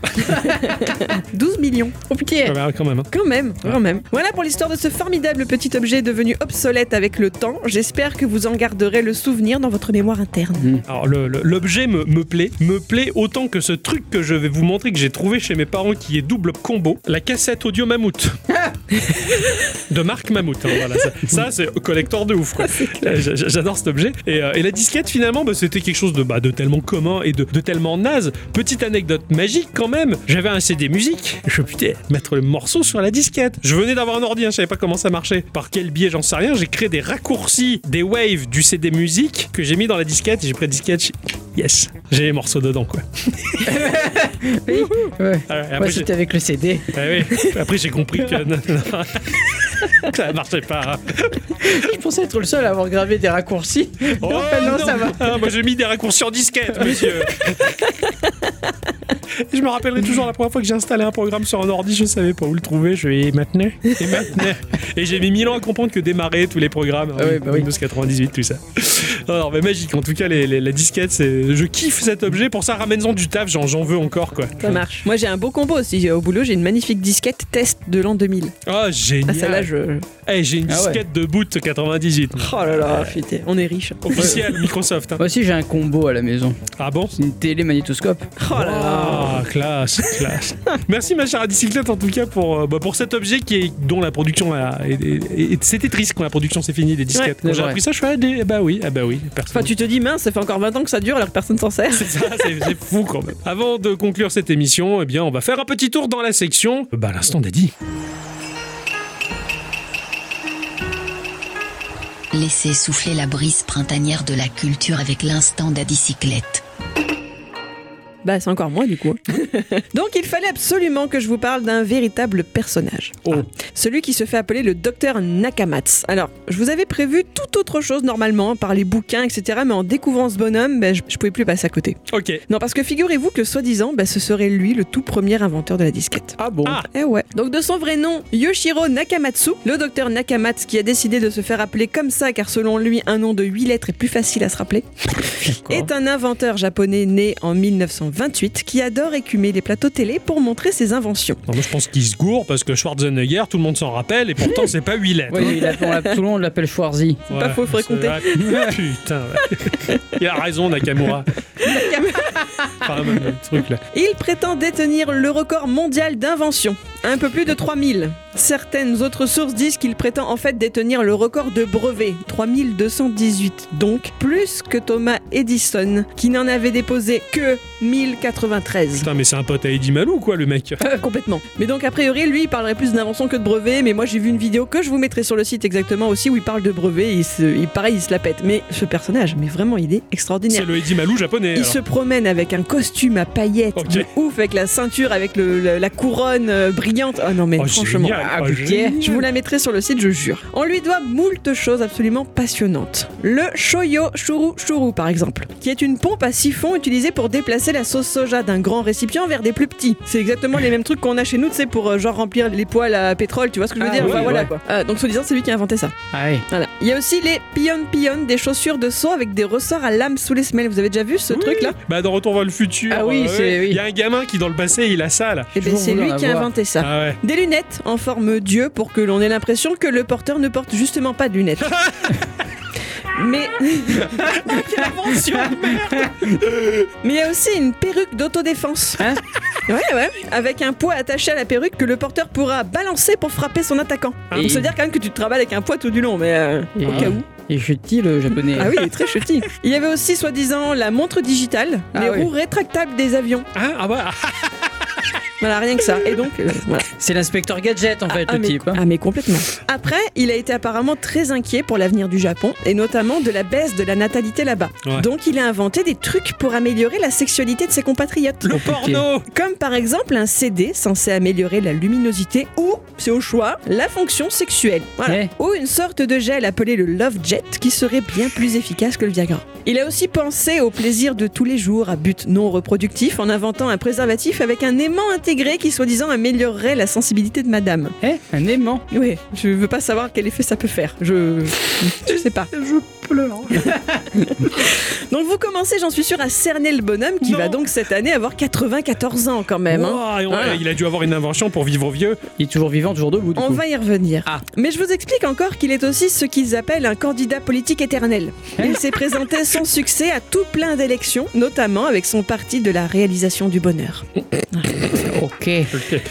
Speaker 3: 12 millions. Oh
Speaker 1: Ah bah, quand même. hein.
Speaker 3: quand même, quand même. Voilà pour l'histoire de ce formidable petit objet devenu obsolète avec le temps. J'espère que vous en garderez le souvenir dans votre mémoire interne.
Speaker 1: Alors, le- le- l'objet me, me plaît. Me plaît autant que ce truc que je vais vous montrer que j'ai trouvé chez mes parents qui est double combo. La cassette audio Mammouth. de marque Mammouth. hein, voilà, ça, ça, c'est collector de ouf. quoi. Euh, J'a- j'a- J'adore cet objet. Et, euh, et la disquette, finalement, bah, c'était quelque chose de, bah, de tellement commun et de, de tellement naze. Petite anecdote magique quand même. J'avais un CD musique. Je putais mettre le morceau sur la disquette. Je venais d'avoir un ordi, hein, je savais pas comment ça marchait. Par quel biais, j'en sais rien. J'ai créé des raccourcis des waves du CD musique que j'ai mis dans la disquette. et J'ai pris la disquette. j'ai- Yes, j'ai les morceaux dedans quoi.
Speaker 2: Ouais.
Speaker 1: Ah ouais,
Speaker 2: Moi
Speaker 1: après, j'ai-
Speaker 2: c'était avec le CD.
Speaker 1: ah oui, après, j'ai compris que non, non, ça marchait pas.
Speaker 2: Je pensais être le seul à avoir gravé des raccourcis.
Speaker 1: Oh,
Speaker 2: non, ça va.
Speaker 1: Ah, moi j'ai mis des raccourcis en disquette, monsieur. je me rappellerai toujours la première fois que j'ai installé un programme sur un ordi, je savais pas où le trouver, je vais maintenant et maintenant. Et j'ai mis mille ans à comprendre que démarrer tous les programmes,
Speaker 2: Ah ouais, bah oui.
Speaker 1: Windows 98, tout ça. Non, non, mais magique. En tout cas, les, les- la disquette, c'est, je kiffe cet objet. Pour ça, ramène-en du taf, j'en, j'en veux encore quoi.
Speaker 3: Ça marche. Moi, j'ai un beau combo aussi. Au boulot, j'ai une magnifique disquette test de l'an 2000.
Speaker 1: Ah
Speaker 3: Ah,
Speaker 1: génial.
Speaker 3: celle-là, je.
Speaker 1: Eh, j'ai une
Speaker 2: Ah ouais.
Speaker 1: disquette de boot 98.
Speaker 3: Oh là là, putain, on est riche.
Speaker 1: Officiel Microsoft. hein.
Speaker 2: Moi aussi j'ai un combo à la maison.
Speaker 1: Ah bon
Speaker 2: C'est une télé magnétoscope.
Speaker 3: Oh là là.
Speaker 1: Ah, classe, classe. Merci ma chère à bicyclette en tout cas pour, euh, bah, pour cet objet qui est, dont la production a- est- est- est- c'était triste quand la production s'est finie les disquettes.
Speaker 2: c'est
Speaker 1: quand j'ai
Speaker 2: vrai.
Speaker 1: appris ça, je fais ah, des- ah bah oui, ah bah oui. personne-
Speaker 3: Enfin, tu te dis, mince, ça fait encore 20 ans que ça dure alors que personne s'en sert.
Speaker 1: C'est ça, c'est c'est fou quand même. Avant de conclure cette émission, eh bien, on va faire un petit tour dans la section. Bah, l'instant dédié.
Speaker 7: Laissez souffler la brise printanière de la culture avec l'instant d'Adicyclette.
Speaker 3: Bah, c'est encore moi du coup. Donc, il fallait absolument que je vous parle d'un véritable personnage. Ah.
Speaker 1: Oh.
Speaker 3: Celui qui se fait appeler le docteur Nakamatsu. Alors, je vous avais prévu tout autre chose normalement, par les bouquins, etc. Mais en découvrant ce bonhomme, ben, je, je pouvais plus passer à côté.
Speaker 1: Ok.
Speaker 3: Non, parce que figurez-vous que soi-disant, ben, ce serait lui le tout premier inventeur de la disquette.
Speaker 2: Ah bon
Speaker 1: Ah.
Speaker 3: Eh ouais. Donc de son vrai nom, Yoshiro Nakamatsu, le docteur Nakamatsu qui a décidé de se faire appeler comme ça car selon lui un nom de 8 lettres est plus facile à se rappeler, est un inventeur japonais né en 1928 qui adore écumer les plateaux télé pour montrer ses inventions.
Speaker 1: Non, moi, je pense qu'il se gourre parce que Schwarzenegger, tout le monde s'en rappelle et pourtant, c'est pas 8 lettres.
Speaker 2: Oui, il a- on l'a- tout le monde l'appelle Schwarzy.
Speaker 1: C'est
Speaker 3: pas faux, faudrait compter.
Speaker 1: Putain, ouais. il a raison, Nakamura. Enfin, même le truc là.
Speaker 3: Il prétend détenir le record mondial d'invention, un peu plus de 3000. Certaines autres sources disent qu'il prétend en fait détenir le record de brevets, 3218 donc, plus que Thomas Edison, qui n'en avait déposé que 1093.
Speaker 1: Putain, mais c'est un pote à Eddie Malou, quoi, le mec.
Speaker 3: Euh, complètement. Mais donc a priori, lui, il parlerait plus d'invention que de brevets, mais moi j'ai vu une vidéo que je vous mettrai sur le site exactement aussi où il parle de brevets, et il se, il, pareil, il se la pète. Mais ce personnage, mais vraiment, il est extraordinaire.
Speaker 1: C'est le Eddie Malou japonais.
Speaker 3: Il
Speaker 1: alors.
Speaker 3: se promène avec un costume à paillettes
Speaker 1: Ok.
Speaker 3: de ouf, avec la ceinture, avec le- le- la couronne euh, brillante. Oh non, mais
Speaker 1: Oh,
Speaker 3: franchement.
Speaker 1: génial,
Speaker 2: ah,
Speaker 1: oh,
Speaker 2: putain.
Speaker 1: génial.
Speaker 3: Je vous la mettrai sur le site, je jure. On lui doit moult choses absolument passionnantes. Le shoyo shuru shuru, par exemple, qui est une pompe à siphon utilisée pour déplacer la sauce soja d'un grand récipient vers des plus petits. C'est exactement les mêmes trucs qu'on a chez nous, tu sais, pour euh, genre remplir les poêles à pétrole, tu vois ce que je veux
Speaker 2: Ah,
Speaker 3: dire
Speaker 2: oui,
Speaker 3: Enfin,
Speaker 2: ouais.
Speaker 3: voilà, quoi. Euh, donc, soi-disant, c'est lui qui a inventé ça.
Speaker 2: Ah oui.
Speaker 3: Voilà. Il y a aussi les pion pion, des chaussures de saut avec des ressorts à lame sous les semelles. Vous avez déjà vu ce
Speaker 1: Oui.
Speaker 3: truc-là
Speaker 1: Bah, dans Retour vers le futur.
Speaker 2: Ah oui,
Speaker 1: euh,
Speaker 2: c'est-
Speaker 1: ouais.
Speaker 2: oui.
Speaker 1: Il y a un gamin qui, dans le passé, il a ça là.
Speaker 3: Eh ben,
Speaker 2: Toujours
Speaker 3: c'est
Speaker 2: voulu
Speaker 3: lui
Speaker 2: en
Speaker 3: qui a
Speaker 2: avoir.
Speaker 3: inventé ça.
Speaker 1: Ah ouais.
Speaker 3: Des lunettes en forme d'yeux pour que l'on ait l'impression que le porteur ne porte justement pas de lunettes. Mais. Mais il y a aussi une perruque d'autodéfense.
Speaker 2: Hein
Speaker 3: ouais, ouais. Avec un poids attaché à la perruque que le porteur pourra balancer pour frapper son attaquant.
Speaker 1: Ah,
Speaker 3: Donc, ça veut dire quand même que tu te travailles avec un poids tout du long, mais euh,
Speaker 2: Et-
Speaker 3: au cas où.
Speaker 2: Et chutis le japonais.
Speaker 3: Ah oui, il est très chutis. Il y avait aussi, soi-disant, la montre digitale,
Speaker 2: Ah
Speaker 3: les
Speaker 2: oui.
Speaker 3: roues rétractables des avions.
Speaker 1: Hein ah bah, ah,
Speaker 3: Voilà, rien que ça. Et donc, euh, voilà.
Speaker 2: C'est l'inspecteur gadget en fait, le
Speaker 3: mais,
Speaker 2: type. hein.
Speaker 3: ah, mais complètement. Après, il a été apparemment très inquiet pour l'avenir du Japon et notamment de la baisse de la natalité là-bas.
Speaker 1: Ouais.
Speaker 3: Donc il a inventé des trucs pour améliorer la sexualité de ses compatriotes.
Speaker 1: le
Speaker 2: Compliqué.
Speaker 1: porno
Speaker 3: Comme par exemple un CD censé améliorer la luminosité ou, c'est au choix, la fonction sexuelle. Voilà.
Speaker 2: Ouais.
Speaker 3: Ou une sorte de gel appelé le Love Jet qui serait bien plus efficace que le Viagra. Il a aussi pensé au plaisir de tous les jours à but non reproductif en inventant un préservatif avec un aimant intégré qui soi-disant améliorerait la sensibilité de madame.
Speaker 2: Eh, un aimant.
Speaker 3: Oui, je veux pas savoir quel effet ça peut faire. Je, je sais pas.
Speaker 1: Je pleure.
Speaker 3: Donc vous commencez, j'en suis sûre, à cerner le bonhomme qui
Speaker 1: Non.
Speaker 3: va donc cette année avoir 94 ans quand même. hein.
Speaker 1: Ouah, et on-
Speaker 3: Voilà.
Speaker 1: Il a dû avoir une invention pour vivre vieux.
Speaker 2: Il est toujours vivant, toujours debout. du
Speaker 3: On
Speaker 2: coup.
Speaker 3: va y revenir.
Speaker 2: Ah.
Speaker 3: Mais je vous explique encore qu'il est aussi ce qu'ils appellent un candidat politique éternel.
Speaker 1: Hein
Speaker 3: Il s'est présenté sans succès à tout plein d'élections, notamment avec son parti de la réalisation du bonheur.
Speaker 2: Ok.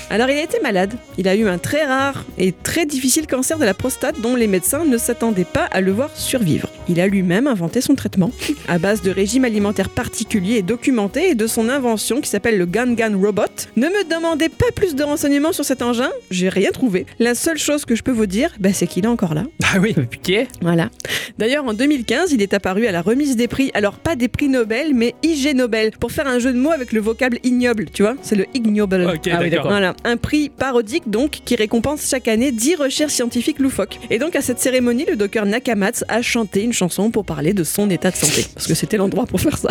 Speaker 3: Alors il a été malade, il a eu un très rare et très difficile cancer de la prostate dont les médecins ne s'attendaient pas à le voir survivre. Il a lui-même inventé son traitement à base de régimes alimentaires particuliers et documentés et de son invention qui s'appelle le Gangan Robot. Ne me demandez pas plus de renseignements sur cet engin, j'ai rien trouvé. La seule chose que je peux vous dire, bah, c'est qu'il est encore là.
Speaker 2: Ah oui. Putain.
Speaker 3: Voilà. D'ailleurs, en 2015, il est apparu à la remise des prix, alors pas des prix Nobel, mais IG Nobel, pour faire un jeu de mots avec le vocable ignoble, tu vois C'est le ignoble.
Speaker 2: Ah
Speaker 1: Ok,
Speaker 2: oui,
Speaker 1: d'accord.
Speaker 2: d'accord.
Speaker 3: Voilà, un prix parodique donc qui récompense chaque année 10 recherches scientifiques loufoques. Et donc à cette cérémonie, le docteur Nakamatsu a chanté une chanson pour parler de son état de santé. Parce que c'était l'endroit pour faire ça.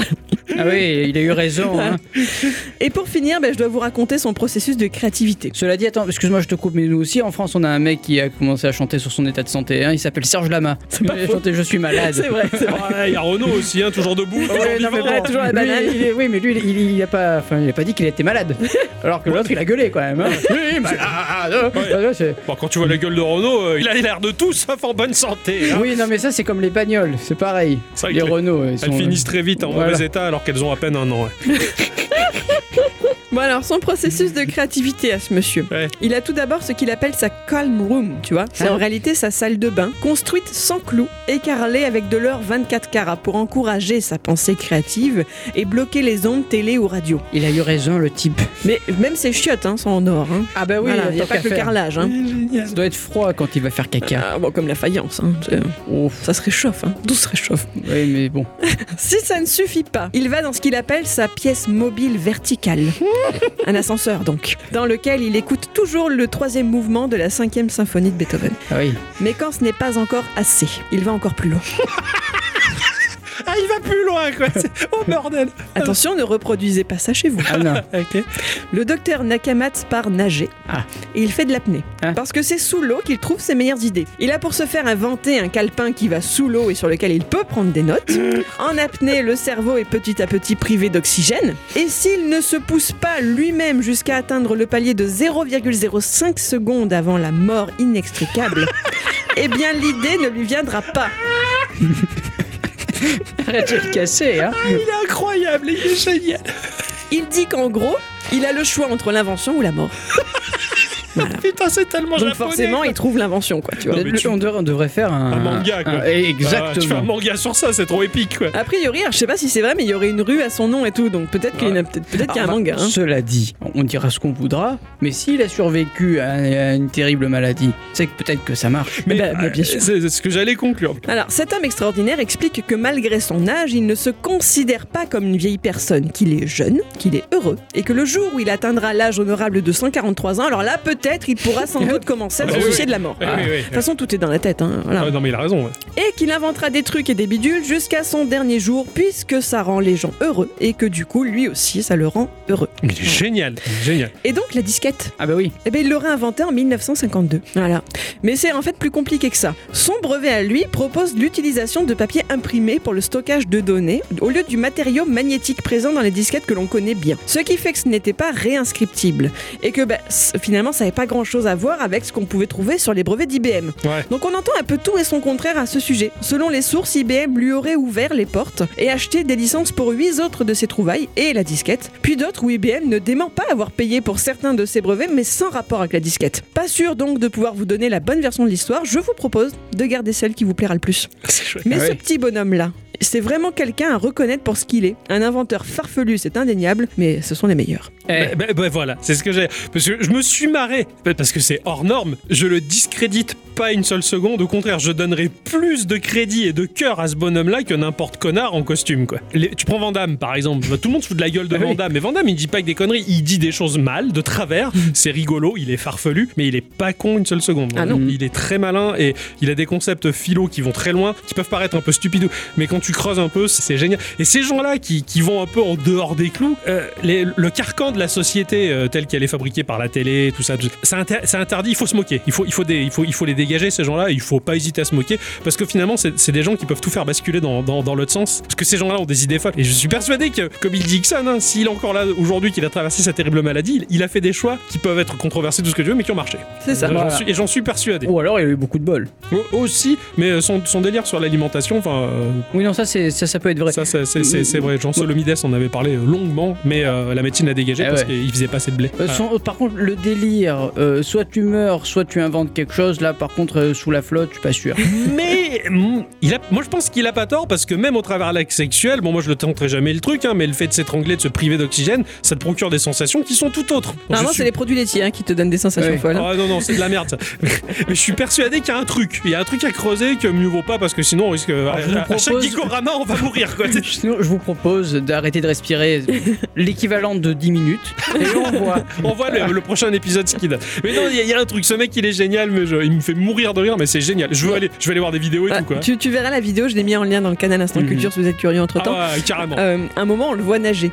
Speaker 2: Ah oui, il a eu raison. hein.
Speaker 3: Et pour finir, ben, je dois vous raconter son processus de créativité.
Speaker 2: Cela dit, attends, excuse-moi, je te coupe, mais nous aussi en France, on a un mec qui a commencé à chanter sur son état de santé. hein, il s'appelle Serge Lama. il a chanté Je suis malade.
Speaker 3: C'est vrai, c'est vrai.
Speaker 1: Ah, Il y a Renault aussi, hein, toujours debout. toujours
Speaker 2: Ouais, non, mais
Speaker 1: vivant.
Speaker 2: bon,
Speaker 3: toujours la banane.
Speaker 2: lui, il est- oui, mais lui, il, il- il a pas, enfin, il a pas dit qu'il était malade. Alors que l'autre, il a gueulé quand même. hein. ah, Oui, malade. Ouais, c'est-
Speaker 1: Bon, quand tu vois la gueule de Renault, euh, il a l'air de tout sauf en bonne santé. hein.
Speaker 2: Oui, non, mais ça, c'est comme les bagnoles, c'est pareil.
Speaker 1: C'est vrai
Speaker 2: Les
Speaker 1: que les-
Speaker 2: Renault, ils sont. euh,
Speaker 1: Elles finissent très vite en
Speaker 2: Voilà.
Speaker 1: mauvais état alors qu'elles ont à peine un an. ouais.
Speaker 3: Bon alors, son processus de créativité à ce monsieur.
Speaker 1: Ouais.
Speaker 3: Il a tout d'abord ce qu'il appelle sa calm room, tu vois. C'est en réalité sa salle de bain, construite sans clous, écarlée avec de l'or 24 carats pour encourager sa pensée créative et bloquer les ondes télé ou radio.
Speaker 5: Il a eu raison, le type.
Speaker 3: Mais même ses chiottes hein, sont en or. Hein.
Speaker 2: Ah bah oui,
Speaker 3: Voilà, il
Speaker 2: il
Speaker 3: n'y a pas que le carrelage. Hein.
Speaker 2: Ça doit être froid quand il va faire caca.
Speaker 3: Ah, bon, comme la faïence, hein. C'est-
Speaker 2: Ouf.
Speaker 3: ça se réchauffe, hein. d'où se réchauffe.
Speaker 2: Oui, mais bon.
Speaker 3: Si ça ne suffit pas, il va dans ce qu'il appelle sa pièce mobile verticale. Un ascenseur donc, dans lequel il écoute toujours le troisième mouvement de la cinquième symphonie de Beethoven.
Speaker 2: Ah oui.
Speaker 3: Mais quand ce n'est pas encore assez, il va encore plus loin.
Speaker 1: Ah, il va plus loin, quoi. C'est- Oh bordel.
Speaker 3: Attention, ne reproduisez pas ça chez vous.
Speaker 2: Ah non.
Speaker 1: Ok.
Speaker 3: Le docteur Nakamatsu part nager
Speaker 2: Ah.
Speaker 3: et il fait de l'apnée.
Speaker 2: Ah.
Speaker 3: Parce que c'est sous l'eau qu'il trouve ses meilleures idées. Il a pour se faire inventer un calepin qui va sous l'eau et sur lequel il peut prendre des notes. en apnée, le cerveau est petit à petit privé d'oxygène. Et s'il ne se pousse pas lui-même jusqu'à atteindre le palier de 0,05 secondes avant la mort inextricable, eh bien l'idée ne lui viendra pas.
Speaker 2: Arrête de le casser, hein.
Speaker 1: Il est incroyable, il est génial.
Speaker 3: Il dit qu'en gros, il a le choix entre l'invention ou la mort.
Speaker 1: Putain, c'est
Speaker 2: Oh,
Speaker 1: tellement
Speaker 3: Donc
Speaker 1: japonais. Bah,
Speaker 3: forcément, il trouve l'invention, quoi, tu vois.
Speaker 1: Non, mais
Speaker 2: Le-
Speaker 1: tu-
Speaker 2: On devrait- on devrait faire un,
Speaker 1: Un manga, quoi.
Speaker 2: un-
Speaker 1: Ah, tu fais un
Speaker 2: Exactement.
Speaker 1: manga sur ça, c'est trop épique, quoi.
Speaker 3: A priori, alors, je sais pas si c'est vrai, mais il y aurait une rue à son nom et tout, donc peut-être qu'il y, en a- peut-être- peut-être qu'il y a un
Speaker 2: Ah, bah,
Speaker 3: manga. hein.
Speaker 2: Cela dit, on dira ce qu'on voudra, mais s'il a survécu à, à une terrible maladie, c'est que peut-être que ça marche. Eh ben,
Speaker 1: Mais euh,
Speaker 3: bah, bien sûr.
Speaker 1: c'est c'est ce que j'allais conclure.
Speaker 3: Alors, cet homme extraordinaire explique que malgré son âge, il ne se considère pas comme une vieille personne, qu'il est jeune, qu'il est heureux, et que le jour où il atteindra l'âge honorable de 143 ans, alors là, peut-être, il pourra sans doute commencer à
Speaker 1: Ah,
Speaker 3: se
Speaker 1: oui,
Speaker 3: soucier
Speaker 1: oui.
Speaker 3: de la mort.
Speaker 1: Oui,
Speaker 3: Ah.
Speaker 1: oui, oui.
Speaker 3: De toute façon, tout est dans la tête. hein, voilà.
Speaker 1: Ah, non, mais il a raison. ouais.
Speaker 3: et qu'il inventera des trucs et des bidules jusqu'à son dernier jour, puisque ça rend les gens heureux, et que du coup, lui aussi, ça le rend heureux.
Speaker 1: Mais il est génial, il est génial.
Speaker 3: Et donc, la disquette
Speaker 2: Ah bah oui.
Speaker 3: Eh ben, il l'aurait inventé en 1952. Voilà. Mais c'est en fait plus compliqué que ça. Son brevet à lui propose l'utilisation de papier imprimé pour le stockage de données au lieu du matériau magnétique présent dans les disquettes que l'on connaît bien. Ce qui fait que ce n'était pas réinscriptible et que ben, c- finalement ça n'avait pas grand-chose à voir avec ce qu'on pouvait trouver sur les brevets d'IBM.
Speaker 1: Ouais.
Speaker 3: Donc on entend un peu tout et son contraire à ce sujet. Selon les sources, IBM lui aurait ouvert les portes et acheté des licences pour huit autres de ses trouvailles et la disquette, puis d'autres où IBM ne dément pas avoir payé pour certains de ses brevets mais sans rapport avec la disquette. Pas sûr donc de pouvoir vous donner la bonne version de l'histoire, je vous propose de garder celle qui vous plaira le plus.
Speaker 1: C'est chouette.
Speaker 3: Mais
Speaker 2: Ah
Speaker 3: ce
Speaker 2: ouais.
Speaker 3: petit bonhomme-là, c'est vraiment quelqu'un à reconnaître pour ce qu'il est. Un inventeur farfelu, c'est indéniable, mais ce sont les meilleurs.
Speaker 2: Eh.
Speaker 1: Ben, ben- ben voilà, c'est ce que j'ai. Parce que je me suis marré, parce que c'est hors norme. Je le discrédite pas une seule seconde. Au contraire, je donnerai plus de crédit et de cœur à ce bonhomme-là que n'importe connard en costume, quoi. Les- tu prends Van Damme, par exemple. Bah, Tout le monde se fout de la gueule de
Speaker 2: Ah oui.
Speaker 1: Van Damme. Mais Van Damme, il dit pas que des conneries. Il dit des choses mal, de travers. C'est rigolo, il est farfelu, mais il est pas con une seule seconde.
Speaker 3: Ah non.
Speaker 1: Il est très malin et il a des concepts philo qui vont très loin, qui peuvent paraître un peu stupides mais quand tu creuses un peu, c'est- c'est génial. Et ces gens-là qui, qui vont un peu en dehors des clous, euh, les- le carcan de la société euh, telle qu'elle est fabriquée par la télé, tout ça, tout- c'est inter- c'est interdit, il faut se moquer. Il faut, il faut, des- il faut, il faut les dégager, ces gens-là, et il faut pas hésiter à se moquer, parce que finalement, c'est c'est des gens qui peuvent tout faire basculer dans, dans, dans l'autre sens, parce que ces gens-là ont des idées folles. Et je suis persuadé que, comme il dit Dixon, hein, s'il est encore là aujourd'hui, qu'il a traversé sa terrible maladie, il, il a fait des choix qui peuvent être controversés, tout ce que tu veux, mais qui ont marché.
Speaker 3: C'est ça.
Speaker 1: J'en
Speaker 2: Voilà.
Speaker 1: suis- Et j'en suis persuadé.
Speaker 2: Ou alors il a eu beaucoup de bol.
Speaker 1: O- Aussi, mais euh, son, son délire sur l'alimentation, enfin, euh,
Speaker 2: Oui non ça c'est ça, ça peut être vrai.
Speaker 1: ça, ça, c'est- c'est c'est vrai. Jean Solomides en avait parlé longuement, mais euh, la médecine l'a dégagé
Speaker 2: Eh
Speaker 1: parce
Speaker 2: ouais.
Speaker 1: qu'il faisait pas assez de blé.
Speaker 2: Euh,
Speaker 1: Voilà.
Speaker 2: son- euh, par contre, le délire, euh, soit tu meurs, soit tu inventes quelque chose. Là, par contre, euh, sous la flotte, je suis pas sûr.
Speaker 1: Mais mm, il a, moi, je pense qu'il a pas tort parce que même au travers de l'acte sexuel, bon, moi, je le tenterai jamais le truc, hein, mais le fait de s'étrangler, de se priver d'oxygène, ça te procure des sensations qui sont tout autres. Donc, je
Speaker 3: Normalement, c'est
Speaker 1: suis-
Speaker 3: les produits laitiers hein, qui te donnent des sensations
Speaker 2: Ouais.
Speaker 3: folles. hein.
Speaker 1: Ah non, non, c'est de la merde. ça. mais je suis persuadé qu'il y a un truc. Il y a un truc à creuser que mieux vaut pas parce que sinon, on risque. à,
Speaker 2: je vous
Speaker 1: à- à chaque
Speaker 2: propose-
Speaker 1: dicorama, on va mourir, quoi.
Speaker 2: Sinon, je vous propose d'arrêter de respirer l'équivalent de 10 minutes. Et on voit.
Speaker 1: On voit le, le prochain épisode ce qu'il a. Mais non, il y, a- il y a un truc, ce mec il est génial, mais je- il me fait mourir de rire, mais c'est génial. Je veux aller, je vais aller voir des vidéos et
Speaker 3: Ah,
Speaker 1: tout quoi.
Speaker 3: tu, tu verras la vidéo, je l'ai mis en lien dans le canal Instant
Speaker 2: Mhm.
Speaker 3: Culture si vous êtes curieux entre temps.
Speaker 1: Ah ouais, carrément.
Speaker 3: Euh, un moment, on le voit nager.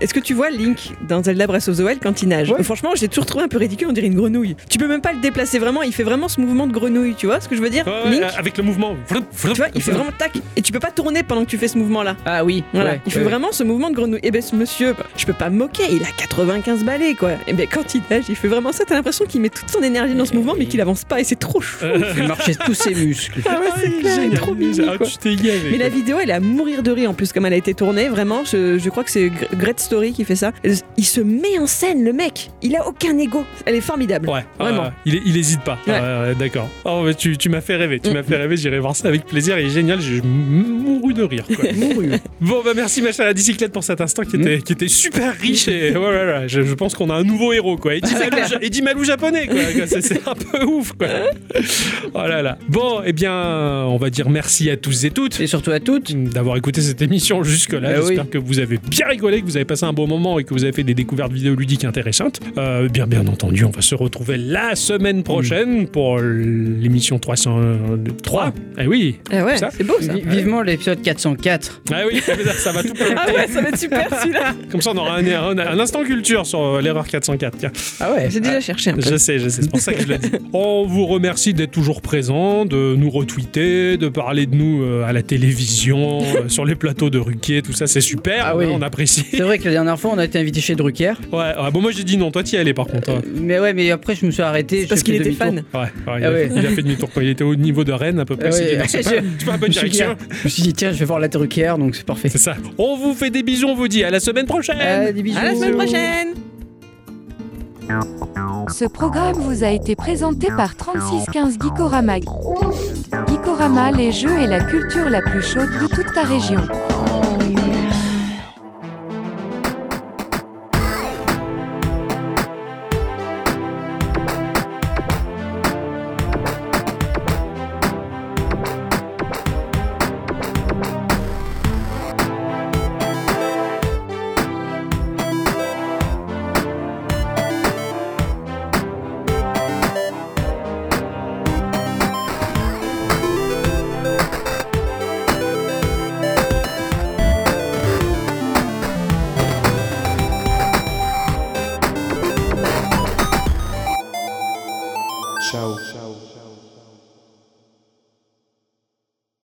Speaker 3: Est-ce que tu vois Link dans Zelda Breath of the Wild quand il nage Euh,
Speaker 2: Ouais.
Speaker 3: Franchement, j'ai toujours trouvé un peu ridicule, on dirait une grenouille. Tu peux même pas le déplacer vraiment, il fait vraiment ce mouvement de grenouille, tu vois ce que je veux dire
Speaker 1: Ouais, ouais,
Speaker 3: Ah, Link,
Speaker 1: euh, avec le mouvement. Vroup, vroup.
Speaker 3: tu vois, il fait vraiment tac, et tu peux pas tourner pendant que tu fais ce mouvement-là.
Speaker 2: Ah oui,
Speaker 3: Voilà,
Speaker 2: ouais,
Speaker 3: il fait
Speaker 2: ouais.
Speaker 3: vraiment ce mouvement de grenouille. Et ben ce monsieur, bah, je peux pas me moquer, il a 95 balais quoi. Et ben quand il nage, il fait vraiment ça, t'as l'impression qu'il met toute son énergie dans ce mouvement mais qu'il avance pas et c'est trop chou.
Speaker 2: Il fait marcher tous ses muscles.
Speaker 3: Ah ouais,
Speaker 1: c'est génial.
Speaker 3: trop mignon,
Speaker 1: Ah,
Speaker 3: quoi.
Speaker 1: tu t'es lié avec.
Speaker 3: Mais la vidéo, elle est à mourir de rire en plus, comme elle a été tournée. Vraiment, je, je crois que c'est Gre- Great Story qui fait ça. Il se met en scène, le mec. Il a aucun ego. Elle est formidable.
Speaker 1: Ouais,
Speaker 3: Vraiment.
Speaker 1: euh, il, il hésite pas.
Speaker 3: Ouais.
Speaker 1: Euh, D'accord. Oh, mais tu, tu m'as fait rêver, tu
Speaker 3: Mm.
Speaker 1: m'as fait rêver, j'irai voir ça avec plaisir, il est génial, j'ai mouru de rire. quoi.
Speaker 2: Mouru.
Speaker 1: bon, bah merci machin à la bicyclette pour cet instant qui
Speaker 3: Mm.
Speaker 1: était, qui était super riche et ouais, ouais, ouais, je, je pense qu'on a un nouveau héros quoi. Et dit
Speaker 3: Ah,
Speaker 1: Malou, ja- et dit Malou japonais quoi, quoi, c'est- c'est un peu ouf quoi. Oh là là. Bon, eh bien, on va dire merci à tous et toutes
Speaker 2: Et surtout à toutes.
Speaker 1: d'avoir écouté cette émission jusque-là.
Speaker 2: Bah oui.
Speaker 1: J'espère que vous avez bien rigolé, que vous avez passé un bon moment et que vous avez fait des découvertes vidéoludiques intéressantes. Euh, bien, bien entendu, on va se retrouver la semaine prochaine
Speaker 2: Mm.
Speaker 1: pour l'émission 303. Eh oui,
Speaker 3: Ah ouais,
Speaker 1: Ça
Speaker 3: c'est beau ça.
Speaker 2: Vi- Vivement l'épisode 404.
Speaker 1: ah oui, ça veut dire que ça va tout planter.
Speaker 3: Ah ouais, ça va être super celui-là.
Speaker 1: Comme ça, on aura un, un- un instant culture sur euh, l'erreur 404. Tiens.
Speaker 2: Ah ouais.
Speaker 3: J'ai déjà cherché un peu.
Speaker 1: Je sais, je sais, c'est pour ça que je le dis. On vous remercie d'être toujours présent, de nous retweeter, de parler de nous euh, à la télévision, euh, sur les plateaux de Ruquier, tout ça, c'est super.
Speaker 2: Ah oui.
Speaker 1: On apprécie.
Speaker 2: C'est vrai que la dernière fois, on a été invité chez Drucker.
Speaker 1: Ouais, ah bon, moi j'ai dit non, toi t'y allais par contre. hein.
Speaker 2: Mais ouais, mais après, je me suis arrêté.
Speaker 3: Parce
Speaker 2: j'ai
Speaker 3: qu'il
Speaker 2: fait
Speaker 3: était
Speaker 2: demi-tour.
Speaker 1: Ouais,
Speaker 3: fan.
Speaker 1: ouais, il,
Speaker 2: Ah
Speaker 1: a,
Speaker 2: ouais.
Speaker 1: il a fait demi-tour quand il était au niveau de Rennes à peu près.
Speaker 2: Ah
Speaker 1: il s'est dit,
Speaker 2: ouais.
Speaker 1: bah, c'est pas- c'est pas la bonne
Speaker 2: Je suis
Speaker 1: direction.
Speaker 2: clair. Je me suis dit, tiens, je vais voir la Drucker, donc c'est parfait.
Speaker 1: C'est ça. On vous fait des bisous, on vous dit à la semaine prochaine.
Speaker 2: Ah, des bisous.
Speaker 3: À la semaine prochaine.
Speaker 8: Ce programme vous a été présenté par 3615 Geekorama. Geekorama, les jeux et la culture la plus chaude de toute ta région.